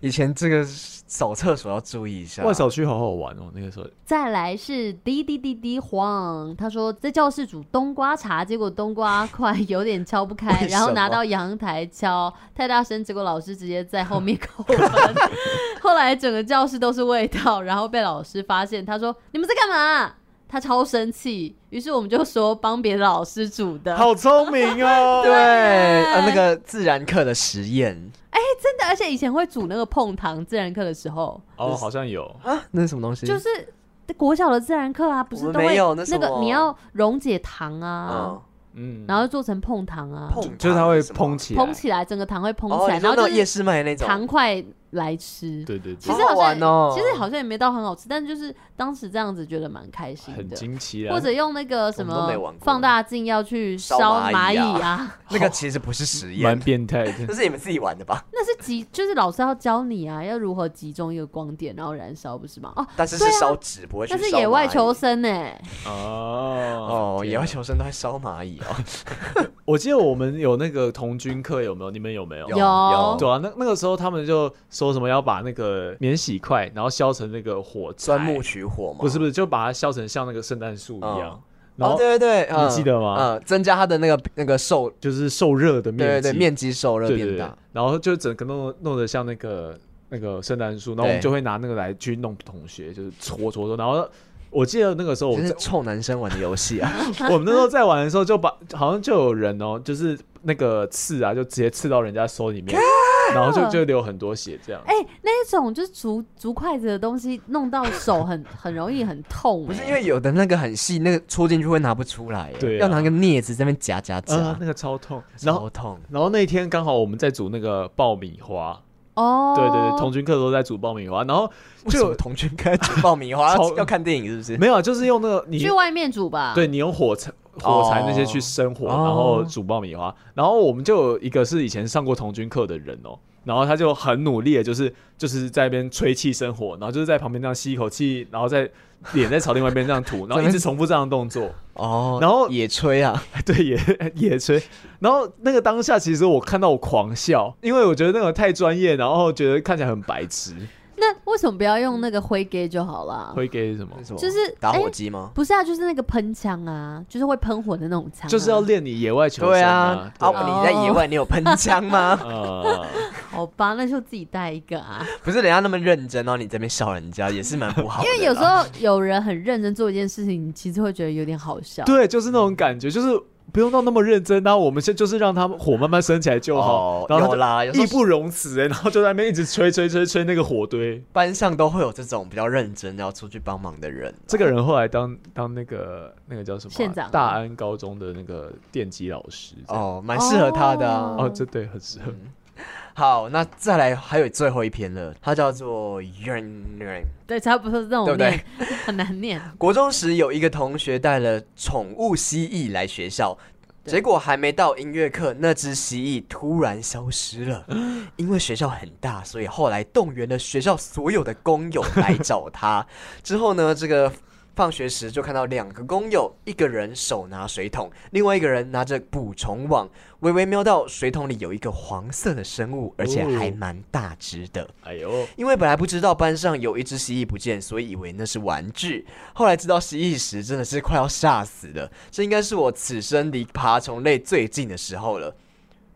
Speaker 4: 以前这个扫厕所要注意一下，
Speaker 2: 外小区好好玩哦，那个时候
Speaker 1: 再来是滴滴滴滴晃，他说在教室煮冬瓜茶，结果冬瓜块有点敲不开，
Speaker 4: *laughs* 为什么
Speaker 1: 然后拿到阳台敲，太大声，结果老师直接在后面扣分。 *laughs* 后来整个教室都是味道，然后被老师发现，他说你们在干嘛？他超生气，于是我们就说帮别的老师煮的。
Speaker 2: 好聪明哦。
Speaker 4: *laughs* 对，呃，那个自然课的实验
Speaker 1: 真的，而且以前会煮那个碰糖，自然课的时候
Speaker 2: 哦，好像有。
Speaker 4: 啊，那是什么东西？
Speaker 1: 就是。国小的自然课啊，不是
Speaker 4: 我
Speaker 1: 都
Speaker 4: 没
Speaker 1: 会
Speaker 4: 有那
Speaker 1: 那
Speaker 4: 什
Speaker 1: 个
Speaker 4: 么
Speaker 1: 你要溶解糖啊，
Speaker 4: 嗯，
Speaker 2: 嗯，
Speaker 1: 然后做成碰糖啊，
Speaker 4: 碰
Speaker 2: 就是它会
Speaker 4: 是什么
Speaker 2: 蓬起来，
Speaker 1: 蓬起来，整个糖会蓬
Speaker 4: 哦，
Speaker 1: 起来，
Speaker 4: 你说
Speaker 1: 然
Speaker 4: 那
Speaker 1: 后
Speaker 4: 种
Speaker 1: 就
Speaker 4: 夜
Speaker 1: 是
Speaker 4: 市卖的那种
Speaker 1: 糖块来吃。
Speaker 2: 对对
Speaker 1: 其
Speaker 2: 对
Speaker 1: 实，好
Speaker 4: 好好
Speaker 1: 像
Speaker 4: 玩哦
Speaker 1: 其实好像也没到很好吃，但就是当时这样子觉得蛮开心
Speaker 2: 很
Speaker 1: 的。
Speaker 2: 惊奇啊。
Speaker 1: 或者用那个什
Speaker 4: 我们都没
Speaker 1: 么
Speaker 4: 玩过
Speaker 1: 放大镜要去烧
Speaker 4: 烧
Speaker 1: 蚂
Speaker 4: 蚂
Speaker 1: 蚁
Speaker 4: 蚁啊
Speaker 1: 啊，
Speaker 4: *laughs*
Speaker 1: *laughs*
Speaker 4: 那个其实不是实
Speaker 2: 哦蛮
Speaker 4: *laughs* 验，
Speaker 2: 变态
Speaker 4: 这
Speaker 2: 的。
Speaker 4: 是你们自己玩的吧？
Speaker 1: 那是集就是老师要教你啊，要如何集中一个光点然后燃烧，不是吗？哦，
Speaker 4: 但是是烧纸，不会去
Speaker 1: 那
Speaker 4: 烧蚂蚁。
Speaker 1: 是野外求生欸呢、
Speaker 4: *laughs*
Speaker 2: 哦啊
Speaker 4: 哦，野外求生都会烧蚂蚁哦。
Speaker 2: 我记得我们有那个童军课，有没有？你们有没有？
Speaker 1: 有有
Speaker 2: 对啊，那那个时候他们就说什么要把那个免洗块，然后削成那个火柴
Speaker 4: 钻木，取火嘛？
Speaker 2: 不是不
Speaker 4: 是，
Speaker 2: 是，就把它削成像那个圣诞树一样
Speaker 4: 嗯，
Speaker 2: 然
Speaker 4: 哦，
Speaker 2: 后
Speaker 4: 对对对，嗯
Speaker 2: 你记得吗
Speaker 4: 嗯，增加它的那个那个受，
Speaker 2: 就是受热的
Speaker 4: 对对
Speaker 2: 面积，
Speaker 4: 对，面积受热
Speaker 2: 对对
Speaker 4: 变
Speaker 2: 对
Speaker 4: 大。，
Speaker 2: 然后就整个弄弄得像那个那个圣诞树，然后我们
Speaker 4: 对
Speaker 2: 就会拿那个来去弄同学，就是搓搓搓，然后我记得那个时候我
Speaker 4: 真是
Speaker 2: 在
Speaker 4: 臭男生玩的游
Speaker 2: *laughs*
Speaker 4: 戏啊！
Speaker 2: 我们那时候在玩的时候，就把好像就有人哦，就是那个刺啊，就直接刺到人家手里面，然后就就流很多血这样。
Speaker 1: 哎、那一种就是竹竹筷子的东西，弄到手很很容易很痛、
Speaker 4: 不是
Speaker 1: 哎
Speaker 4: 因为有的那个很细，那个戳进去会拿不出来耶，
Speaker 2: 对啊
Speaker 4: 要拿个镊子在那边夹夹
Speaker 2: 啊
Speaker 4: 夹，，
Speaker 2: 那个超痛。然
Speaker 4: 超
Speaker 2: 后，
Speaker 4: 痛。
Speaker 2: 然后那天刚好我们在煮那个爆米花，
Speaker 1: 哦，
Speaker 2: 对对对，童军课的时候在煮爆米花，然后
Speaker 4: 为什
Speaker 2: 就
Speaker 4: 么同居开煮爆米花
Speaker 2: *laughs* 超
Speaker 4: *laughs* 要看电影是不是？
Speaker 2: 没有，啊就是用那个你
Speaker 1: 去外面煮吧。
Speaker 2: 对，你用火柴、火柴那些去生火，
Speaker 4: 哦
Speaker 2: 然后煮爆米花。然后我们就有一个是以前上过童军课的人哦，然后他就很努力的，就是就是在那边吹气生火，然后就是在旁边这样吸一口气，然后再脸再朝另外一边这样吐，然后一直重复这样的动作。 *laughs*
Speaker 4: 哦，
Speaker 2: 然后
Speaker 4: 野炊啊，
Speaker 2: 对，也也吹。然后那个当下，其实我看到我狂笑，因为我觉得那个太专业，然后觉得看起来很白痴。
Speaker 1: 那为什么不要用那个灰哦给就好了？
Speaker 2: 会给什么？
Speaker 4: 那什么
Speaker 1: 就是
Speaker 4: 打火机吗？
Speaker 1: 不是啊，就是那个喷枪啊，就是会喷火的那种枪啊、
Speaker 2: 就是要练你野外求
Speaker 4: 对
Speaker 2: 生
Speaker 4: 啊，
Speaker 2: 哎对
Speaker 1: 吧
Speaker 4: 啊，你在野外你有喷枪
Speaker 2: *laughs*
Speaker 4: 吗？
Speaker 2: 呃，
Speaker 1: 好吧？那就自己带一个啊，
Speaker 4: 不是人家那么认真，然后你这边笑人家也是蛮不好的
Speaker 1: 因
Speaker 4: 啦。
Speaker 1: 为有
Speaker 2: *laughs*
Speaker 1: 时候有人很认真做一件事情，你其实会觉得有点好笑。
Speaker 2: 对，就是那种感觉，就是不用到那么认真。然后我们现在就是让他们火慢慢升起来就好。
Speaker 4: 哦
Speaker 2: 然后
Speaker 4: 有啦
Speaker 2: 他
Speaker 4: 有
Speaker 2: 就
Speaker 4: 时候
Speaker 2: 义不容辞哎、然后就在那边一直吹吹吹吹那个火堆。
Speaker 4: 班上都会有这种比较认真然后出去帮忙的人。啊
Speaker 2: 这个人后来当当那个那个叫什么啊、
Speaker 1: 县长
Speaker 2: 大安高中的那个电机老师。哦
Speaker 4: 哦，蛮适合他的啊、
Speaker 2: 哦，这对很适合。
Speaker 4: 好，那再来还有最后一篇了，它叫做《冤冤》。
Speaker 1: 对，差不多是这种
Speaker 4: 对不对
Speaker 1: 念， *laughs* 很难念。
Speaker 4: 国中时有一个同学带了宠物蜥蜴来学校，
Speaker 1: 对
Speaker 4: 结果还没到音乐课，那只蜥蜴突然消失了。因为学校很大，所以后来动员了学校所有的工友来找他。之后呢，这个。放学时就看到两个工友，一个人手拿水桶，另外一个人拿着捕虫网，微微瞄到水桶里有一个黄色的生物，而且还
Speaker 2: 哦
Speaker 4: 蛮大只的。
Speaker 2: 哎呦，
Speaker 4: 因为本来不知道班上有一只蜥蜴不见，所以以为那是玩具。后来知道蜥蜴时，真的是快要吓死了。这应该是我此生离爬虫类最近的时候了。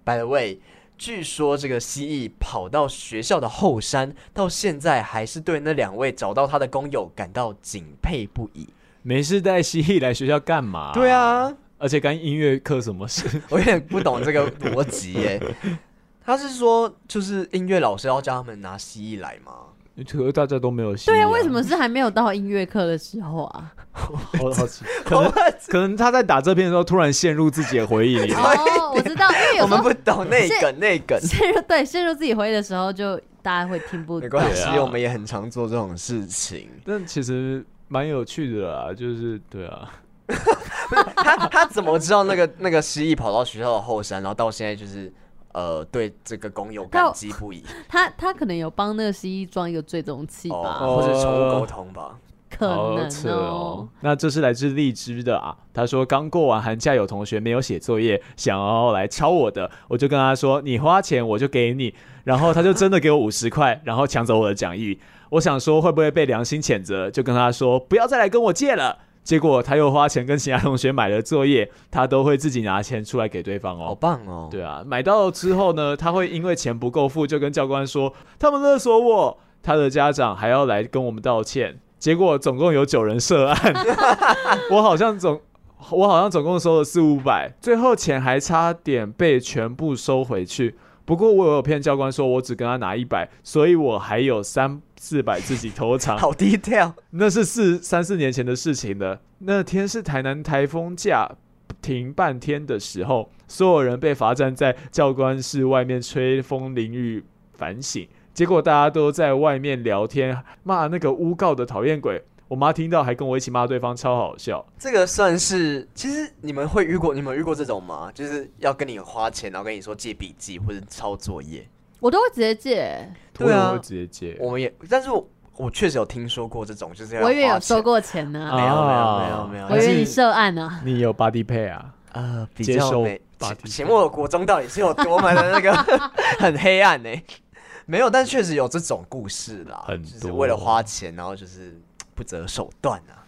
Speaker 4: By the way，据说这个蜥蜴跑到学校的后山，到现在还是对那两位找到它的工友感到敬佩不已。
Speaker 2: 没事带蜥蜴来学校干嘛、
Speaker 4: 对，啊，
Speaker 2: 而且干音乐课什么事？ *laughs*
Speaker 4: 我有点不懂这个逻辑耶。 *laughs* 他是说，就是音乐老师要叫他们拿蜥蜴来吗？
Speaker 2: 可是大家都没有蜥蜴、
Speaker 1: 对啊，为什？么是还没有到音乐课的时候啊？
Speaker 2: 好好奇，可能可能他在打这篇的时候突然陷入自己的回忆里。
Speaker 1: 哦，我知道，因为有时
Speaker 4: *laughs* 我们
Speaker 1: 候
Speaker 4: 不懂那
Speaker 1: 是
Speaker 4: 梗那梗。
Speaker 1: 陷入对陷入自己回忆的时候，就大家会听不
Speaker 4: 没
Speaker 1: 懂。
Speaker 4: 关系，
Speaker 2: 对啊
Speaker 4: 我们也很常做这种事情。 *laughs*
Speaker 2: 但其实蛮有趣的啦，就是对啊。
Speaker 4: 他他怎么知道那个那个蜥蜴跑到学校的后山，然后到现在就是呃对这个工友感激不已，
Speaker 1: 他他可能有帮那个蜥蜴装一个追踪器吧，
Speaker 4: 哦， *laughs* 或者是宠物沟通吧？
Speaker 1: 可
Speaker 2: 好扯
Speaker 1: 能
Speaker 2: 哦。那这是来自荔枝的啊，他说刚过完寒假，有同学没有写作业，想要来抄我的，我就跟他说你花钱我就给你，然后他就真的给我五十块，然后抢走我的讲义。我想说会不会被良心谴责，就跟他说不要再来跟我借了。结果他又花钱跟其他同学买了作业，他都会自己拿钱出来给对方
Speaker 4: 好
Speaker 2: 哦。
Speaker 4: 棒哦！
Speaker 2: 对啊，买到之后呢，他会因为钱不够付，就跟教官说他们勒索我，他的家长还要来跟我们道歉。结果总共有九人涉案，我好像总我好像总共收了四五百，最后钱还差点被全部收回去。不过我有骗教官说我只跟他拿一百，所以我还有三四百自己偷藏。
Speaker 4: 好 detail，
Speaker 2: 那是四三四年前的事情了。那天是台南台风假停半天的时候，所有人被罚站在教官室外面吹风淋雨反省，结果大家都在外面聊天，骂那个诬告的讨厌鬼。我妈听到还跟我一起骂对方，超好笑。
Speaker 4: 这个算是其实你们会遇过，你们有遇过这种吗？就是要跟你花钱，然后跟你说借笔记或者抄作业。
Speaker 1: 我都会直接借，
Speaker 4: 对
Speaker 2: 托
Speaker 4: 啊
Speaker 2: 人会直接接。
Speaker 4: 我们也，但是我我确实有听说过这种，就是要
Speaker 1: 我以为
Speaker 4: 花
Speaker 1: 有
Speaker 4: 钱
Speaker 1: 收，过钱呢、
Speaker 4: 没有没有没有
Speaker 2: 啊
Speaker 4: 没有
Speaker 1: 我以为你
Speaker 2: 还是
Speaker 1: 涉案呢、
Speaker 2: 你有 body pay 啊？
Speaker 4: 呃，比
Speaker 2: 接
Speaker 4: 较
Speaker 2: 受
Speaker 4: 美。
Speaker 2: 吧
Speaker 4: 请
Speaker 2: 听
Speaker 4: 请
Speaker 2: 说
Speaker 4: 问我国中到底是有多么的那
Speaker 2: *laughs*
Speaker 4: 个很黑暗呢、没有，但确实有这种故事啦，
Speaker 2: 很
Speaker 4: 就是
Speaker 2: 多
Speaker 4: 为了花钱，然后就是不择手段啊，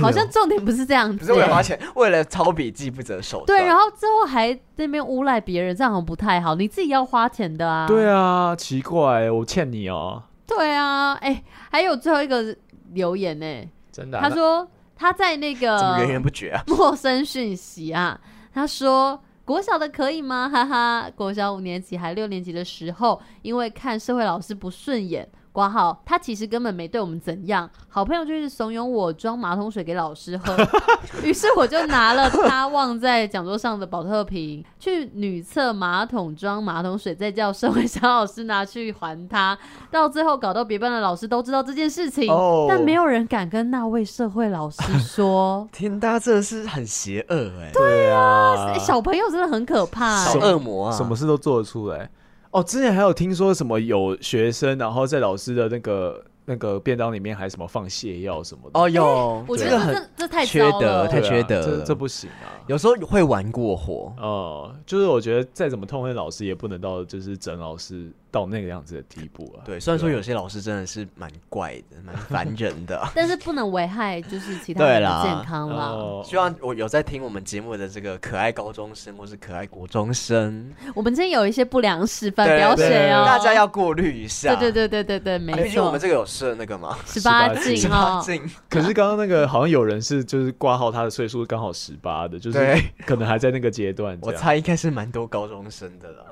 Speaker 1: 好像重点不是这样
Speaker 4: 不
Speaker 1: 子、
Speaker 4: 是为了花钱，为了抄笔记不择手段。
Speaker 1: 对，然后最后还那边诬赖别人，这样好像不太好。你自己要花钱的啊。
Speaker 2: 对啊，奇怪，我欠你哦。
Speaker 1: 对啊，哎、还有最后一个留言呢、
Speaker 6: 真的啊、
Speaker 1: 他说他在那
Speaker 4: 怎
Speaker 1: 个
Speaker 4: 么源源不绝啊？
Speaker 1: 陌生讯息啊。他说国小的可以吗？ *laughs* 哈哈，国小五年级还六年级的时候，因为看社会老师不顺眼。挂号，他其实根本没对我们怎样，好朋友就是怂恿我装马桶水给老师喝，
Speaker 4: *laughs*
Speaker 1: 于是我就拿了他忘在讲桌上的保特瓶，去女厕马桶装马桶水，再叫社会小老师拿去还他，到最后搞到别班的老师都知道这件事情，
Speaker 2: 哦
Speaker 1: 但没有人敢跟那位社会老师说。
Speaker 4: *laughs* 天，大家真的是很邪恶哎、
Speaker 2: 对啊
Speaker 1: 欸、小朋友真的很可怕、
Speaker 4: 小
Speaker 1: 欸。
Speaker 4: 恶魔啊！
Speaker 2: 什么事都做得出来。哦，之前还有听说什么有学生，然后在老师的那个那个便当里面还什么放泻药什么的。
Speaker 4: 哦，有，
Speaker 1: 哎我觉
Speaker 4: 这
Speaker 1: 得
Speaker 4: 个
Speaker 1: 这
Speaker 4: 很
Speaker 1: 这这太
Speaker 4: 缺
Speaker 1: 糟
Speaker 4: 德
Speaker 1: 了
Speaker 2: 对
Speaker 4: 太
Speaker 2: 啊，
Speaker 4: 缺德
Speaker 2: 这
Speaker 4: 了
Speaker 2: 这不行啊。
Speaker 4: 有时候会玩过火，
Speaker 2: 哦，就是我觉得再怎么痛恨老师，也不能到就是整老师到那个样子的地步啊。
Speaker 4: 对，虽然说有些老师真的是蛮怪的，蛮烦人的。
Speaker 1: 但是不能危害就是其他人
Speaker 4: 对
Speaker 1: 的
Speaker 4: 啦
Speaker 1: 健康啦。
Speaker 2: 哦，
Speaker 4: 希望我有在听我们节目的这个可爱高中生或是可爱国中生，
Speaker 1: 我们今天有一些不良示范，不
Speaker 4: 对
Speaker 1: 要
Speaker 4: 对
Speaker 1: 学哦。
Speaker 4: 大家要过滤一下。
Speaker 1: 对对对对对对，
Speaker 4: 啊，
Speaker 1: 没
Speaker 4: 毕竟我
Speaker 1: 错
Speaker 4: 们，这个有设那
Speaker 1: *laughs*
Speaker 4: 个嘛，
Speaker 1: 十八
Speaker 2: 18
Speaker 1: 禁
Speaker 2: 禁
Speaker 1: 哦。
Speaker 4: 进
Speaker 2: 可是刚刚那个好像有人是就是挂号他的岁数刚好十八的，就是
Speaker 4: 对
Speaker 2: 可能还在那个阶段这
Speaker 4: *laughs* 我
Speaker 2: 样。
Speaker 4: 猜应该是蛮多高中生的了，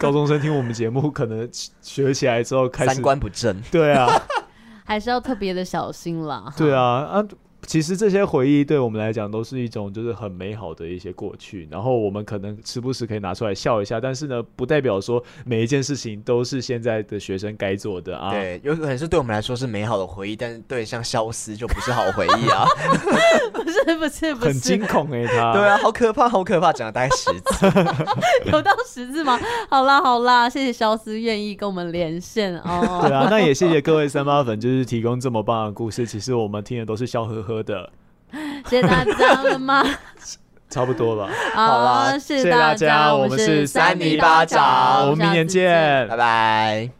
Speaker 2: 高中生听我们节目，可能学起来之后开
Speaker 4: *laughs* 三
Speaker 2: 始
Speaker 4: 观不正。
Speaker 2: 对啊，
Speaker 1: 还是要特别的小心
Speaker 2: *laughs*
Speaker 1: 啦。
Speaker 2: 对啊啊！其实这些回忆对我们来讲都是一种就是很美好的一些过去，然后我们可能时不时可以拿出来笑一下，但是呢，不代表说每一件事情都是现在的学生该做的啊。
Speaker 4: 对，有可能是对我们来说是美好的回忆，但是对像消失就不是好回忆 *laughs* 啊。
Speaker 1: 不是不是不
Speaker 2: 很
Speaker 1: 是
Speaker 2: 惊，恐哎、他。
Speaker 4: *laughs* 对啊，好可怕，好可怕，讲了大概十 *laughs* 次。
Speaker 1: *laughs* 有到十字吗？好啦好啦，谢谢肖思愿意跟我们连线哦。
Speaker 2: *laughs* 对啊，那也谢谢各位三八粉，就是提供这么棒的故事。其实我们听的都是笑呵呵的，
Speaker 1: 谢谢大家了吗？
Speaker 2: 差不多吧。
Speaker 1: 好
Speaker 4: 啦
Speaker 1: 谢
Speaker 2: 谢谢
Speaker 1: 大
Speaker 2: 大家
Speaker 1: 我
Speaker 2: 我们是
Speaker 1: 三
Speaker 4: 三米巴掌
Speaker 2: 我们明
Speaker 1: 下
Speaker 2: 年
Speaker 1: 次见
Speaker 2: 见
Speaker 4: 拜。拜。